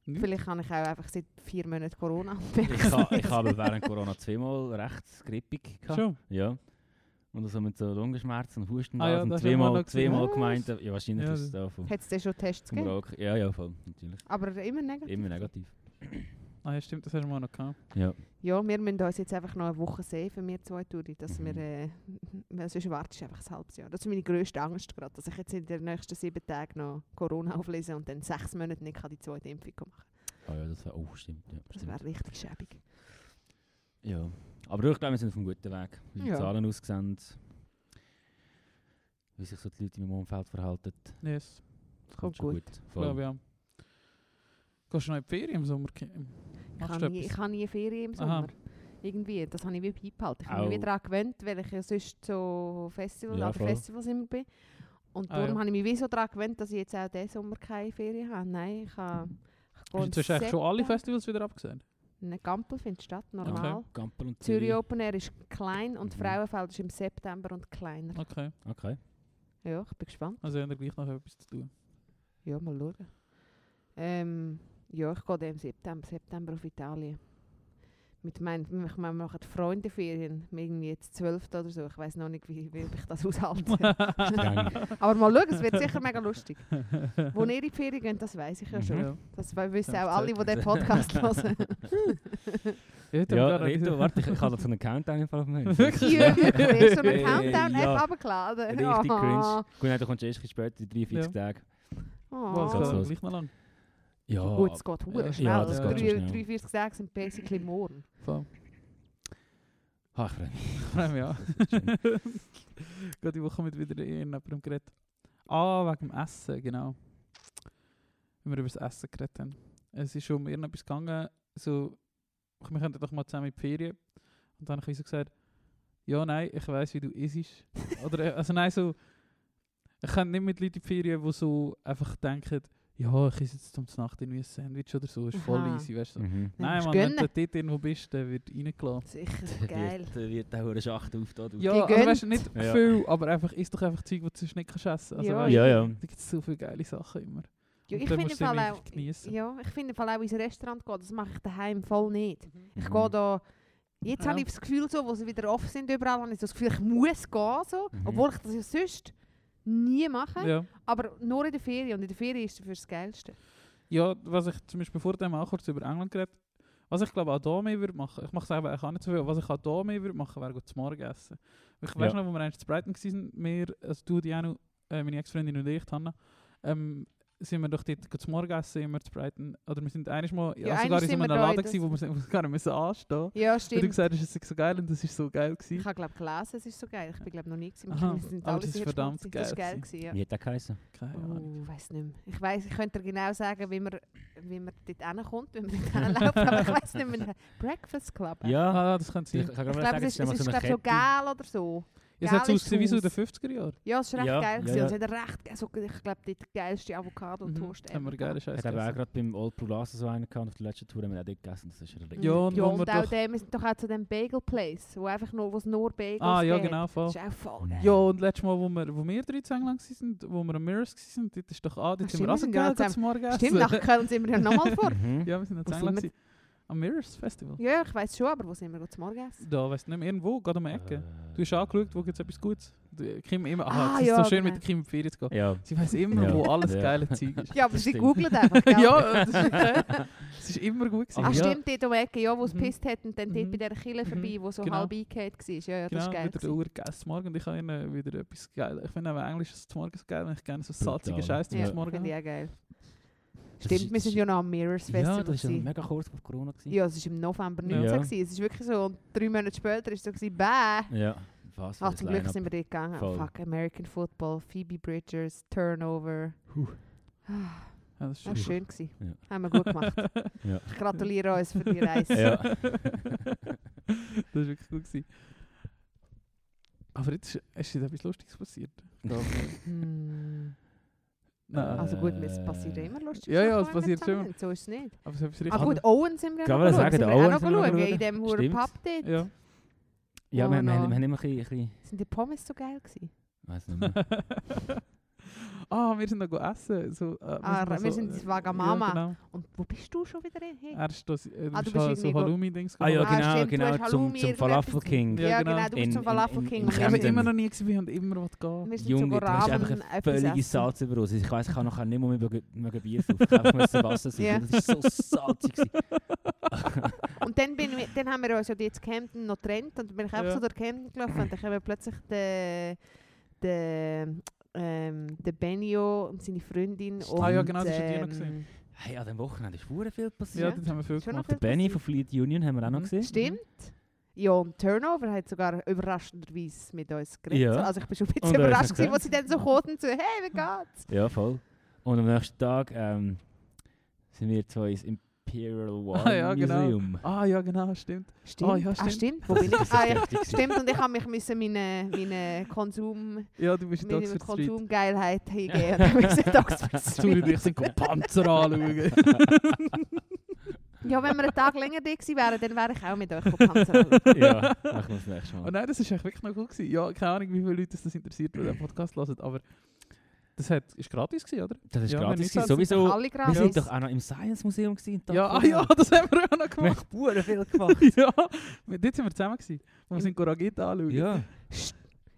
S2: Nicht.
S4: Vielleicht habe ich auch einfach seit vier Monaten Corona.
S3: Ich, ha, ich habe während Corona zweimal recht grippig gehabt.
S2: Schon.
S3: Ja. Und also mit so Lungenschmerzen und Husten
S2: Ah ja,
S3: und
S2: das haben wir auch
S3: zweimal,
S2: noch gesehen.
S3: zweimal
S4: Was?
S3: gemeint. Ja, wahrscheinlich
S2: Ja,
S3: ist es da vom,
S4: Hat es denn schon Tests
S2: Genau.
S3: vom
S4: gegeben?
S3: Rock. Ja, ja, voll. Natürlich.
S4: Aber immer negativ.
S3: Immer negativ.
S2: Ah ja, stimmt, das hast du mal noch gehabt.
S3: Ja.
S4: Ja, wir müssen uns jetzt einfach noch eine Woche sehen für wir zwei, Turi, dass
S3: Mhm.
S4: wir, äh, weil sonst wartest du einfach ein halbes Jahr. Das ist meine grösste Angst gerade, dass ich jetzt in den nächsten sieben Tagen noch Corona auflese und dann sechs Monate nicht kann die zweite Impfung machen
S3: Ah ja, das war auch stimmt. Ja,
S4: Das
S3: stimmt.
S4: wäre richtig schäbig.
S3: ja. Aber ich glaube, wir sind auf einem guten Weg. Wie die
S4: Ja.
S3: Zahlen aussehen, wie sich so die Leute im Umfeld verhalten.
S2: Yes,
S3: Das
S4: Kommt
S3: schon
S4: gut.
S3: Voll.
S2: glaube ich auch. Gehst du noch in die Ferien im Sommer? Kim?
S4: Ich
S2: Machst
S4: habe
S2: du
S4: nie, ich
S2: etwas?
S4: habe nie Ferien
S2: Aha.
S4: im Sommer. Irgendwie, das habe ich wie beibehalten. Ich habe
S3: Auch.
S4: mich wieder daran gewöhnt, weil ich ja sonst so Festival,
S3: Ja,
S4: an den
S3: voll.
S4: Festivals immer bin. Und
S2: Ah,
S4: darum
S2: ja.
S4: habe ich mich wie so daran gewöhnt, dass ich jetzt auch diesen Sommer keine Ferien habe. Nein, ich habe... Ich gehe im
S2: Also Hast du eigentlich schon alle
S4: September-
S2: Festivals wieder abgesagt?
S4: Nein, Gampel findet statt, normal.
S2: Okay.
S3: Gampel und
S4: Zürich Open Air ist klein und
S3: Mhm.
S4: Frauenfeld ist im September und kleiner.
S2: Okay,
S3: Okay.
S4: Ja, ich bin gespannt.
S2: also haben wir gleich noch etwas zu tun.
S4: Ja, mal schauen. Ähm, ja, ich gehe dann im September, September auf Italien. Mit mein, ich meine, wir machen Freundeferien, irgendwie jetzt 12. oder so. Ich weiß noch nicht, wie, wie ich das aushalte. Aber mal schauen, es wird sicher mega lustig. Wo ihr in die Ferien geht, das weiß
S3: Mhm.
S4: ich ja schon.
S2: Ja.
S4: Das we- wissen auch
S2: Ja,
S4: alle, die den Podcast hören.
S2: Ja,
S3: Ja, Reto, warte, ich, ich habe da so einen Countdown im Fall auf dem Handy.
S4: Hier, du hast so eine
S3: Hey,
S4: Countdown-App
S3: ja.
S4: abgeladen.
S3: Richtig
S4: Ah.
S3: cringe. Gut, nein, du kommst erst ein bisschen später, in 43 Tage.
S2: Wow,
S4: Ah.
S3: Geht's
S2: oh,
S3: los?
S2: gleich noch lang.
S3: Ja,
S4: Gut, es geht
S2: Ja,
S4: hure schnell. Also
S3: ja, das
S2: geht schon
S4: Drei-
S3: schnell.
S4: 43 Tage sind basically morgen.
S2: Voll.
S3: Ah, ich freue mich.
S2: Vor allem, ja. Gerade die Woche mit wieder irgendjemandem geredet. Ah, wegen dem Essen, genau. Wenn wir über das Essen geredet haben. Es ist um irgendetwas gegangen, so, «Ach, wir könnten doch mal zusammen in die Ferien. Und dann habe ich so gesagt, ja, nein, ich weiss, wie du isst. Oder, äh, also nein, so, ich kann nicht mit Leuten in die Ferien, die so einfach denken, ja, ich esse jetzt um die Nacht irgendwie ein Sandwich oder so, ist voll
S4: Aha.
S2: easy, weißt du.
S3: Mhm.
S2: Nein,
S4: musst
S2: Mann, wenn
S4: gönnen.
S2: du dort irgendwo bist, dann wird reingelassen.
S4: Sicher, geil.
S3: Wird, wird der hure Schacht aufgetan. du.
S2: Ja,
S4: Die
S2: also
S4: gönnt.
S2: weißt du, nicht
S3: Ja.
S2: viel, aber einfach ist doch einfach Zeug, das du sonst nicht kannst essen. Also,
S4: Ja.
S2: weißt,
S3: ja. ja.
S2: Da gibt es so viele geile Sachen immer.
S4: Ja,
S2: Und
S4: ich
S2: dann
S4: finde im
S2: musst du
S4: Fall
S2: ihn
S4: auch,
S2: einfach geniessen.
S4: ja, ich finde im Fall auch ins Restaurant gehen, das mache ich daheim voll nicht. Ich
S3: Mhm.
S4: gehe da, jetzt
S2: Ja.
S4: habe ich das Gefühl so, wo sie wieder offen sind überall, habe ich so das Gefühl, ich muss gehen so,
S3: Mhm.
S4: obwohl ich das ja sonst nie mache,
S2: Ja.
S4: aber nur in der Ferien und in der Ferien ist es für das Geilste.
S2: ja, was ich zum Beispiel vor dem auch kurz über England geredet was ich glaube auch hier mehr würde machen, ich mache es selber auch nicht so viel, was ich auch hier mehr würde machen, wäre gut zum Morgen essen. Ich weiss
S3: Ja.
S2: noch, wo wir einst zu Brighton waren, wir, also du, Diano, äh, meine Ex-Freundin und ich, Hanna, ähm, sind wir doch dort gut zum Morgen essen, immer zu Brighton, oder wir sind einiges mal, ja,
S4: Ja,
S2: sogar
S4: einmal
S2: in so
S4: sind
S2: einem
S4: wir da in
S2: Laden
S4: das-
S2: gewesen, wo wir sind- wo wir sogar nicht müssen anstehen mussten.
S4: Ja,
S2: Weil du
S4: stimmt.
S2: gesagt hast, es sei so geil und das ist so geil gewesen.
S4: Ich habe glaube gelesen, es ist so geil. Ich bin glaube noch nie gewesen.
S2: Aha,
S4: Wir sind
S2: aber
S4: alle
S2: das ist
S4: sehr
S2: verdammt
S4: schmutzig. Das ist
S2: geil
S4: geil gewesen, ja.
S3: Wie hat der geheißen?
S2: Keine Ahnung.
S4: Oh, ich weiß nicht mehr. Ich weiß, ich könnte dir genau sagen, wie man, wie man dort hinkommt, wenn man dort hinläuft, aber ich weiß nicht mehr. Breakfast Club.
S3: Ja.
S2: Ah, das könnte
S3: Ich,
S2: sein.
S3: ich kann
S4: Ich
S3: gerade
S4: glaube,
S3: sagen,
S4: es
S3: es
S4: ist,
S3: ist
S4: es
S3: immer
S4: ist
S3: so eine
S4: glaub, so
S3: Kette.
S4: gel oder so.
S2: Es hat so
S4: Geiles
S2: ausgesehen wie so in den
S4: Haus.
S2: 50er Jahren.
S4: Ja, es ist recht
S3: Ja,
S4: geil.
S3: ja,
S4: gewesen. Und
S3: ja.
S4: es hat recht, ge- also, ich glaube, dort geilste Avocado-Toast
S2: Mhm. Haben wir geile Scheiße.
S3: Ich habe Mhm. auch gerade beim Old Blue Laser so einen gehabt, auf der letzten Tour haben wir auch dort gegessen. Das ist richtig.
S2: Ja, und
S4: Und, Mhm. ja,
S2: wo
S4: und,
S2: wir
S4: auch
S2: doch-
S4: dem, wir sind doch auch zu dem Bagel Place, wo einfach nur, wo es nur Bagels
S2: Ah, ja,
S4: gegeben
S2: genau.
S4: hat.
S2: Voll.
S4: Das ist auch voll geil.
S2: Ja, und letztes Mal, wo wir, wo wir drei zu England waren, wo wir am Mirrors waren, dort ist doch ah, dort
S4: Ach,
S2: sind wir
S4: stimmt, wir sind ja
S2: rausgegangen
S4: zusammen.
S2: zum Morgen essen.
S4: Stimmt, nach Köln sind wir ja nochmal vor.
S3: Mhm.
S2: Ja, wir sind ja zu
S4: Wo
S2: England.
S4: sind wir?
S2: gewesen. Am Mirrors Festival.
S4: Ja, ich weiß schon, aber wo sind wir gut zum Morgen essen?
S2: Da, weißt du nicht mehr, irgendwo, gerade um die Ecke.
S3: Eh,
S2: Du hast angeschaut, wo gibt es etwas Gutes. Die Kim immer, aha,
S4: Ah,
S2: es ist
S4: ja,
S2: so schön mit
S4: genau.
S2: der Kim in die Ferien zu gehen.
S3: Ja.
S2: Sie weiss immer,
S3: Ja.
S2: wo alles
S3: Ja.
S2: geile Zeug ist.
S4: Ja, aber
S3: Das
S4: sie
S3: stimmt.
S4: googelt einfach, gell?
S2: ja, das ist, geil. es ist immer gut gewesen.
S4: Ah,
S3: Aber ja.
S4: stimmt, dort um die Ecke, ja, wo es
S2: Mhm.
S4: gepisst hat und dann dort
S2: Mhm.
S4: bei dieser Kille
S2: Mhm.
S4: vorbei, wo so
S2: Genau.
S4: halb eingeht war. Ja, ja, das
S2: Genau,
S4: ist geil.
S2: wieder der
S4: gewesen.
S2: Uhr gegessen morgen und ich habe ihnen wieder etwas geil. Ich finde auch englisches zum Morgen so geil, wenn ich gerne so salzige
S3: Brutal.
S2: Scheiße zum
S4: Ja,
S2: Morgen habe.
S4: finde ich auch geil.
S3: Das
S4: Stimmt,
S3: ist-
S4: wir sind ja noch am Mirrors Festival.
S3: Ja, das war
S4: gewesen.
S3: ja mega kurz auf Corona. gewesen.
S4: Ja, es war im November 19.
S3: Ja.
S4: Gewesen. Es ist wirklich so. Und drei Monate später war es so, gewesen, bäh.
S3: Ja. Was?
S4: Ach, zum Glück sind wir dort gegangen.
S3: Voll.
S4: Fuck, American Football, Phoebe Bridgers, Turnover.
S2: Ja, das ist
S4: Das war schön. Gewesen.
S3: Ja.
S4: Haben wir gut gemacht.
S3: Ja.
S4: Ich gratuliere uns für die Reise.
S3: Ja.
S2: das war wirklich gut. Gewesen. Aber jetzt ist, ist etwas Lustiges passiert.
S4: Hm.
S2: Nein.
S4: Also gut, es passiert ja immer lustig.
S2: Ja, ja, es passiert schon immer.
S4: So ist es nicht.
S2: Aber es ist richtig.
S4: Ah gut, Owen sind wir
S3: Äh, Kann
S4: auch
S3: man
S4: noch
S3: sagen,
S4: schauen. Sind wir
S3: der
S4: auch
S3: Owen
S4: noch
S3: sind wir
S4: schauen,
S3: noch
S4: in dem
S3: schauen.
S4: huren Pub
S3: Stimmt.
S4: dort.
S2: ja.
S3: Ja,
S4: Oh
S3: wir, wir,
S4: no.
S3: haben, wir haben immer ein bisschen- ein bisschen...
S4: Sind die Pommes so geil gewesen?
S3: Weiß nicht mehr.
S2: ah, wir sind noch go essen. So, äh,
S4: Ah,
S2: noch
S4: wir sind
S2: äh,
S4: ins Wagamama.
S2: Ja, genau.
S4: Und wo bist du schon wieder hin?
S2: Er ist das, äh,
S4: Ah,
S2: du
S4: du
S2: bist
S4: bist
S2: so
S4: irgendwie
S2: Halloumi-Dings
S3: ah ja,
S2: gegangen.
S4: Ah,
S3: genau,
S4: stimmt, du hast
S3: genau, zum,
S4: Halloumi
S3: zum
S4: irgendetwas
S3: Falafel King.
S2: Ja,
S4: Ja,
S2: genau.
S4: genau, du bist
S3: In-
S4: zum
S3: in-
S4: Falafel
S3: in-
S4: King.
S3: in
S4: und wir
S2: Ich
S3: Chemnitz.
S4: sind-
S2: bin
S3: Camden.
S2: immer noch nie gewesen, wir haben immer was gegeben.
S4: wir sind
S3: Junge,
S4: sogar
S3: du hast
S4: Rahmen
S3: einfach eine
S4: etwas
S3: völlige
S4: essen.
S3: Salz über uns. Ich weiss, ich kann nachher nicht mehr mehr mehr Bier saufen. Ich kann einfach Wasser saufen.
S4: Ja.
S3: Das ist so salzig. gewesen.
S4: Und dann, bin ich, dann haben wir uns ja jetzt Camden noch getrennt und bin ich einfach
S2: Ja.
S4: so durch Camden gelaufen und dann haben wir plötzlich den, den, ähm, den Benio und seine Freundin
S3: Stimmt.
S4: und...
S2: Ah ja, genau, das ist ja die noch
S4: ähm,
S2: gewesen.
S3: Hey, an dem Wochenende ist verdammt viel
S2: Ja,
S3: passiert.
S2: das haben wir viel
S4: Schon
S2: gemacht.
S3: Der
S4: noch viel
S3: Benny
S4: passiert.
S3: von Fleet Union haben wir auch noch
S2: Mhm.
S3: gesehen.
S4: Stimmt. Ja, und Turnover hat sogar überraschenderweise mit uns geredet.
S3: Ja.
S4: So, Also ich bin schon ein bisschen
S3: Und er hat
S4: überrascht, gewesen,
S3: gesagt.
S4: wo sie dann so kommt und so «Hey, wie geht's?»
S3: Ja, voll. Und am nächsten Tag ähm, sind wir zwei ins Imperial War
S2: Ah, ja, genau.
S3: Museum.
S2: Ah ja, genau, stimmt.
S4: Stimmt.
S2: Ah, ja,
S4: Ah,
S2: stimmt.
S4: stimmt. Wo bin
S3: Das
S4: ich?
S3: ist
S4: Ah, ja.
S3: heftig gewesen.
S4: Stimmt, und ich habe mich müssen meinen meine Konsum,
S2: Ja, du bist in
S4: meine
S2: Oxford Street.
S4: Konsumgeilheit hingeben. Und dann müssen wir Oxford
S2: Zuri
S4: Street.
S2: dich sind go Panzer anschauen.
S4: Ja, wenn wir einen Tag länger da gewesen wären, dann wäre ich auch mit euch gekommen.
S3: Ja, machen wir das nächste
S2: Und
S3: Mal.
S2: Oh nein, das ist echt wirklich noch cool gewesen. Ja, keine Ahnung, wie viele Leute das interessiert, die den Podcast hören, aber das hat, ist gratis gewesen, oder?
S3: Das ist
S2: Ja, wenn
S3: gratis.
S2: ich
S3: gewesen.
S2: sage, sind
S3: Sowieso.
S4: Alle
S3: Wir sind doch
S4: gratis.
S3: auch noch im Science Museum gewesen. den Tag
S2: Ja, ah
S3: vorher.
S2: ja, das haben wir auch noch
S3: Wir
S2: gemacht.
S3: haben verdammt viel gemacht.
S2: ja, wir- dort sind wir zusammen gewesen, wo wir sind go Ragita anschauen.
S3: Ja,
S4: Sch-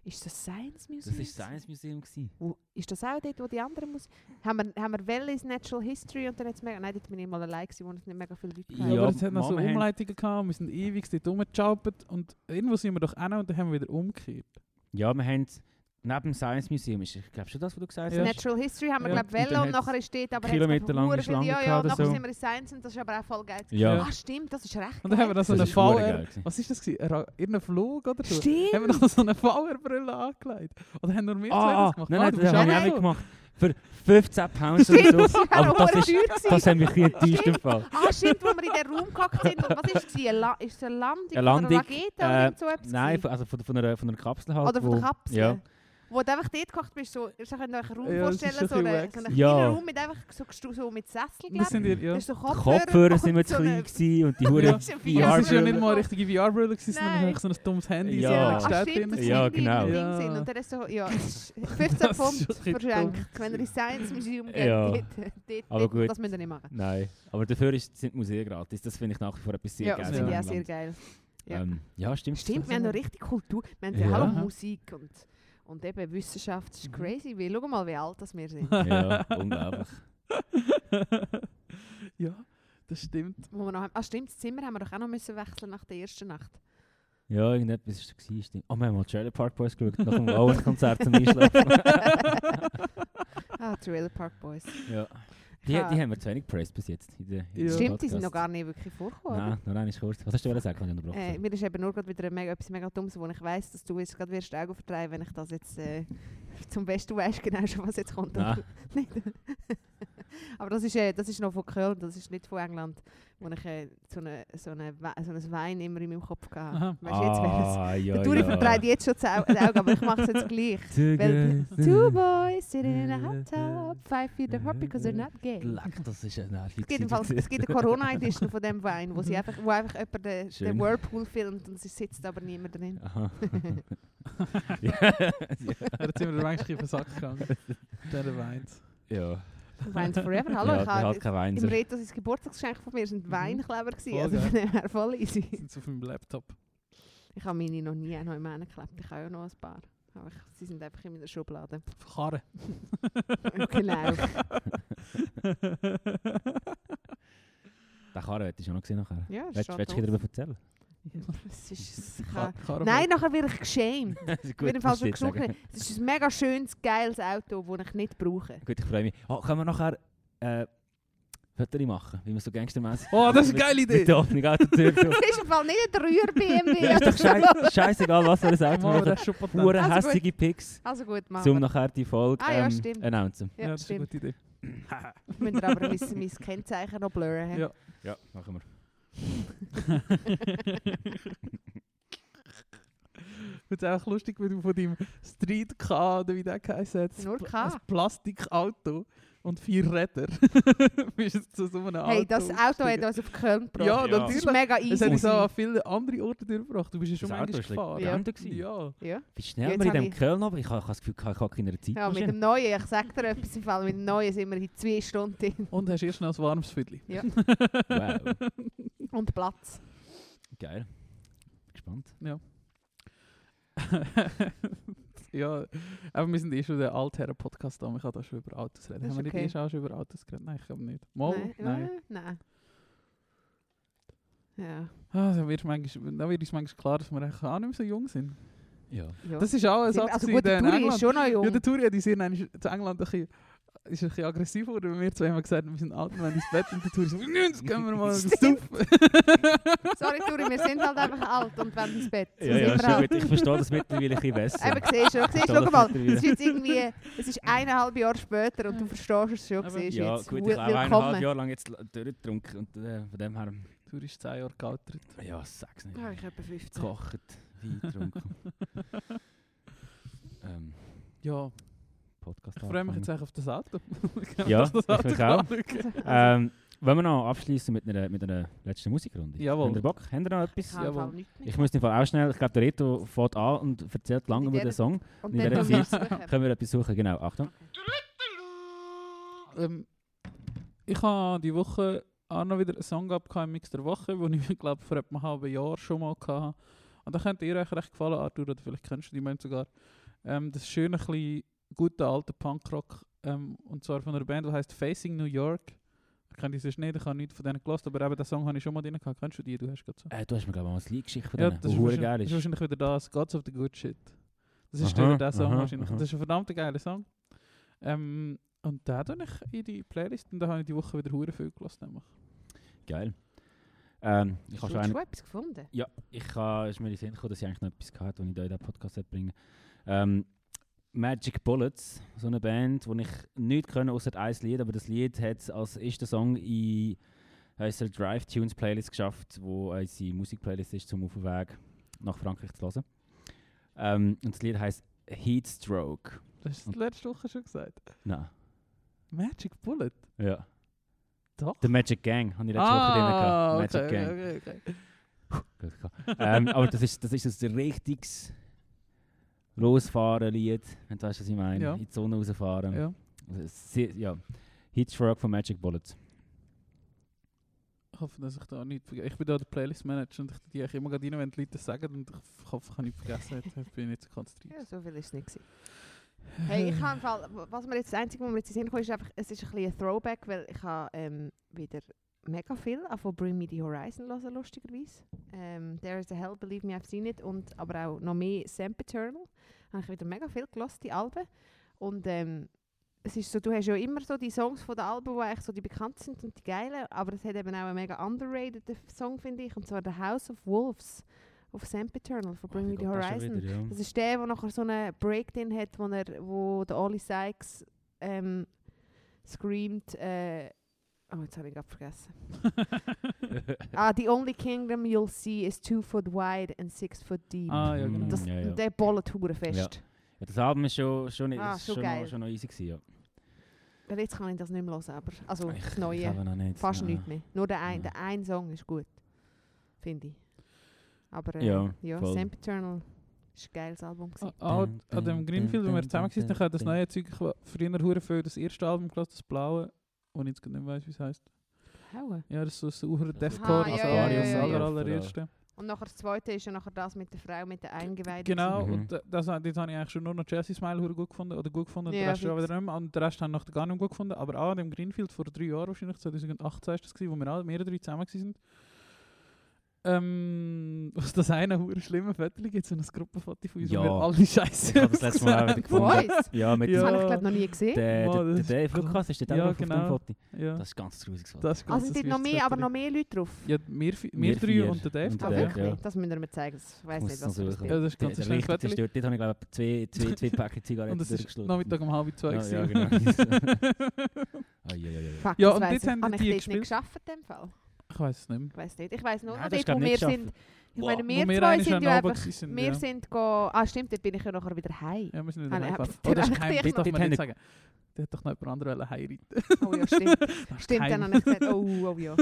S4: Ist das Science Museum?
S3: das war das Science Museum. Gewesen.
S4: Wo, ist das auch dort, wo die anderen muss? Haben wir, haben wir Wellis Natural History und dann jetzt mega... Nein, dort bin ich mal allein gewesen, wo es nicht mega viele Leute
S2: Ja,
S3: Ja,
S4: gab.
S2: aber es hat noch so
S3: Mama hat-
S2: Umleitungen gehabt, wir sind ewig dort rumgejumpt und irgendwo sind wir doch auch noch und dann haben wir wieder umgekehrt.
S3: Ja, wir haben neben dem Science Museum, ist, ich glaube schon das, was du gesagt
S2: Ja.
S3: hast.
S4: Natural History haben wir,
S2: Ja,
S4: glaube
S3: und
S4: ich,
S3: dann
S4: Velo und
S3: hat's
S4: nachher ist dort aber... hat's
S3: kilometerlange
S4: verdammt
S3: Schlangen
S4: viele- Ja, ja,
S3: gehabt
S4: und
S3: oder
S4: nachher
S3: so.
S4: sind wir in Science und das ist aber auch voll geil.
S3: Ja.
S4: Ah, stimmt, das ist recht
S2: Und dann haben wir
S4: geil.
S2: noch so eine
S3: ist verdammt
S2: VR.
S3: geil gewesen.
S2: Was ist das? gewesen? Ein Ra- Irgendein Flug oder so?
S4: Stimmt!
S2: Haben wir noch so eine VR-Brille angelegt? Oder haben nur wir zwei
S3: Ah,
S2: das
S3: ah,
S2: gemacht?
S3: nein,
S2: Ah,
S3: nein,
S2: du
S3: das
S2: bist
S3: haben
S4: auch
S3: wir auch
S4: so.
S3: nicht gemacht. Für 15 Pounds
S4: Stimmt,
S3: oder so.
S4: das
S3: Aber
S4: wäre auch
S3: das ist,
S4: teuer gewesen.
S3: das haben wir ein bisschen enttäuscht im Fall.
S4: Ah, stimmt, wo wir in den Raum gehockt sind. Und was ist es? Eine La ist es eine Landung?
S3: Eine Landung,
S4: Oder Rakete oder
S3: äh,
S4: irgend so etwas?
S3: Nein,
S4: gewesen?
S3: von- also von, von, einer, von einer Kapsel halt.
S4: Oder von
S3: wo-
S4: der Kapsel.
S3: Ja.
S4: Wo du einfach dort gehockt bist, so, ihr könnt euch einen Raum
S2: Ja, das ist
S4: vorstellen,
S2: schon
S4: so,
S2: ein bisschen
S4: einen, so
S2: wack.
S4: einen kleinen
S3: Ja.
S4: Raum mit einfach so, gestu- so mit Sessel,
S2: Wir
S4: glaube
S2: sind hier,
S4: Da
S2: Dus ja.
S4: ist so
S3: Die
S4: Kopfhörer,
S3: Kopfhörer sind wir
S4: und
S3: zu
S4: so eine-
S3: klein gewesen und die
S2: Ja,
S3: hure
S4: das ist
S2: Ja, es ist ja
S4: VR-Brille.
S2: nicht mal eine richtige VR-Brille, gewesen, sondern
S4: Nein.
S2: einfach so ein dummes Handy.
S3: Ja.
S2: so eine
S4: Ah,
S3: Steht
S2: Gestalt
S4: stimmt,
S2: drin.
S4: das
S3: Ja,
S4: sind die, die
S3: genau.
S4: im Ding
S2: Ja.
S4: sind. Und der ist so, ja, es ist 15
S2: Das ist
S4: Punkte
S2: schon ein bisschen
S4: verschenkt,
S2: dumm.
S4: wenn ihr ins Science Museum geht.
S3: Ja.
S4: Dort, dort,
S3: Aber
S4: dort,
S3: gut.
S4: Das müsst ihr nicht machen.
S3: Nein, aber dafür ist, sind die Museen gratis. Das finde ich nach wie vor etwas sehr
S4: Ja,
S3: geil.
S4: das finde ich
S2: Ja.
S4: auch sehr geil. Ja.
S3: Ähm, ja, stimmt.
S4: Stimmt, wir haben noch richtig Kultur. Wir haben
S3: Ja.
S4: ja auch
S2: Ja.
S4: Musik und, und eben Wissenschaft. Das ist crazy, weil schau mal, wie alt das wir sind.
S3: Ja, unglaublich.
S2: ja, das stimmt.
S4: Wo wir noch haben, ah stimmt, das Zimmer haben wir doch auch noch müssen wechseln nach der ersten Nacht.
S3: Ja, irgendetwas war es. gewesen, Stimmt. Oh, wir haben mal Trailer Park Boys geschaut, nach dem Owen-Konzert zum Einschlafen.
S4: Ah, Trailer Park Boys.
S3: ja. Die, die
S4: Ah.
S3: haben wir zu wenig gepraised bis jetzt. In der, in
S2: Ja.
S3: diesem
S4: Stimmt, die
S3: Podcast.
S4: sind noch gar nicht wirklich vorgekommen. oder?
S3: Nein, noch einmal kurz. Was hast du gesagt, wenn ich unterbrochen
S4: Äh,
S3: habe?
S4: mir ist eben nur gerade wieder ein mega, etwas mega Dummes, wo ich weiss, dass du jetzt gerade wirst die Augen vertreiben, wenn ich das jetzt äh, zum Besten weiss, genau schon, was jetzt kommt.
S3: Nein.
S4: Nicht? Aber das ist, äh, das ist noch von Köln, das ist nicht von England, wo ich äh, so, eine, so, eine, We- so ein Wein immer in meinem Kopf
S2: Aha.
S4: hatte. Weißt du jetzt, welches?
S3: ah, ja,
S4: Der Turi
S3: ja.
S4: vertreibt jetzt schon die Au- die Augen, aber ich mache es jetzt gleich. Weil two boys sitting in a hot tub, five feet apart because they're not gay.
S3: Lack, das ist ein nervig.
S4: Es gibt, im Fall, es gibt eine Corona-Edition von dem Wein, wo, sie einfach, wo einfach jemand den,
S3: Mhm. Schön.
S4: den Whirlpool filmt und es sitzt aber niemand drin.
S3: Aha. ja.
S2: Dann sind wir eigentlich auf den Sack gegangen. Dann weint
S3: ja.
S4: Weins Forever, hallo.
S3: ja,
S4: ich
S3: hat Mhm.
S4: habe
S3: kein Wein.
S4: im Reto sein Geburtstagsgeschenk von mir sind Weinkleber gewesen, also
S2: Voll
S4: von dem her voll easy.
S2: Sind sie auf meinem Laptop.
S4: Ich habe meine noch nie noch in meinen geklebt, ich habe ja noch ein paar. Aber ich, sie sind einfach in meiner Schublade.
S2: Auf Karren.
S4: genau.
S3: Den Karren hättest du auch noch gesehen nachher.
S4: Ja,
S3: Willst
S4: steht
S3: willst du dir
S4: drauf.
S3: darüber erzählen?
S4: Es ist, ich
S2: Kar-
S4: kann,
S2: Karren-
S4: nein, nachher werde ich geschämt.
S3: Das ist
S4: Auf jeden Fall
S3: musst du
S4: so
S3: jetzt
S4: geschaut.
S3: sagen.
S4: Es ist ein mega schönes, geiles Auto, das ich nicht brauche.
S3: Gut, ich freue mich. Oh, können wir nachher äh, Fotos machen, wie wir so gangstermäßig...
S2: Oh, das ist eine geile
S3: Mit
S2: Idee.
S3: der Hoffnung auch der Tür zu...
S4: Das ist im Fall nicht ein 3er BMW.
S3: Ja, ist doch
S4: oder so.
S3: scheiß- scheißegal, was wir sagen. Wir
S2: Mal,
S3: machen
S2: das ist schon patent.
S3: pure
S4: Also gut.
S3: hässige Pics,
S4: Also gut, machen
S3: um
S4: wir.
S3: nachher die Folge
S4: Ah, ja,
S3: ähm,
S4: stimmt.
S3: announcen.
S2: Ja,
S4: Ja,
S2: das ist eine
S4: stimmt.
S2: gute Idee.
S4: Müssen wir aber ein bisschen mein Kennzeichen noch blurren.
S2: Ja.
S3: Ja, machen wir.
S2: Und es ist auch lustig, wenn du von deinem Street K, oder wie der geheißen hat,
S4: Nur
S2: ein Pl-
S4: K.
S2: ein Plastikauto und vier Räder, bist du zu so einem Auto
S4: Hey, das Auto
S2: ausgestiegen.
S4: hat uns auf Köln gebracht.
S2: Ja,
S1: Ja.
S4: das
S2: natürlich.
S4: ist mega
S2: Es
S4: easy.
S2: hat uns auch an viele andere Orte durchgebracht. Du bist ja schon
S3: Das Auto
S2: manchmal
S3: ist
S2: gefahren.
S4: Ja.
S3: legendär gewesen.
S2: Ja.
S4: ja.
S3: Wie schnell
S4: Ja,
S3: wir
S4: jetzt
S3: in
S4: hab
S3: dem
S4: ich-
S3: Köln aber ich habe ich habe das Gefühl, ich habe keine Zeit.
S4: ja, mit dem neuen, ich sag dir etwas im Fall, mit dem neuen sind wir in zwei Stunden drin.
S2: Und hast erst noch ein warmes Viertel.
S4: Ja.
S3: wow.
S4: Und Platz.
S3: Geil. Gespannt.
S2: ja, aber wir sind eh schon der Altherren-Podcast da. Man kann da schon über Autos reden.
S4: Das
S2: Haben wir
S4: ist okay.
S2: nicht eh schon über Autos geredet? Nein, ich glaube nicht. Mal? Nein.
S4: Ja, nein. Ja.
S2: Ah, dann, wird manchmal, dann wird uns manchmal klar, dass wir eigentlich auch nicht mehr so jung sind.
S3: Ja.
S4: ja.
S2: Das ist auch ein
S4: Sind-
S2: Satz
S4: also
S2: gewesen,
S4: gut,
S2: der in
S4: der Puri ist
S2: England...
S4: schon noch
S2: Ja,
S4: jung.
S2: der Touri hat uns in England ein bisschen, ist ein bisschen aggressiv geworden, weil wir zwei haben gesagt, wir sind alt, wir wollen ins Bett und der Touri so, «Nö, jetzt gehen wir mal
S4: Stimmt.
S2: saufen.»
S4: Sorry, Turi, wir sind halt einfach alt und wollen ins Bett. So
S3: Ja, ja,
S4: sind wir
S3: schon
S4: halt.
S3: gut. Ich verstehe das mittlerweile ein bisschen besser.
S4: Eben, siehst du, siehst,
S3: Verstehe
S4: schau
S3: das
S4: mal,
S3: mittlerweile.
S4: es ist jetzt irgendwie, es ist eineinhalb Jahre später und du verstehst es schon,
S2: Eben.
S4: siehst du
S3: ja,
S4: jetzt.
S3: gut,
S4: Wel-
S3: ich habe eineinhalb
S4: Willkommen.
S3: Jahre lang jetzt durchgetrunken und äh, von dem her,
S2: Touri ist zehn Jahre gealtert.
S3: ja, sag's nicht.
S4: Ja, ich etwa 15.
S3: Gekocht, Wein getrunken. ähm,
S2: Ja,
S3: Podcast
S2: ich freue mich jetzt
S3: angefangen.
S2: eigentlich auf das Auto. Ich
S3: Ja,
S2: muss das
S3: ich
S2: Auto
S3: mich auch.
S2: anschauen.
S3: Ähm, wollen wir noch abschließen mit einer, mit einer letzten Musikrunde?
S2: Jawohl.
S3: Habt ihr Bock? Habt ihr noch etwas?
S4: Ich habe im Fall
S2: Jawohl.
S4: nichts mehr.
S3: Ich muss im Fall auch schnell, ich glaube, der Reto fährt an und erzählt lange
S4: In
S3: über den
S4: dieser-
S3: Song.
S4: Und
S3: in
S4: dann
S3: dieser
S4: tun wir es
S2: Zeit-
S4: suchen.
S3: Können wir etwas suchen? Genau, Achtung.
S2: Ähm, ich habe die Woche auch noch wieder einen Song gehabt im Mix der Woche, den ich glaube vor etwa einem halben Jahr schon mal hatte. Und da könnte ihr euch recht gefallen, Arthur, oder vielleicht kennst du die Menschen sogar. Ähm, das schöne, chli gute alte Punkrock. Ähm, und zwar von einer Band, die heißt Facing New York. Ich kenne die sonst nicht, ich habe nichts von denen gehört, aber eben den Song habe ich schon mal drin gehabt. Kennst du die? Du hast gerade so.
S3: Äh, du hast mir, glaube ich, mal eine Liedgeschichte von
S2: Ja,
S3: denen,
S2: das ist,
S3: die
S2: wahrscheinlich,
S3: verdammt geil
S2: das
S3: ist.
S2: ist wahrscheinlich wieder das, Gods of the Good Shit. Das ist
S3: Aha,
S2: wieder der Song
S3: aha,
S2: wahrscheinlich.
S3: aha.
S2: Das ist ein verdammt geiler Song. Ähm, und da tue ich in die Playlist und da habe ich die Woche wieder hure viel gelassen. Nämlich.
S3: Geil. Ähm, ich habe
S4: Hast du
S3: schon
S4: schon
S3: einen,
S4: etwas gefunden?
S3: ja, ich habe, ist mir in den Sinn gekommen, dass ich eigentlich noch etwas gehabt habe, das ich da in den Podcast hätte bringen ähm, Magic Bullets, so eine Band, wo ich nichts können außer ein Lied, aber das Lied hat es als erster Song in unserer Drive Tunes Playlist geschafft, wo unsere Musikplaylist ist, zum Aufweg nach Frankreich zu hören. Ähm, und das Lied heißt Heatstroke.
S2: Das hast du
S3: Und-
S2: letzte Woche schon gesagt.
S3: Nein.
S2: Magic Bullet.
S3: Ja.
S2: Doch.
S3: The Magic Gang, habe ich letzte Woche drin gehabt. Magic
S2: Ah, okay,
S3: Gang.
S2: okay, okay, okay.
S3: Gut, klar. ähm, aber das ist, das ist ein richtiges Losfahren-Lied, wenn du weißt, was ich meine.
S2: Ja.
S3: In die Sonne rausfahren.
S2: Ja.
S3: Also, es- sie- ja. Hitchrock von Magic Bullets.
S2: Ich hoffe, dass ich da nicht vergesse. Ich bin da der Playlist Manager und ich tue die eigentlich immer gerade rein, wenn die Leute das sagen und ich hoffe, ich habe nicht vergessen. Jetzt bin ich nicht so
S4: Ja,
S2: konzentriert.
S4: so viel ist es nicht. gewesen. Hey, ich habe im Fall, was mir jetzt, das Einzige, was mir jetzt in den Sinn kommt, ist einfach, es ist ein bisschen ein Throwback, weil ich habe ähm, wieder mega viel von Bring Me The Horizon hören, lustigerweise. Ähm, There is a Hell, Believe Me, I've Seen It und aber auch noch mehr Sam Paternal. Habe ich wieder mega viel gelassen, die Alben. Und ähm, es ist so, du hast ja immer so die Songs von den Alben, die eigentlich so die bekannt sind und die geilen, aber es hat eben auch einen mega underrated Song, finde ich, und zwar The House of Wolves auf Sam Paternal
S3: Oh,
S4: von Bring Me The Horizon.
S3: Mhm.
S4: Das ist der, der nachher so einen Break drin hat, wo, er, wo der Oli Sykes ähm, screamt. Äh, oh, jetzt habe ich gerade vergessen. ah, The Only Kingdom You'll See is two foot wide and six foot deep.
S2: Ah, ja, genau.
S4: das,
S3: ja, ja.
S4: Der ballert hure fest.
S3: Ja, das Album ist schon, schon,
S4: Ah,
S3: ist
S4: schon
S3: schon, noch,
S4: geil.
S3: schon noch easy gewesen, ja.
S4: Weil Jetzt kann ich das nicht mehr hören, aber also
S3: Ich-
S4: das
S3: ich
S4: Neue
S3: habe noch nicht.
S4: fast
S3: nein.
S4: nichts mehr. Nur der ein,
S3: Nein.
S4: der ein Song ist gut, finde ich. Aber äh, ja,
S3: Ja,
S4: ja
S3: voll.
S4: Sam Eternal ist ein geiles Album. gewesen.
S2: Ah, ah, an dem Greenfield, wo wir zusammen waren, ich habe das neue Zeug, ich habe früher hure viel das erste Album gehört, das blaue, und jetzt gerade nicht weiss, wie es heisst.
S4: Hauen.
S2: Ja, das ist so ein super
S3: Das ist
S2: Deathcore,
S4: Ah,
S2: das
S4: ja, ja,
S2: Aquarium,
S4: ja,
S2: das
S4: ja.
S2: aller- allererste.
S4: Und nachher das zweite ist ja nachher das mit der Frau mit den Eingeweiden.
S2: Genau,
S3: Mhm.
S2: und äh, das, dort habe ich eigentlich schon nur noch Jesse Smile hure gut gefunden, oder gut gefunden, den
S4: Ja,
S2: Rest schon
S4: fix.
S2: wieder nicht mehr, und den Rest habe ich noch gar nicht mehr gut gefunden, aber auch an dem Greenfield vor drei Jahren wahrscheinlich, 2018 ist das gewesen, wo wir alle, mehrere drei zusammen waren. Ähm, was das eine hure schlimme Vettel gibt, so ein Gruppenfoto von uns,
S3: Ja.
S2: wo wir alle scheiße
S3: Ich habe das letzte Mal auch wieder gefunden.
S4: Boys!
S3: Ja, mit
S4: Das
S2: Ja.
S3: dem-
S4: habe ich glaube noch nie gesehen.
S3: Der,
S2: Mann,
S3: der,
S2: das
S3: der
S2: ist
S3: Dave Lukas ist der
S2: Ja,
S3: ja, auf dem
S2: genau.
S3: Foto.
S2: Ja,
S3: Das ist ganz trauriges Foto.
S2: das ist
S4: Also sind
S2: grosses
S4: noch mehr,
S2: Weissvetter.
S4: aber noch mehr Leute drauf.
S2: Ja, wir, vi- wir,
S3: Wir
S2: drei
S3: vier.
S2: und der Dave.
S3: Und
S4: ah,
S3: der
S2: glaub ich.
S3: Dave,
S4: wirklich?
S3: ja.
S4: Das müssen wir mir zeigen. Ich weiß
S3: muss
S4: nicht,
S3: noch
S4: was das
S3: suchen.
S2: Ja, dus
S4: ist.
S2: das ist
S3: Der,
S2: ganz
S3: der
S2: schön.
S3: richtig zerstört. Dort habe ich, glaube ich, zwei, zwei, zwei Päckchen Zigaretten
S2: Und es ist
S3: durchgeschluckt.
S2: Nachmittag um halb zwei.
S3: Ja, ja,
S2: gewesen.
S3: Ai, ai, ai, ai.
S4: Fuck,
S2: Ja,
S4: das
S2: und
S4: weiss
S2: jetzt
S4: ich.
S2: haben
S4: Habe
S2: die
S4: ich dort
S2: gespielt?
S4: nicht geschafft in dem Fall?
S2: ich weiß es nicht mehr.
S4: Ich weiß nicht. Ich weiß nur,
S3: Nein,
S4: noch
S3: das ist,
S4: dort, wo
S3: glaub
S4: wir
S3: ich, nicht
S4: sind.
S3: geschafft.
S4: Ich meine,
S2: Nur
S4: wir zwei
S2: einer ist
S4: sind
S2: am
S4: ja
S2: Abend
S4: einfach...
S2: gewesen,
S4: Wir
S2: ja.
S4: sind go Ah stimmt, dort bin ich ja nachher wieder heim.
S2: Ja, wir sind nicht
S4: Ah, nein,
S2: heimgefahren.
S4: habt ihr
S2: Oh, das ist
S4: eigentlich
S2: kein Bild, darf
S4: noch-
S3: Dort
S2: man
S3: haben-
S2: nicht sagen. Der hat doch noch jemand anderen heiraten.
S4: Oh ja, stimmt.
S2: Das ist
S4: stimmt, dann
S2: geheim.
S4: habe ich gesagt, oh, oh ja.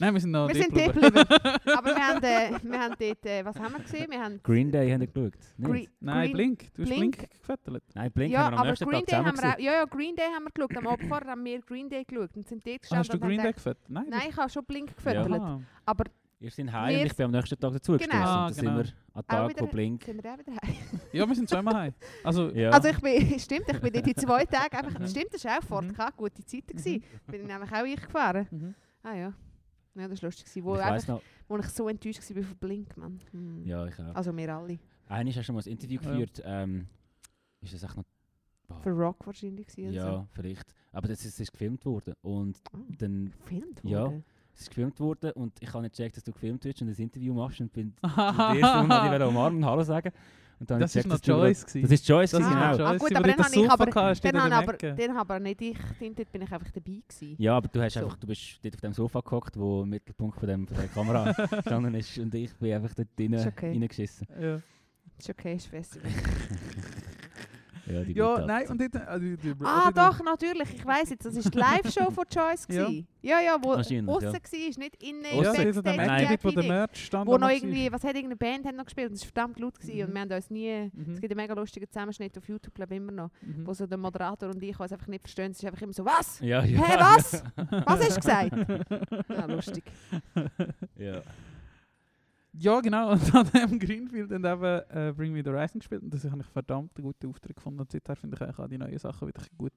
S2: Nein, wir sind noch
S4: wir
S2: dort
S4: sind dort
S2: geblieben.
S4: geblieben. Aber wir haben, äh, wir haben dort... Äh, was haben wir gesehen? Wir haben...
S3: Green Day haben wir geschaut. Nicht?
S4: Gre-
S2: Nein,
S4: Green-
S2: Blink. Du hast
S4: Blink.
S2: Blink, gefettelt.
S3: Nein, Blink
S4: ja,
S3: haben wir am
S4: aber
S3: nächsten
S4: Green
S3: Tag
S4: Day
S3: zusammen
S4: haben wir auch,
S3: gesehen.
S4: ja, ja, Green Day haben wir geschaut. Am Abend vorher haben wir Green Day geschaut und sind dort
S2: Ah,
S4: gestanden
S2: hast du
S4: und haben
S2: Green Day
S4: gedacht,
S2: gefettelt? Nein.
S4: Nein, ich habe schon Blink
S3: Dus- Ja.
S4: gefüttert.
S2: Ah,
S4: Aber
S3: Wir sind heim und
S4: Wir-
S3: ich bin am nächsten Tag dazu
S4: Genau.
S3: gestoßen.
S2: Ah,
S3: Und dann
S2: genau.
S3: sind wir an den
S4: Auch
S3: Tag,
S4: wieder-
S3: wo Blink...
S4: sind wir auch wieder heim.
S2: ja, wir sind zweimal heim. Also,
S3: Ja.
S4: Also ich bin, stimmt, ich bin dort die zwei Tage einfach...
S2: Mhm.
S4: Stimmt, dus, das war auch Ford
S2: Mhm.
S4: K, gute Zeiten gewesen. Bin ich nämlich auch ich gefahren.
S2: mhm.
S4: Ah ja. Ja, das war lustig. gewesen,
S3: ich
S4: Wo,
S3: weiss
S4: einfach,
S3: noch...
S4: wo ich so enttäuscht war von Blink, Mann. Hm.
S3: Ja, ich auch.
S4: Also wir alle.
S3: Einmal hast du schon mal ein Interview
S2: Ja.
S3: geführt. Ähm, ist das echt noch... Ah,
S4: Für Rock wahrscheinlich gewesen. und
S3: ja, vielleicht. Aber das ist, ist gefilmt worden. Und
S4: So. Ah,
S3: dann...
S4: gefilmt
S3: Ja.
S4: wurde.
S3: Es ist gefilmt worden und ich habe nicht gecheckt, dass du gefilmt wirst und ein Interview machst und bin zum ersten Mal
S2: das
S3: wieder umarmen und Hallo sagen. Und dann habe ich
S2: ist
S3: gecheckt,
S2: noch
S3: dass du-
S2: Joyce.
S3: Das ist Joyce,
S2: Das
S4: ist
S3: genau.
S4: noch Joyce. Ah, gut, aber dann habe ich aber- Dann habe aber, dann habe aber nicht ich, drin, dort bin ich einfach dabei gewesen.
S3: Ja, aber du, hast
S4: So.
S3: einfach, du bist dort auf dem Sofa gehockt, wo im Mittelpunkt von, dem, von der Kamera gestanden ist und ich bin einfach dort rein,
S4: Ist okay.
S3: reingeschissen.
S2: Ja,
S4: Ist okay, ist fest.
S3: Ja, die
S2: ja
S3: gute
S2: nein,
S3: Art.
S2: und dort... Ah, die- die-
S4: Ah,
S2: die-
S4: doch, natürlich. Ich weiss jetzt, das war die Live-Show von Choice.
S2: Ja.
S4: gewesen. ja, ja, wo
S3: Wahrscheinlich,
S4: außen war,
S3: ja.
S4: nicht innen im
S2: Ja,
S3: Ausser-
S2: dort der
S4: Backstage.
S3: Nein.
S2: Match, dort, wo der
S4: Ding.
S2: Merch stand.
S4: wo noch
S2: damals war.
S4: irgendwie, was hat irgendeine Band hat noch gespielt? Und es war verdammt laut gewesen.
S2: Mhm.
S4: und wir haben uns nie... Es
S2: Mhm,
S4: gibt einen mega lustigen Zusammenschnitt auf YouTube, glaube ich, immer noch,
S2: mhm.
S4: wo so der Moderator und ich uns einfach nicht verstehen. Es ist einfach immer so, was?
S3: Ja, ja.
S4: Hä, was? Was hast du gesagt? ja, lustig.
S3: Ja.
S2: Ja, genau. Und an dem Greenfield haben eben äh, Bring Me the Horizon gespielt. Und das habe ich verdammt einen guten Auftritt gefunden. Und seither finde ich eigentlich auch die neuen Sachen wieder gut,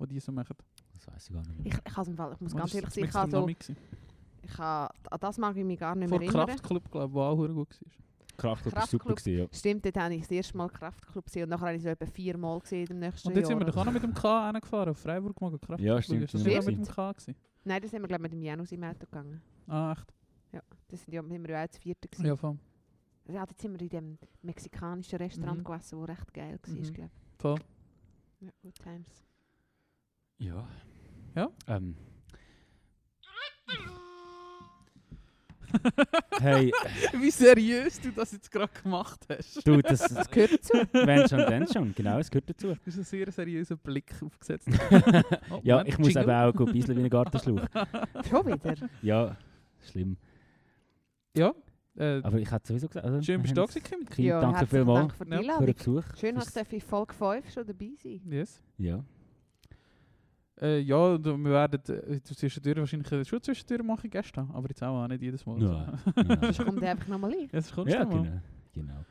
S2: die die so machen.
S3: Das weiß ich gar nicht mehr.
S4: Ich, ich, hab's im Fall, ich muss
S2: Und
S4: ganz
S2: das-
S4: ehrlich
S2: das
S4: sein, ich
S2: Mixed
S4: habe so...
S2: Dynamic gewesen.
S4: Ich habe, an das mag ich mich gar nicht mehr
S2: Vor
S4: erinnern.
S2: Kraftclub, glaube ich, wo auch verdammt gut war.
S3: Kraftclub war super.
S4: Kraftclub.
S3: Gewesen, ja.
S4: Stimmt, dort habe ich das erste Mal Kraftclub gesehen und nachher habe ich so etwa viermal gesehen im nächsten
S2: Und jetzt
S4: Jahr.
S2: sind wir doch auch noch mit dem K hingefahren, auf Freiburg mal Kraftclub.
S3: Ja, stimmt,
S2: Ist das
S4: stimmt.
S2: nicht auch mit dem K gewesen?
S4: Nein, da sind wir glaube ich mit dem Janus im Auto gegangen.
S2: Ah, echt?
S4: Das sind ja, sind wir ja auch zu vierte gewesen.
S2: Ja, voll.
S4: Ja, jetzt sind wir in dem mexikanischen Restaurant
S2: Mhm.
S4: gegessen, das recht geil war,
S2: Mhm.
S4: glaube
S2: voll.
S4: ich. Ja, good times.
S3: Ja.
S2: Ja?
S3: Ähm. hey,
S2: Wie seriös du das jetzt gerade gemacht hast.
S3: du, das, das
S4: Gehört dazu?
S3: wenn schon, dann schon. Genau, es gehört dazu.
S2: Du hast einen sehr seriösen Blick aufgesetzt. Oh,
S3: Ja,
S2: Moment,
S3: ich muss
S2: Jingle.
S3: eben auch gut bisschen wie ein Gartenschlauch.
S4: Schon wieder?
S3: Ja, schlimm.
S2: Ja, äh,
S3: Aber ich hätte sowieso gesagt... Also,
S2: schön
S3: wir
S2: bist du
S3: haben
S2: da gewesen, Kim.
S3: Kim,
S4: ja,
S3: danke
S4: herzlichen
S3: vielmals
S4: Dank für die
S2: Ja.
S3: für
S4: Einladung.
S3: den Besuch.
S4: Schön, dass
S3: Fürs-
S4: ich in Folge 5 schon dabei sein
S2: Yes.
S3: Ja.
S2: Äh, ja, und wir werden äh, zwischendurch wahrscheinlich schon zwischendurch machen Gäste haben, aber jetzt auch, auch nicht jedes Mal.
S3: Ja, genau.
S4: darf. Kommt einfach nochmal ein.
S2: Jetzt kommst
S3: ja,
S2: du mal.
S3: genau. genau.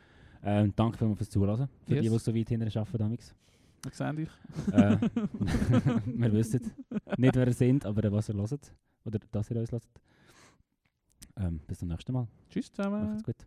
S3: Ähm, danke vielmals fürs Zuhören. Für
S2: Yes.
S3: die, die so weit hinten arbeiten, damals.
S2: Wir sehen dich.
S3: äh, wir wissen nicht, wer ihr sind, aber was ihr hört. Oder dass ihr uns hört. Ähm, bis zum nächsten Mal.
S2: Tschüss zusammen.
S3: Macht's gut.